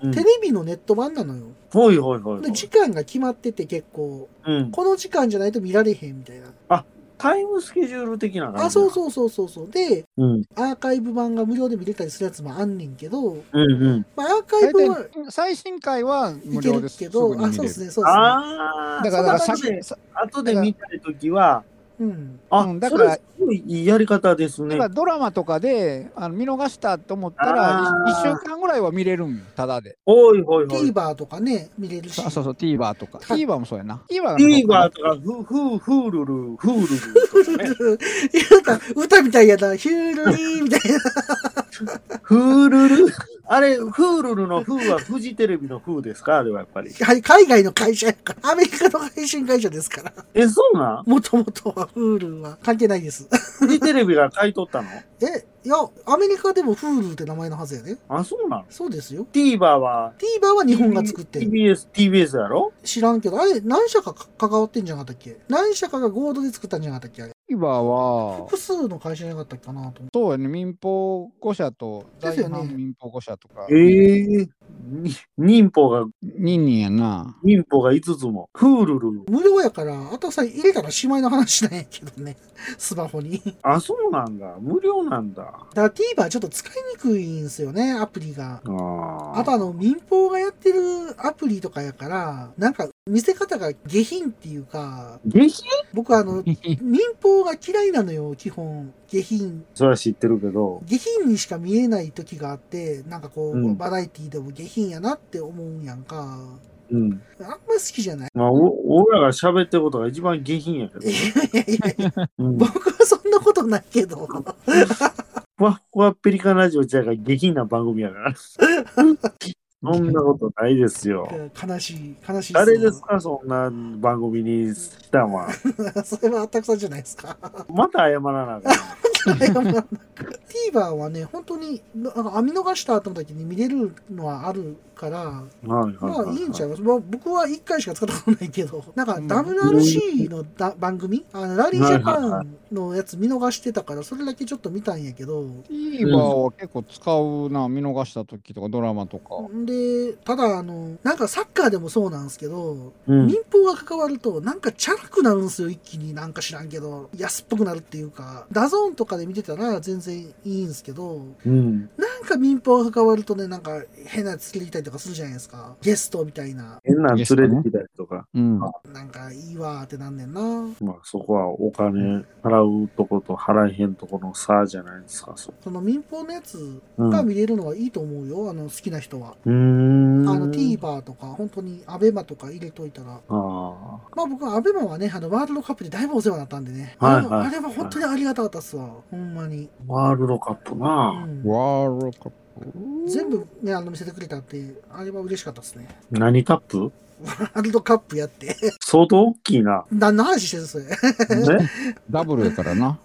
Speaker 2: うん、
Speaker 1: テレビのネット版なのよ。
Speaker 2: ほいほいほいほ
Speaker 1: で、
Speaker 2: い。
Speaker 1: 時間が決まってて結構、
Speaker 2: うん。
Speaker 1: この時間じゃないと見られへんみたいな。
Speaker 2: タイムスケジュール的な感じ。
Speaker 1: あ、そうそうそうそうそう。で、
Speaker 2: う。うん。
Speaker 1: アーカイブ版が無料で見れたりするやつもあんねんけど、
Speaker 2: うんうん。
Speaker 1: まあ、アーカイ
Speaker 3: 大
Speaker 1: ブは
Speaker 3: 体最新回は
Speaker 1: い
Speaker 3: 無
Speaker 1: け
Speaker 3: 料
Speaker 1: る
Speaker 3: です。
Speaker 1: けど、
Speaker 3: ぐに
Speaker 1: あ、
Speaker 3: 見
Speaker 1: そうで
Speaker 3: れる
Speaker 1: すね、そうですね。
Speaker 2: ああ。
Speaker 3: だからだから
Speaker 2: そ
Speaker 3: さ
Speaker 2: んな感じで
Speaker 3: さ
Speaker 2: 後で見たいときは、
Speaker 1: うん。
Speaker 2: あ、
Speaker 3: うんだ
Speaker 2: だ
Speaker 3: か
Speaker 2: からら、すごいいいやり方です
Speaker 3: だ
Speaker 2: ね
Speaker 3: か。らドラマとかであの見逃したと思ったら
Speaker 2: あー
Speaker 3: 1週間ぐらいは見れるんよただで
Speaker 2: おいおいおい。
Speaker 1: TVer とかね、見れるし
Speaker 3: そ。うそうそう TVer とか TVer もそうやな TVer が
Speaker 2: ティーバーとか、フフフールル、フールルとか ね。
Speaker 1: なんか歌みたいやな、ヒュールリーみたいな。
Speaker 2: フールル。あれ、フールルのフーはフジテレビのフーですかあれはやっぱり。
Speaker 1: はい、海外の会社やから、アメリカの配信会社です から、
Speaker 2: え、そうなん
Speaker 1: もともとは Hulu は関係ないです。
Speaker 2: フジテレビが買い取ったの
Speaker 1: え、いや、アメリカでも Hulu って名前のはずやね。
Speaker 2: あ、そうなの
Speaker 1: そうですよ。
Speaker 2: ティーバーは
Speaker 1: TVer は日本が作ってる。
Speaker 2: TBS、TBS やろ
Speaker 1: 知らんけど、あれ、何社か関わってんじゃなかったっけ何社かが合同で作ったんじゃなかったっけあれ。
Speaker 3: TVer は
Speaker 1: 複数の会社じゃなかったっけかなと思
Speaker 3: そうやね民放5社と
Speaker 1: で
Speaker 3: 大
Speaker 1: すよね
Speaker 3: 半民放5社とか
Speaker 2: ええに忍法が、
Speaker 3: ニンニンやな
Speaker 2: 忍法が5つも。フールル。
Speaker 1: う。無料やから、あとさ、入れたらしまいの話なんやけどね。 スマホに。
Speaker 2: あ、そうなんだ。無料なんだ。
Speaker 1: だから TVer ちょっと使いにくいんですよね、アプリが。
Speaker 2: あ
Speaker 1: あとあの、民放がやってるアプリとかやから、なんか見せ方が下品っていうか、
Speaker 2: 下品
Speaker 1: 僕あの、民放が嫌いなのよ、基本。下品。
Speaker 2: それは知ってるけど。
Speaker 1: 下品にしか見えない時があって、なんかこ
Speaker 2: う
Speaker 1: う、
Speaker 2: ん
Speaker 1: バラエティでも下品やなって思うんやんか。
Speaker 2: うん。
Speaker 1: あんま好きじゃない。
Speaker 2: まあ、お俺らが喋ってることが一番下品やけど
Speaker 1: い。やいやいや
Speaker 2: うん、
Speaker 1: 僕はそんなことないけど。
Speaker 2: ふわっふわペリカンラジオ自体が下品な番組やから。 そんなことないですよ。
Speaker 1: 悲しい、悲しい。
Speaker 2: 誰ですか、そんな番組にしたんは。
Speaker 1: それはあったくさんじゃないですか。
Speaker 2: また謝らなあかん。
Speaker 1: TVer はね、本当に、なんか網逃した後の時に見れるのはあるから、
Speaker 2: はいはいは
Speaker 1: ま
Speaker 2: は
Speaker 1: あいいんちゃいます。まあ、僕は1回しか使ったことないけど、なんか
Speaker 3: うん
Speaker 1: WRC のだ、番組あの、ラリージ
Speaker 2: はいは
Speaker 1: ャ
Speaker 2: い
Speaker 1: パンのやつ見逃してたから、それだけちょっと見たんやけど、
Speaker 3: TVer は結構使うな見逃した時とかドラマとか
Speaker 1: んで、ただあの、なんかサッカーでもそうなんですけど、
Speaker 2: うん
Speaker 1: 民。放が関わると、なんかチャラくなるんですよ、一気に。なんか知らんけど、安っぽくなるっていうか、ダゾーンとかで見てたら全然いいんですけど、
Speaker 2: うん。
Speaker 1: ななんか民放が変わるとね、なんか変なやつ連れてきたりとかするじゃないですか。ゲストみたいな。
Speaker 2: 変なん連れてきたりとか、
Speaker 3: うん。
Speaker 1: なんかいいわーってなんねんな。
Speaker 2: まあそこはお金払うとこと払えへんとこの差じゃないですか、そ
Speaker 1: その民放のやつ
Speaker 2: うん
Speaker 1: が見れるのはいいと思うよ。あの、好きな人は。
Speaker 2: う。うーん。
Speaker 1: あの TVer とか、本当に ABEMA とか入れといたら。
Speaker 2: あ
Speaker 1: まあ僕は ABEMA はね、あの、ワールドカップでだいぶお世話になったんでね。
Speaker 2: はいはい
Speaker 1: あれはあれは本当にありがたかったっすわ。ほんまに。
Speaker 2: あ、ワールドカップ
Speaker 1: う
Speaker 2: な。
Speaker 1: ん
Speaker 3: ワールドカッ
Speaker 1: 全部ね、あの、見せてくれたって、あれは嬉しかったっすね。
Speaker 2: 何カップ
Speaker 1: ワールドカップやって。
Speaker 2: 相当大きいな。
Speaker 1: 何の話してるんそれ。
Speaker 2: ね、
Speaker 3: プ。ダブルやからな。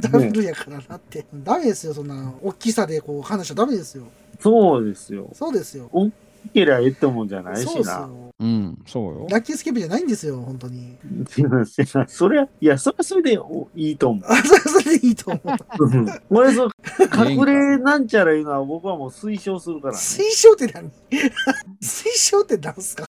Speaker 1: ダブルやからなって。ダメですよ、そんな、大きさでこう話しちゃダメですよ。
Speaker 2: そうですよ。
Speaker 1: そうですよ。
Speaker 2: いけりゃええってもんじゃない
Speaker 1: そう
Speaker 2: し
Speaker 1: です
Speaker 2: な。
Speaker 1: よ。
Speaker 3: うん、そうよ。
Speaker 1: ラッキースケベじゃないんですよ、本当に。
Speaker 2: せやせや それは、いや、それはそれでおいいと思う。
Speaker 1: あ、それそれでいいと思う。
Speaker 2: うん俺、そう、隠れなんちゃらいうのは僕はもう推奨するからね。
Speaker 1: 推奨って何推奨って何すか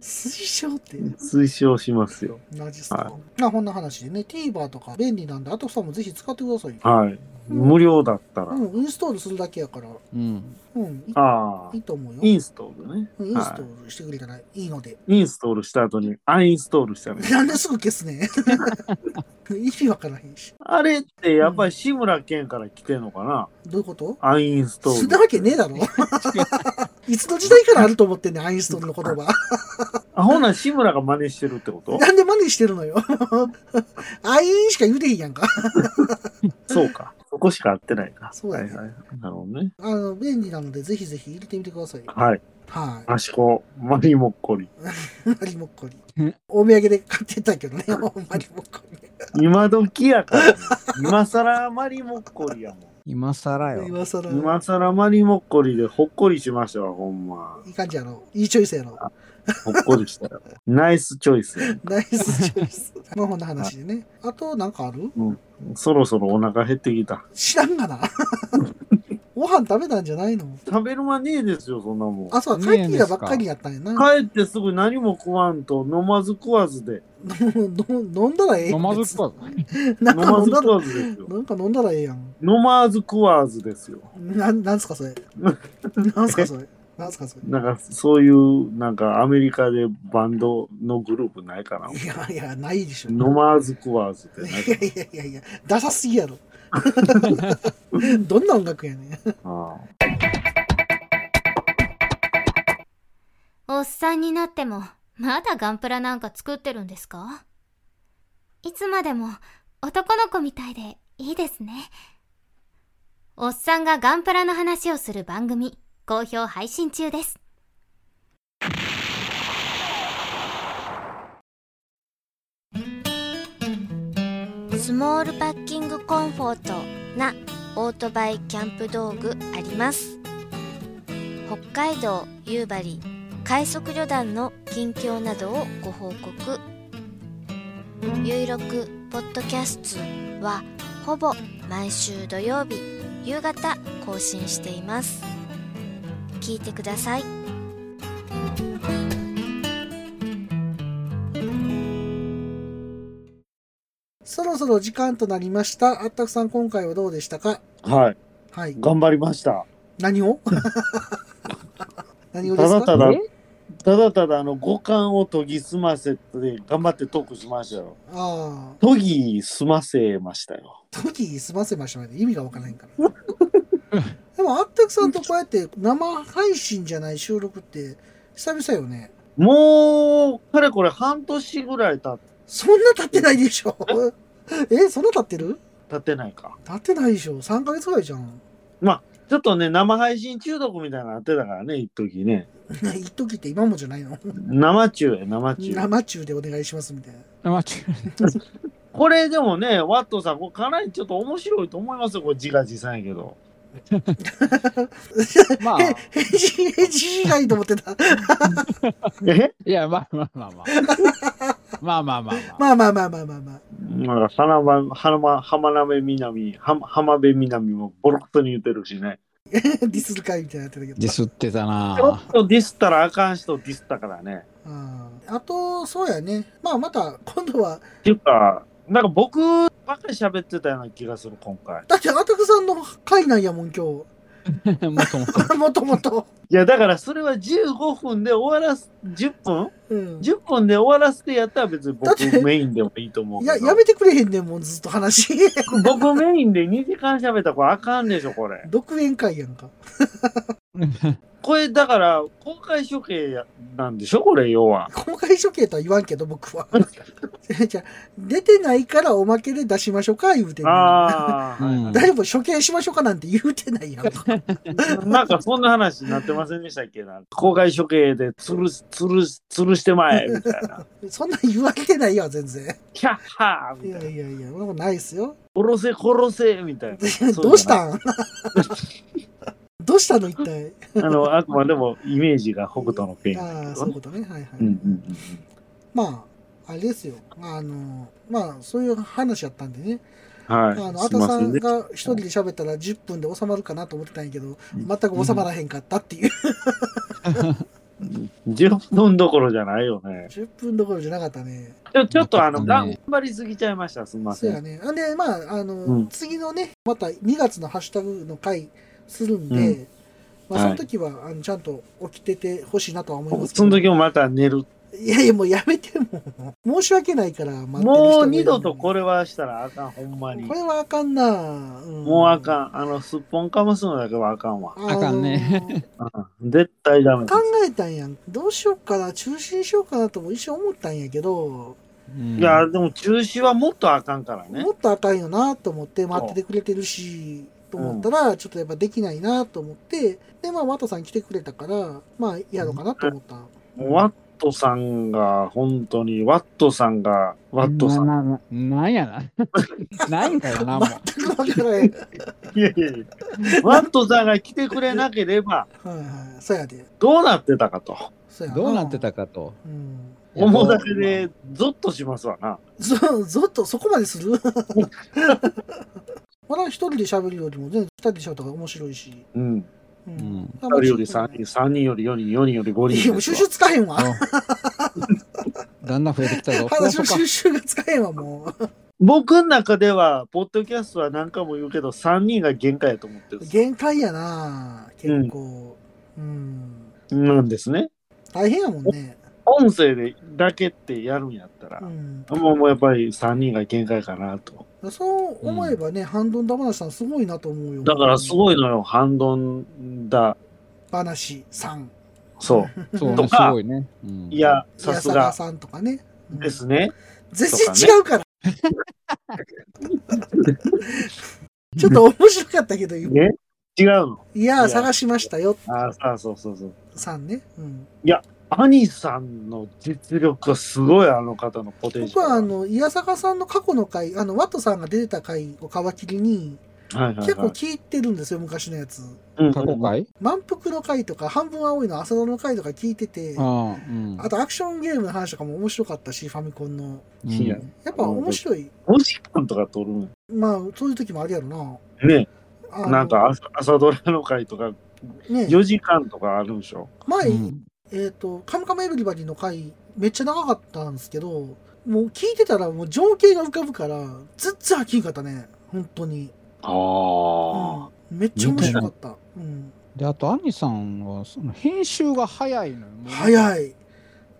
Speaker 1: 推奨って
Speaker 2: 推奨しますよ。
Speaker 1: 何ですか、まあこんな話でね、TVer とか便利なんで、あとさんもぜひ使ってくださいよ。
Speaker 2: はい。無料だったら。
Speaker 1: うん、インストールするだけやから、
Speaker 3: うん。
Speaker 1: うん、い
Speaker 2: ああ
Speaker 1: いい、と思うよ。
Speaker 2: インストールね。
Speaker 1: うんインストールしてくれたらいいので。
Speaker 2: インストールした後にアンインストールしたね。
Speaker 1: なんですぐ消すねん 意味わからへんし。
Speaker 2: あれってやっぱり志村けんから来てんのかな、
Speaker 1: どういうこと
Speaker 2: アンインストール。
Speaker 1: そんなわけねえ だろ。いつの時代からあると思ってんねん、アインストールの言葉。
Speaker 2: あ、ほな志村が真似してるってこと
Speaker 1: なんで真似してるのよ。アインしか言うてへんやんか。
Speaker 2: そうか。そこしか合ってないか。
Speaker 1: そうだね
Speaker 2: はいはい。なるほどね。
Speaker 1: あの、便利なので、ぜひぜひ入れてみてください。
Speaker 2: はい。
Speaker 1: は
Speaker 2: あしこ、マリモッコリ。
Speaker 1: い。マリモッコリ
Speaker 3: え。
Speaker 1: お土産で買ってたけどね、マリモッコリ。
Speaker 2: 今時やから、ね。今更マリモッコリやもん。
Speaker 3: 今更よ。
Speaker 1: 今更、
Speaker 2: 今更マリモッコリでほっこりしましたわ、ほんま。
Speaker 1: いい感じやろ。いいチョイスやろ。
Speaker 2: ほっこりしたよ。 ナイスチョイスや。
Speaker 1: ナイスチョイ ス。まあ、こんな話でね。あと、なんかある
Speaker 2: そろそろお腹減ってきた。
Speaker 1: 知らん がな。ご飯食べたんじゃないの
Speaker 2: 食べる間ねえですよ、そんなもん。
Speaker 1: あ、そうだ、帰ってきたばっかりやったんやな。
Speaker 2: 帰ってすぐ何も食わんと飲まず食わずで。
Speaker 1: 飲んだらええや
Speaker 3: 飲
Speaker 1: ん
Speaker 3: まずっぱ
Speaker 1: な
Speaker 2: 飲
Speaker 1: んか
Speaker 2: ま
Speaker 1: 飲ん
Speaker 2: ず
Speaker 1: だ
Speaker 2: 食
Speaker 1: ら
Speaker 2: わずです よ。
Speaker 1: なんか飲んだらええやん。
Speaker 2: 飲まず食わずですよ。
Speaker 1: なん、なんすか それ。なんすかそれ。なんすかそれ。
Speaker 2: なんかそういう、なんかアメリカでバンドのグループないかな。
Speaker 1: いやいや、ないでしょ。
Speaker 2: 飲まず食わずってない
Speaker 1: いや
Speaker 2: か
Speaker 1: いやいやいや、ダサすぎやろ。 どんな音楽やねん。
Speaker 2: な。
Speaker 9: おっさんになっても、まだガンプラなんか作ってるんですかいつまでも男の子みたいでいいですね。おっさんがガンプラの話をする番組、好評配信中です。
Speaker 10: スモールパッキングコンフォートなオートバイキャンプ道具あります北海道夕張快速旅団の近況などをご報告「ゆいろくポッドキャスト」はほぼ毎週土曜日夕方更新しています聞いてください
Speaker 1: そろそろ時間となりました。あったくさん、今回はどうでしたか
Speaker 2: はい。
Speaker 1: はい。
Speaker 2: 頑張りました。
Speaker 1: 何を 何をで
Speaker 2: た
Speaker 1: す
Speaker 2: だた
Speaker 1: か
Speaker 2: だ、ただただあの五感を研ぎ澄ませて頑張ってトークしましたよ。
Speaker 1: ああ、
Speaker 2: 研ぎ澄ませましたよ。
Speaker 1: 時済ませましたまで意味がわからへんから。でも、あったくさんとこうやって生配信じゃない収録って久々よね。
Speaker 2: もう、かれこれ半年ぐらい経っ
Speaker 1: そんな経ってないでしょ。え、そんな経ってる
Speaker 2: 経ってないか。
Speaker 1: 経ってないでしょ。3ヶ月ぐらいじゃん。
Speaker 2: ちょっとね、生配信中毒みたいなのあってたからね、一時ね。
Speaker 1: 一時って今もじゃないの
Speaker 2: 生中や、生中。
Speaker 1: 生中でお願いしますみたいな。
Speaker 3: 間違え
Speaker 2: これでもね、ワットさん、これかなりちょっと面白いと思いますよ、これ自画自賛やけど。
Speaker 3: た まあ、
Speaker 1: え、返事、返事以外と思ってた。
Speaker 2: え
Speaker 3: いや、まあまあまあまあ。まあまあまあまあ。
Speaker 1: まあまあまあまあまあまあ。
Speaker 2: なんか、花ば、花ば、浜辺南、は浜辺南もボロクソに言ってるしね。
Speaker 1: ディスる会みたいになってるけ
Speaker 3: ディ
Speaker 1: ど。
Speaker 3: スってた
Speaker 2: ちょ
Speaker 3: な
Speaker 2: っとディスったらあかん人ディスったからね。
Speaker 1: あーあと、そうやね。まあまた、今度は、
Speaker 2: っていうか、なんか僕ばっかり喋ってたような気がする、今回。
Speaker 1: だってアタクさんの会なんやもん、今日。
Speaker 3: もともと。
Speaker 1: もともと。
Speaker 2: いや、だからそれは15分で終わらす、10分、?10 分で終わらせてやったら別に僕メインでもいいと思う
Speaker 1: い
Speaker 2: けど。
Speaker 1: や、やめてくれへんねん、もうずっと話。
Speaker 2: 僕メインで2時間喋ったらこれあかんでしょ、これ。
Speaker 1: 独演会やんか。
Speaker 2: これだから公開処刑やなんでしょ、これ要は。
Speaker 1: 公開処刑とは言わんけど、僕は。 じゃあ出てないからおまけで出しましょうか、言うてんのに
Speaker 2: ああ、はい
Speaker 1: 誰も処刑しましょうかなんて言うてないやん。
Speaker 2: なんかそんな話になってませんでしたっけな。公開処刑で吊る、吊る、吊るしてまえ、みたいな。
Speaker 1: そんなん言われてないやん、全然。
Speaker 2: キャッハー
Speaker 1: い
Speaker 2: み
Speaker 1: や
Speaker 2: たいな。
Speaker 1: いやいや、そんなことないですよ。
Speaker 2: 殺せ、殺せみたい な。
Speaker 1: どうした
Speaker 2: ん
Speaker 1: んどうしたの一体。
Speaker 2: あの、あくまでもイメージが北斗のペン。
Speaker 1: ああ、そういうことね。はいはい。
Speaker 2: うんうんうん。
Speaker 1: まあ、あれですよ。あの、まあ、そういう話やったんでね。
Speaker 2: は
Speaker 1: あの、
Speaker 2: い。
Speaker 1: あ
Speaker 2: すいま
Speaker 1: さ
Speaker 2: せ
Speaker 1: ん
Speaker 2: んね。
Speaker 1: が一人で喋ったら10分で収まるかなと思ってたんやけど、全く収まらへんかったっていう。
Speaker 2: 10分どころじゃないよね。
Speaker 1: 10分どころじゃなかったね。
Speaker 2: ちょちょっとあの、
Speaker 3: なかった
Speaker 2: 頑
Speaker 3: ね
Speaker 2: 張りすぎちゃいました。すみま
Speaker 1: そ
Speaker 2: せ
Speaker 1: うや
Speaker 2: ん。
Speaker 1: ね。あんで、まあ、あの、
Speaker 2: うん
Speaker 1: 次のね、また2月のハッシュタグの回するんで、
Speaker 2: うん
Speaker 1: まあ、
Speaker 2: はい
Speaker 1: その時は、あのちゃんと起きててほしいなとは思いますけ
Speaker 2: そ
Speaker 1: ど
Speaker 2: の時もまた寝る。
Speaker 1: いやいや、もうやめてもう。申し訳ないから、待ってる人がいる
Speaker 2: もう
Speaker 1: のに
Speaker 2: 二度とこれはしたらあかん、ほんまに
Speaker 1: こ。れはあかんな、うん
Speaker 2: もうあかん。あの、すっぽんかますのだけはあかんわ。
Speaker 1: あの
Speaker 3: あかんね
Speaker 2: うん絶対ダメです
Speaker 1: 考えたんやん。どうしようかな、中止にしようかなとも一瞬思ったんやけど、
Speaker 3: うん
Speaker 2: いや、でも中止はもっとあかんからね
Speaker 1: も。っとあかんよなと思って待っててくれてるし、と思ったら、ちょっとやっぱできないなと思って、で、まあ、ワトさん来てくれたから、まあ、やろうかなと思った。
Speaker 2: ワットさんが、本当に、ワットさんが、ワットさん。
Speaker 3: なななんやな。ないんかよな、もう。
Speaker 1: 全くわからへん。
Speaker 2: いやいやいやワットさんが来てくれなければ、
Speaker 1: はいはい。そうやで。
Speaker 2: どうなってたかと。
Speaker 1: そうや
Speaker 3: どうなってたかと。
Speaker 1: うん。
Speaker 2: 思うだけで、ゾッとしますわな。
Speaker 1: ぞ、ぞっとそこまでする まだ一人で喋るよりも全然二人で喋った方が面白いし。
Speaker 2: うん。
Speaker 1: う
Speaker 3: うん
Speaker 1: あ
Speaker 2: 2
Speaker 1: んま
Speaker 2: 人
Speaker 1: り
Speaker 2: より3人、3人より4人、4人より5
Speaker 1: いや、
Speaker 2: 人
Speaker 1: もう
Speaker 2: です
Speaker 1: 収
Speaker 2: わ。
Speaker 1: 集つかへんわ。
Speaker 3: だんだん増えてきたぞ。
Speaker 1: 話の
Speaker 3: そう
Speaker 1: 収
Speaker 3: か
Speaker 1: 集がつかへんわ、も
Speaker 2: 僕の中では、ポッドキャストは何回も言うけど、3人が限界やと思ってる
Speaker 1: う。限界やな結構。うん。
Speaker 2: なんですね。
Speaker 1: 大変やもんね。
Speaker 2: 音声でだけってやるんやったら
Speaker 1: う、ん。
Speaker 2: もうもうやっぱり3人が限界かなと。
Speaker 1: そう思えばね、ハンドンダマナシさんすごいなと思うよ。
Speaker 2: だからす
Speaker 1: い。
Speaker 2: ごいのよ、ハンドンだ、
Speaker 1: 話さん。
Speaker 2: そ
Speaker 3: そう
Speaker 2: と
Speaker 3: ね、す
Speaker 2: か
Speaker 3: ごいね。うん
Speaker 2: う、いや、さ
Speaker 1: さ
Speaker 2: す
Speaker 1: すが
Speaker 2: が
Speaker 1: さんとかね。うん
Speaker 2: ですね。
Speaker 1: 全然違うから。 ちょっと面白かったけど、
Speaker 2: ね違うの。
Speaker 1: いやー、探しましたよ、
Speaker 2: ああ、そうそうそう。
Speaker 1: さんね。うん、
Speaker 2: アニさんの実力はすごい、あの方のポテンシャ
Speaker 1: 僕
Speaker 2: ル。
Speaker 1: は、あ、の、いやさかさんの過去の回、あの、ワトさんが出てた回を皮切りに、
Speaker 2: はいはいはい、
Speaker 1: 結構聞いてるんですよ、昔のやつ。
Speaker 2: うん
Speaker 3: 過去回
Speaker 1: 満腹の回とか、半分青いの浅田の回とか聞いてて、
Speaker 3: あ
Speaker 1: あ
Speaker 3: あ、うん。
Speaker 1: とアクションゲームの話とかも面白かったし、ファミコンの。
Speaker 3: うん
Speaker 2: いや
Speaker 1: やっぱ面白い。
Speaker 2: 5時間とか撮るん
Speaker 1: まあ、そういう時もあるやろな。
Speaker 2: ね
Speaker 1: あの
Speaker 2: なんか、朝朝ドラの回とか
Speaker 1: ね、
Speaker 2: 4時間とかあるんでしょ。
Speaker 1: 前、
Speaker 3: うん
Speaker 1: えっ、と、カムカムエヴリバディの回、めっちゃ長かったんですけど、もう聞いてたらもう情景が浮かぶから、ずっつ飽きんかったね。本当に。
Speaker 2: あ
Speaker 1: うん、めっちゃ面白かった。うん。
Speaker 3: で、あと、アニさんは、その編集が早いのよ。い。
Speaker 1: 早い。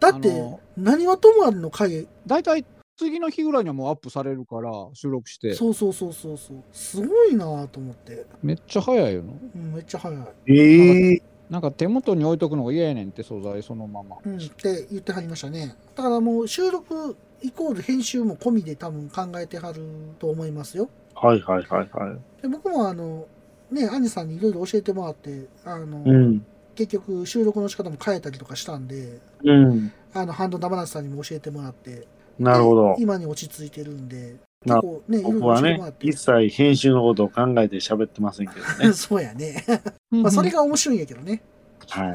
Speaker 1: だっ
Speaker 3: あ
Speaker 1: て
Speaker 3: の、
Speaker 1: 何はともあれの回、
Speaker 3: 大体、次の日ぐらいにはもうアップされるから、収録して。
Speaker 1: そうそうそうそうそう。すごいなぁと思って、
Speaker 3: めっちゃ早いよな。
Speaker 1: うん。めっちゃ早い。
Speaker 2: ええ
Speaker 3: なんか手元に置いとくのが嫌やねんって、素材そのまま。
Speaker 1: うん。って言ってはりましたね。だからもう収録イコール編集も込みで多分考えてはると思いますよ。
Speaker 2: はいはいはいはい。
Speaker 1: で僕もあの、ね、兄さんにいろいろ教えてもらって、あの、
Speaker 2: うん。
Speaker 1: 結局収録の仕方も変えたりとかしたんで、
Speaker 2: うん。
Speaker 1: あの、ハンドダバナスさんにも教えてもらって、
Speaker 2: なるほど
Speaker 1: で。今に落ち着いてるんで、
Speaker 2: な
Speaker 1: 結構ね、いろい
Speaker 2: 僕
Speaker 1: ろ教
Speaker 2: は
Speaker 1: えて
Speaker 2: ね
Speaker 1: もらっ、て
Speaker 2: 一。切編集のことを考えて喋ってませんけどね。
Speaker 1: そうやね。まあ、それが面白いんやけどね。
Speaker 2: はい。
Speaker 1: はい。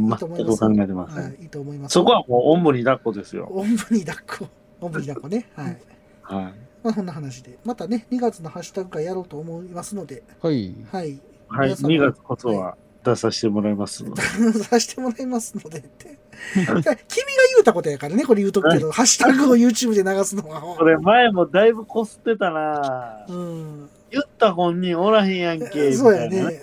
Speaker 1: いいと思い
Speaker 2: 全
Speaker 1: ま
Speaker 2: く
Speaker 1: す。
Speaker 2: 考えてませ
Speaker 1: は
Speaker 2: ん。
Speaker 1: い、いいと思います。
Speaker 2: そこはもう、おんぶに抱っこですよ。
Speaker 1: おんぶに抱っこ。おんぶに抱っこね。はい。
Speaker 2: は
Speaker 1: まあ、こんな話で。またね、2月のハッシュタグ会やろうと思いますので、
Speaker 3: はい。
Speaker 1: はい。
Speaker 2: い。はい。
Speaker 1: 皆様
Speaker 2: 2月こそは出させてもらいますので。
Speaker 1: させてもらいますのでって。 君が言うたことやからね、これ言うとくけど、ハッシュタグを YouTube で流す のは。
Speaker 2: これ前もだいぶこすってたなぁ
Speaker 1: うん。
Speaker 2: 言った本人おらへんやんけ。
Speaker 1: そうや
Speaker 2: みたいな
Speaker 1: ね。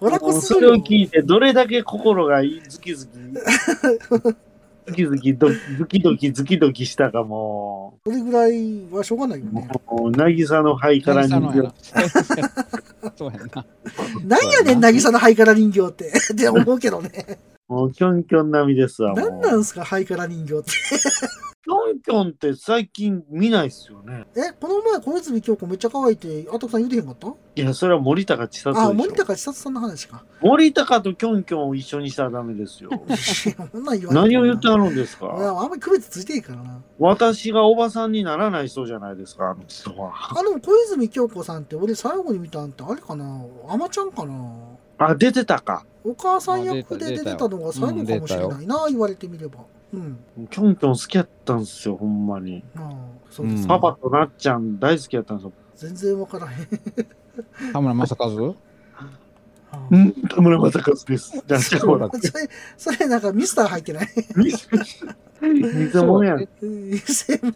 Speaker 1: お腹
Speaker 2: もうそれを聞いて、どれだけ心がズキズキ、 ズキズキド、ズキドキ、ズキドキしたかも
Speaker 1: それぐらいはしょうがないよね。
Speaker 2: う、もう、渚の肺から人形。
Speaker 3: そうやな。
Speaker 1: なんやねん、渚のハイカラ人形 って。って思うけどね。
Speaker 2: もう、キョンキョン並みですわ、も
Speaker 1: なん
Speaker 2: う。
Speaker 1: なんすか、ハイカラ人形って。
Speaker 2: キョンキョンって最近見ないっすよね。
Speaker 1: え、この前、小泉今日子めっちゃ可愛いって、あたくさん言うてへんかった
Speaker 2: いや、それは森高千里でしょ
Speaker 1: あ、森高千里さんの 話か。
Speaker 2: 森高とキョンキョンを一緒にしたらダメです よ。
Speaker 1: そんなん言わない
Speaker 2: 何を言ってあるんです
Speaker 1: いや
Speaker 2: か
Speaker 1: あんまり区別ついてへんからな。
Speaker 2: 私がおばさんにならない人じゃないですか、あの人は。
Speaker 1: あ、でも小泉京子さんって俺最後に見たんってあれかなアマちゃんかな
Speaker 2: あ、出てたか。
Speaker 1: お母さん役で出てたのが最後かもしれ
Speaker 3: あ出た出たよ
Speaker 1: ないな、言われてみれば。うん。
Speaker 2: キョンキョン好きやったんですよ、ほんまに。
Speaker 1: ああそうです、
Speaker 3: うん
Speaker 2: パパとなっちゃん大好きやったんですよ。
Speaker 1: 全然わからへん。
Speaker 3: 田村正和
Speaker 2: うん、田村正和です。じゃあ、ち ょっと
Speaker 1: それ、それなんかミスター入ってない。
Speaker 2: 偽物やん。
Speaker 1: 偽物。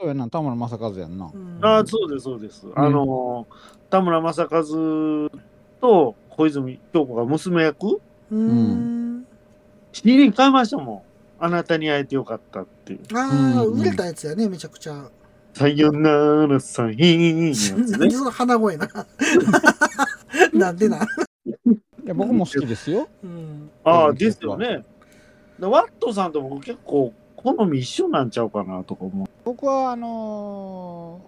Speaker 3: そうやな、田村正和やんな
Speaker 1: う。ん
Speaker 2: あ、そうです、そうです。あのー、田村正和と小泉京子が娘役
Speaker 1: うーん。
Speaker 2: ?CD 買いましたもん。あなたに会えてよかったっていう。
Speaker 1: ああ、
Speaker 3: うん
Speaker 1: 売れたやつやね、めちゃくちゃ。
Speaker 2: さよならさひーんやつ
Speaker 1: なん
Speaker 2: ね
Speaker 1: で。その 鼻声な。なんでな。
Speaker 3: いや、僕も好きですよ。
Speaker 1: うん。
Speaker 2: ああ、ですよね。でワットさんと僕結構好み一緒なんちゃうかなとか思う。
Speaker 3: 僕は、あの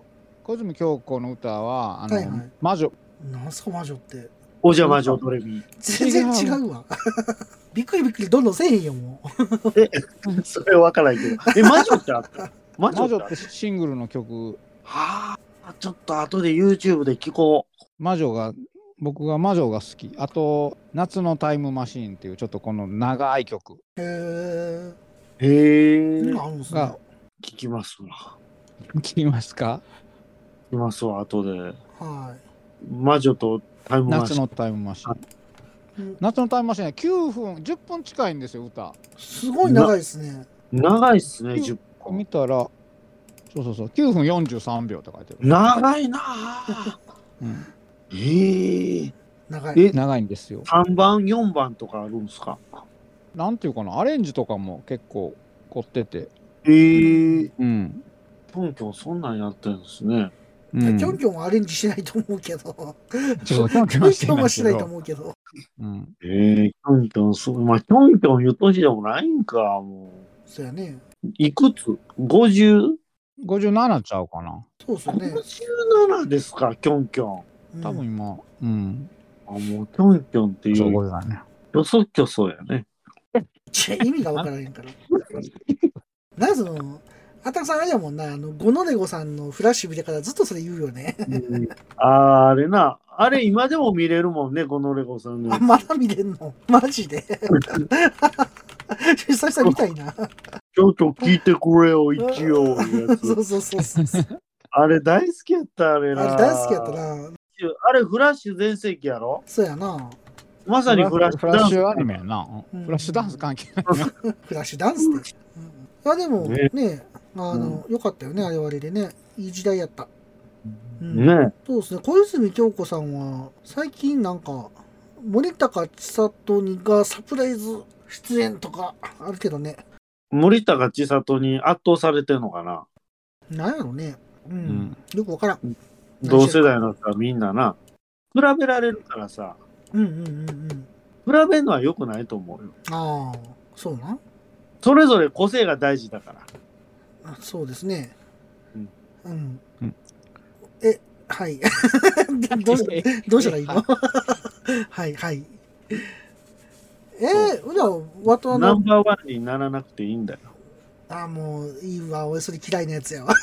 Speaker 3: ー小泉京子の歌は、あの、
Speaker 1: はいはい
Speaker 3: 魔女。
Speaker 1: なんすか魔女って。
Speaker 2: お邪魔女ドレミ。
Speaker 1: 全然違うわ。 びっくりびっくりどんどんせえへんよ、もう。
Speaker 2: それ分からんけど。え、魔女ってあった魔
Speaker 3: 魔
Speaker 2: 女
Speaker 3: 女
Speaker 2: ってあ
Speaker 3: っ
Speaker 2: った
Speaker 3: てシングルの曲、
Speaker 2: はあ、ちょっと後で YouTube で聞こう。
Speaker 3: 魔女が、僕が魔女が好き。あと、夏のタイムマシーンっていう、ちょっとこの長い曲
Speaker 1: へえ。
Speaker 2: へえ。
Speaker 1: そんなん
Speaker 2: 聞
Speaker 1: あるんすね
Speaker 3: が。
Speaker 2: きますわ。
Speaker 3: 聞きますか
Speaker 2: 聞きますわ、後で。
Speaker 1: は
Speaker 2: 魔女とタイムマ
Speaker 3: 夏
Speaker 2: シン。
Speaker 3: のタイムマシーン。
Speaker 1: いうん。
Speaker 3: 夏のタイムマシーンは9分、10分近いんですよ、歌。
Speaker 1: すごい長いですね。
Speaker 2: 長いっすね、
Speaker 3: うん
Speaker 2: 10
Speaker 3: 見
Speaker 2: 分。
Speaker 3: たら、そうそうそう、9分43秒って書いてる。
Speaker 2: 長いなあ。
Speaker 3: うん
Speaker 2: へえ。
Speaker 1: 長い。
Speaker 2: え、
Speaker 3: 長いんですよ。
Speaker 2: 3番、4番とかあるんすか
Speaker 3: なんていうかな、アレンジとかも結構凝ってて。
Speaker 2: へえ。
Speaker 3: うん。
Speaker 2: ポンキョンそんなんやってるんですね。
Speaker 3: う
Speaker 1: キ
Speaker 3: ん、
Speaker 1: ョンキョンはアレンジしないと思うけど。 キ
Speaker 3: そうキョンキョ
Speaker 1: ョ
Speaker 3: ン
Speaker 1: ン
Speaker 3: はし
Speaker 1: キ
Speaker 3: て
Speaker 1: ョン
Speaker 3: な
Speaker 1: はいし
Speaker 3: け
Speaker 1: ないと
Speaker 3: ど。
Speaker 1: 思うけど。
Speaker 3: うん。
Speaker 2: ええキョンキョン、そう、まあ、キョンキョン言う年でもないんか、も
Speaker 1: そうやね。
Speaker 2: う。いくつ ?50?57
Speaker 3: 57ちゃうかな。
Speaker 1: そうっすよね。
Speaker 2: ですか、キョンキョン。
Speaker 1: うん
Speaker 3: 多分今、うん。
Speaker 2: あ、もう、キョンキョンってい
Speaker 3: そう
Speaker 2: う、
Speaker 3: だね。
Speaker 2: よそきょそやね。
Speaker 1: ち意味がわからへんから。なんその、あたくさんあれやもんな、あの、ゴノネゴさんのフラッシュ見てからずっとそれ言うよね。
Speaker 2: あーあれな、あれ今でも見れるもんね、このレゴさんの
Speaker 1: あ、。 まだ見れんのマジ で。久々みたいな。
Speaker 2: ちょっと聞いてくれよ、一応。いうや
Speaker 1: そ
Speaker 2: つ
Speaker 1: うそうそうそう。
Speaker 2: あれ大好きやった、あれな。
Speaker 1: あれ大好きやった。な。
Speaker 2: あれフラッシュ全盛期やろ
Speaker 1: そうやな。
Speaker 2: まさにフラッシ
Speaker 3: フ
Speaker 2: ュ
Speaker 3: ラ
Speaker 2: ダ
Speaker 3: ッ
Speaker 2: ン
Speaker 3: シ
Speaker 2: ス。
Speaker 3: ュアニメやな。
Speaker 1: うん
Speaker 3: フラッシュダンス関係ない。
Speaker 1: フラッシュダンスで。うんいや、でも
Speaker 2: ね
Speaker 1: ね、あの、よかったよね、あれはあれでね。いい時代やった。うん
Speaker 2: ね
Speaker 1: そうですね、小泉京子さんは、最近なんか、森高千里にがサプライズ出演とかあるけどね。
Speaker 2: 森高千里に圧倒されてんのかな
Speaker 1: なんやろね。うん。
Speaker 3: ん
Speaker 1: よくわからん。
Speaker 2: 同世代の人はみんなな。比べられるからさ、
Speaker 1: うんうんうんうん。
Speaker 2: 比べるのは良くないと思うよ。
Speaker 1: ああ、そうなん
Speaker 2: それぞれ個性が大事だから。
Speaker 1: あそうですね。
Speaker 2: うん。
Speaker 1: うん。
Speaker 3: うん
Speaker 1: え、はい。どうしどうしたらいいの はいはい。えー、じゃあ、わと
Speaker 2: ナ
Speaker 1: の
Speaker 2: ン、バーワンにならなくていいんだよ。
Speaker 1: あ、もういいわ、俺それ嫌いなやつやわ。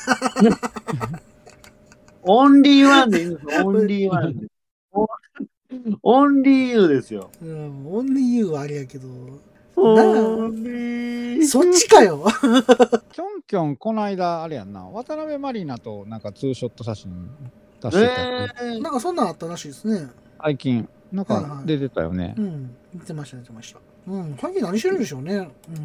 Speaker 2: オンリーワンでいいんですよ。オン リーワンで。オンオンリーユーですよ。
Speaker 1: うん、オンリーユーはあれやけど、
Speaker 2: オンリー
Speaker 1: そっちかよ。
Speaker 3: キョンキョン、この間、あれやんな。渡辺満里奈となんかツーショット写真出してたよね。
Speaker 2: えー
Speaker 1: なんかそんなんあったらしいですね。
Speaker 3: 最近、なんか出てたよね
Speaker 1: う。ん、見てました、見てました。うん、最近何してるんでしょうね。うんうんう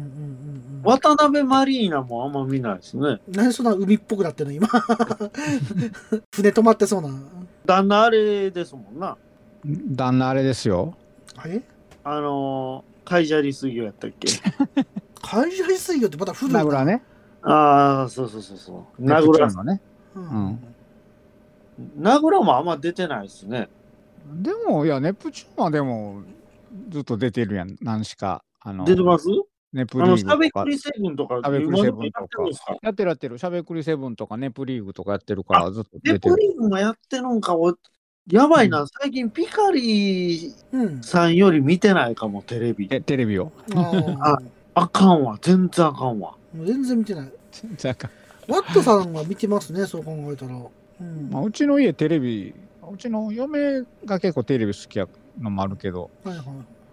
Speaker 1: んうん。
Speaker 2: 渡辺マリーナもあんま見ないですね。
Speaker 1: 何そんな海っぽくなってるの、今。船止まってそうな。
Speaker 2: 旦那あれですもんな。
Speaker 3: 旦那あれですよ。
Speaker 1: あれ
Speaker 2: あのー、カイジャリ水魚やったっけ
Speaker 1: カイジャリ水魚ってまた古い
Speaker 3: 名倉ね。
Speaker 2: ああ、そうそうそうそう。名
Speaker 3: ネプチ
Speaker 2: 倉
Speaker 3: ューン、のね。
Speaker 1: う
Speaker 3: うんん。
Speaker 2: 名倉もあんま出てないですね。
Speaker 3: でも、いや、ネプチューンはでも、ずっと出てるやん、何しか。あの
Speaker 2: 出てます
Speaker 3: ネプ
Speaker 2: あ
Speaker 3: リー
Speaker 2: の、
Speaker 3: グ
Speaker 2: しゃべ
Speaker 3: とか
Speaker 2: く。りセブンとか、
Speaker 3: しゃべくりセブ
Speaker 2: 今で
Speaker 3: ンとか
Speaker 2: もやってるんですか
Speaker 3: やってるやってる。しゃべくりセブンとかネプリーグとかやってるから、ずっと
Speaker 2: ネ
Speaker 3: 出
Speaker 2: プ
Speaker 3: てる。
Speaker 2: リーグもやってるんか、おやばいな、最近ピカリ
Speaker 1: うん。
Speaker 2: さんより見てないかも、テレビ。
Speaker 3: え、テレビを。
Speaker 1: あー
Speaker 2: あかんわ、全然あかんわ。
Speaker 1: もう全然見てない。
Speaker 3: じゃあか
Speaker 1: ワットさんは見てますね、そう考えたら。うん。
Speaker 3: まあ、
Speaker 1: は
Speaker 3: うちの家テレビ、うちの嫁が結構テレビ好きやのもあるけど、
Speaker 1: いはい。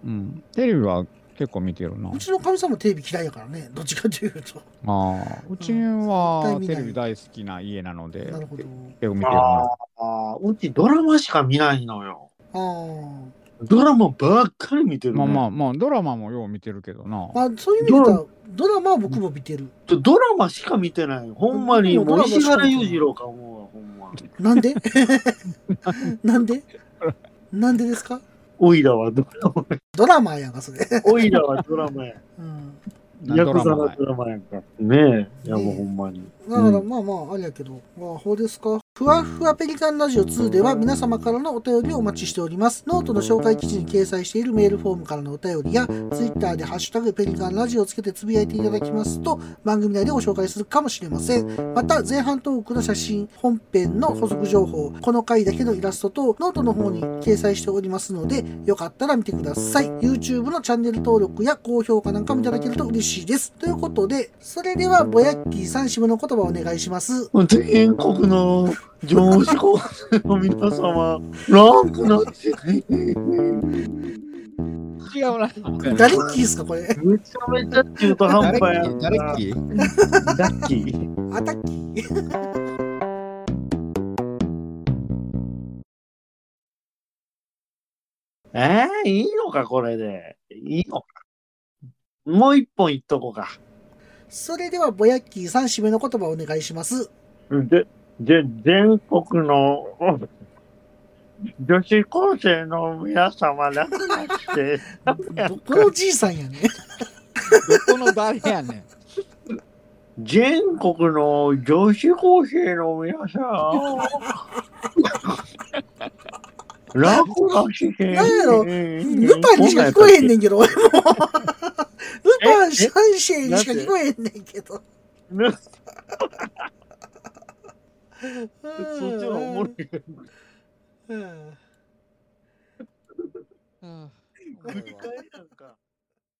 Speaker 3: うん、テレビは結構見てるな
Speaker 1: う。ちのかみさんもテレビ嫌いやからね、どっちかというと。
Speaker 3: ああ、う
Speaker 1: 絶
Speaker 3: ち
Speaker 1: 対
Speaker 3: は
Speaker 1: 見な
Speaker 3: テ
Speaker 1: い
Speaker 3: レビ大好きな家なので、
Speaker 1: なるほど
Speaker 3: 結。構見て
Speaker 2: あ
Speaker 3: るな。
Speaker 2: あ、うちドラマしか見ないのよ。
Speaker 1: ああ。
Speaker 2: ドラマばっかり見てる、ね。
Speaker 3: まあまあまあ、ドラマもよう見てるけどな。
Speaker 1: まあ、そういう意味で言ったら、ドラマは僕も見てる。
Speaker 2: ドラマしか見てない。ほんまに、
Speaker 1: 僕も
Speaker 2: も
Speaker 1: ドラ
Speaker 2: う
Speaker 1: マしか
Speaker 2: 石原
Speaker 1: 見てない
Speaker 2: 裕次郎か思うわ、ほんま。
Speaker 1: なんで なん でなんでですか
Speaker 2: おいらはドラマ。
Speaker 1: ドラマやんか、それ。
Speaker 2: おいらはドラマや。
Speaker 1: うん。
Speaker 3: な
Speaker 2: ヤ
Speaker 3: ド
Speaker 2: ク
Speaker 3: ラ
Speaker 2: ザ
Speaker 3: マ
Speaker 2: の
Speaker 3: ない
Speaker 2: ドラマやんか。ねえ。いやもうほんまに。
Speaker 1: だから、
Speaker 2: うん
Speaker 1: まあまあ、あれやけど、まあ、ほうですか。ふわふわペリカンラジオ2では皆様からのお便りをお待ちしております。ノートの紹介記事に掲載しているメールフォームからのお便りや、ツイッターでハッシュタグペリカンラジオをつけてつぶやいていただきますと、番組内でご紹介するかもしれません。また、前半トークの写真、本編の補足情報、この回だけのイラストと、ノートの方に掲載しておりますので、よかったら見てください。YouTube のチャンネル登録や高評価なんかもいただけると嬉しいです。ということで、それでは、ぼやっきーさん、下の言葉をお願いします。
Speaker 2: 全国の上司高生の皆様、なんとなって、
Speaker 3: 違うな。
Speaker 1: 誰キーですかこれ。
Speaker 2: めちゃめちゃ中途半
Speaker 3: 誰
Speaker 2: 端や
Speaker 3: っ
Speaker 2: ん
Speaker 3: き
Speaker 2: な。
Speaker 3: 誰っ
Speaker 2: ラッ
Speaker 3: き
Speaker 2: キー。
Speaker 1: アタッキー。
Speaker 2: えー、いいのか、これで。いいのか。もう一本いっとこうか。
Speaker 1: それでは、ぼやっきーさん、締めの言葉をお願いします。
Speaker 2: で、で、全国のお女子高生の皆様、楽なして、
Speaker 1: どこのじいさんやね。
Speaker 3: どこの誰やねん。
Speaker 2: 全国の女子高生の皆様、楽なして。
Speaker 1: なんやろルパンにしか聞こえへんねんけど、俺も。ルパン、シャンシェイにしか聞こえへんねんけど。
Speaker 2: ね そっちはおも
Speaker 1: う
Speaker 2: ろいけど。
Speaker 1: ん。
Speaker 2: 振り返りなんか。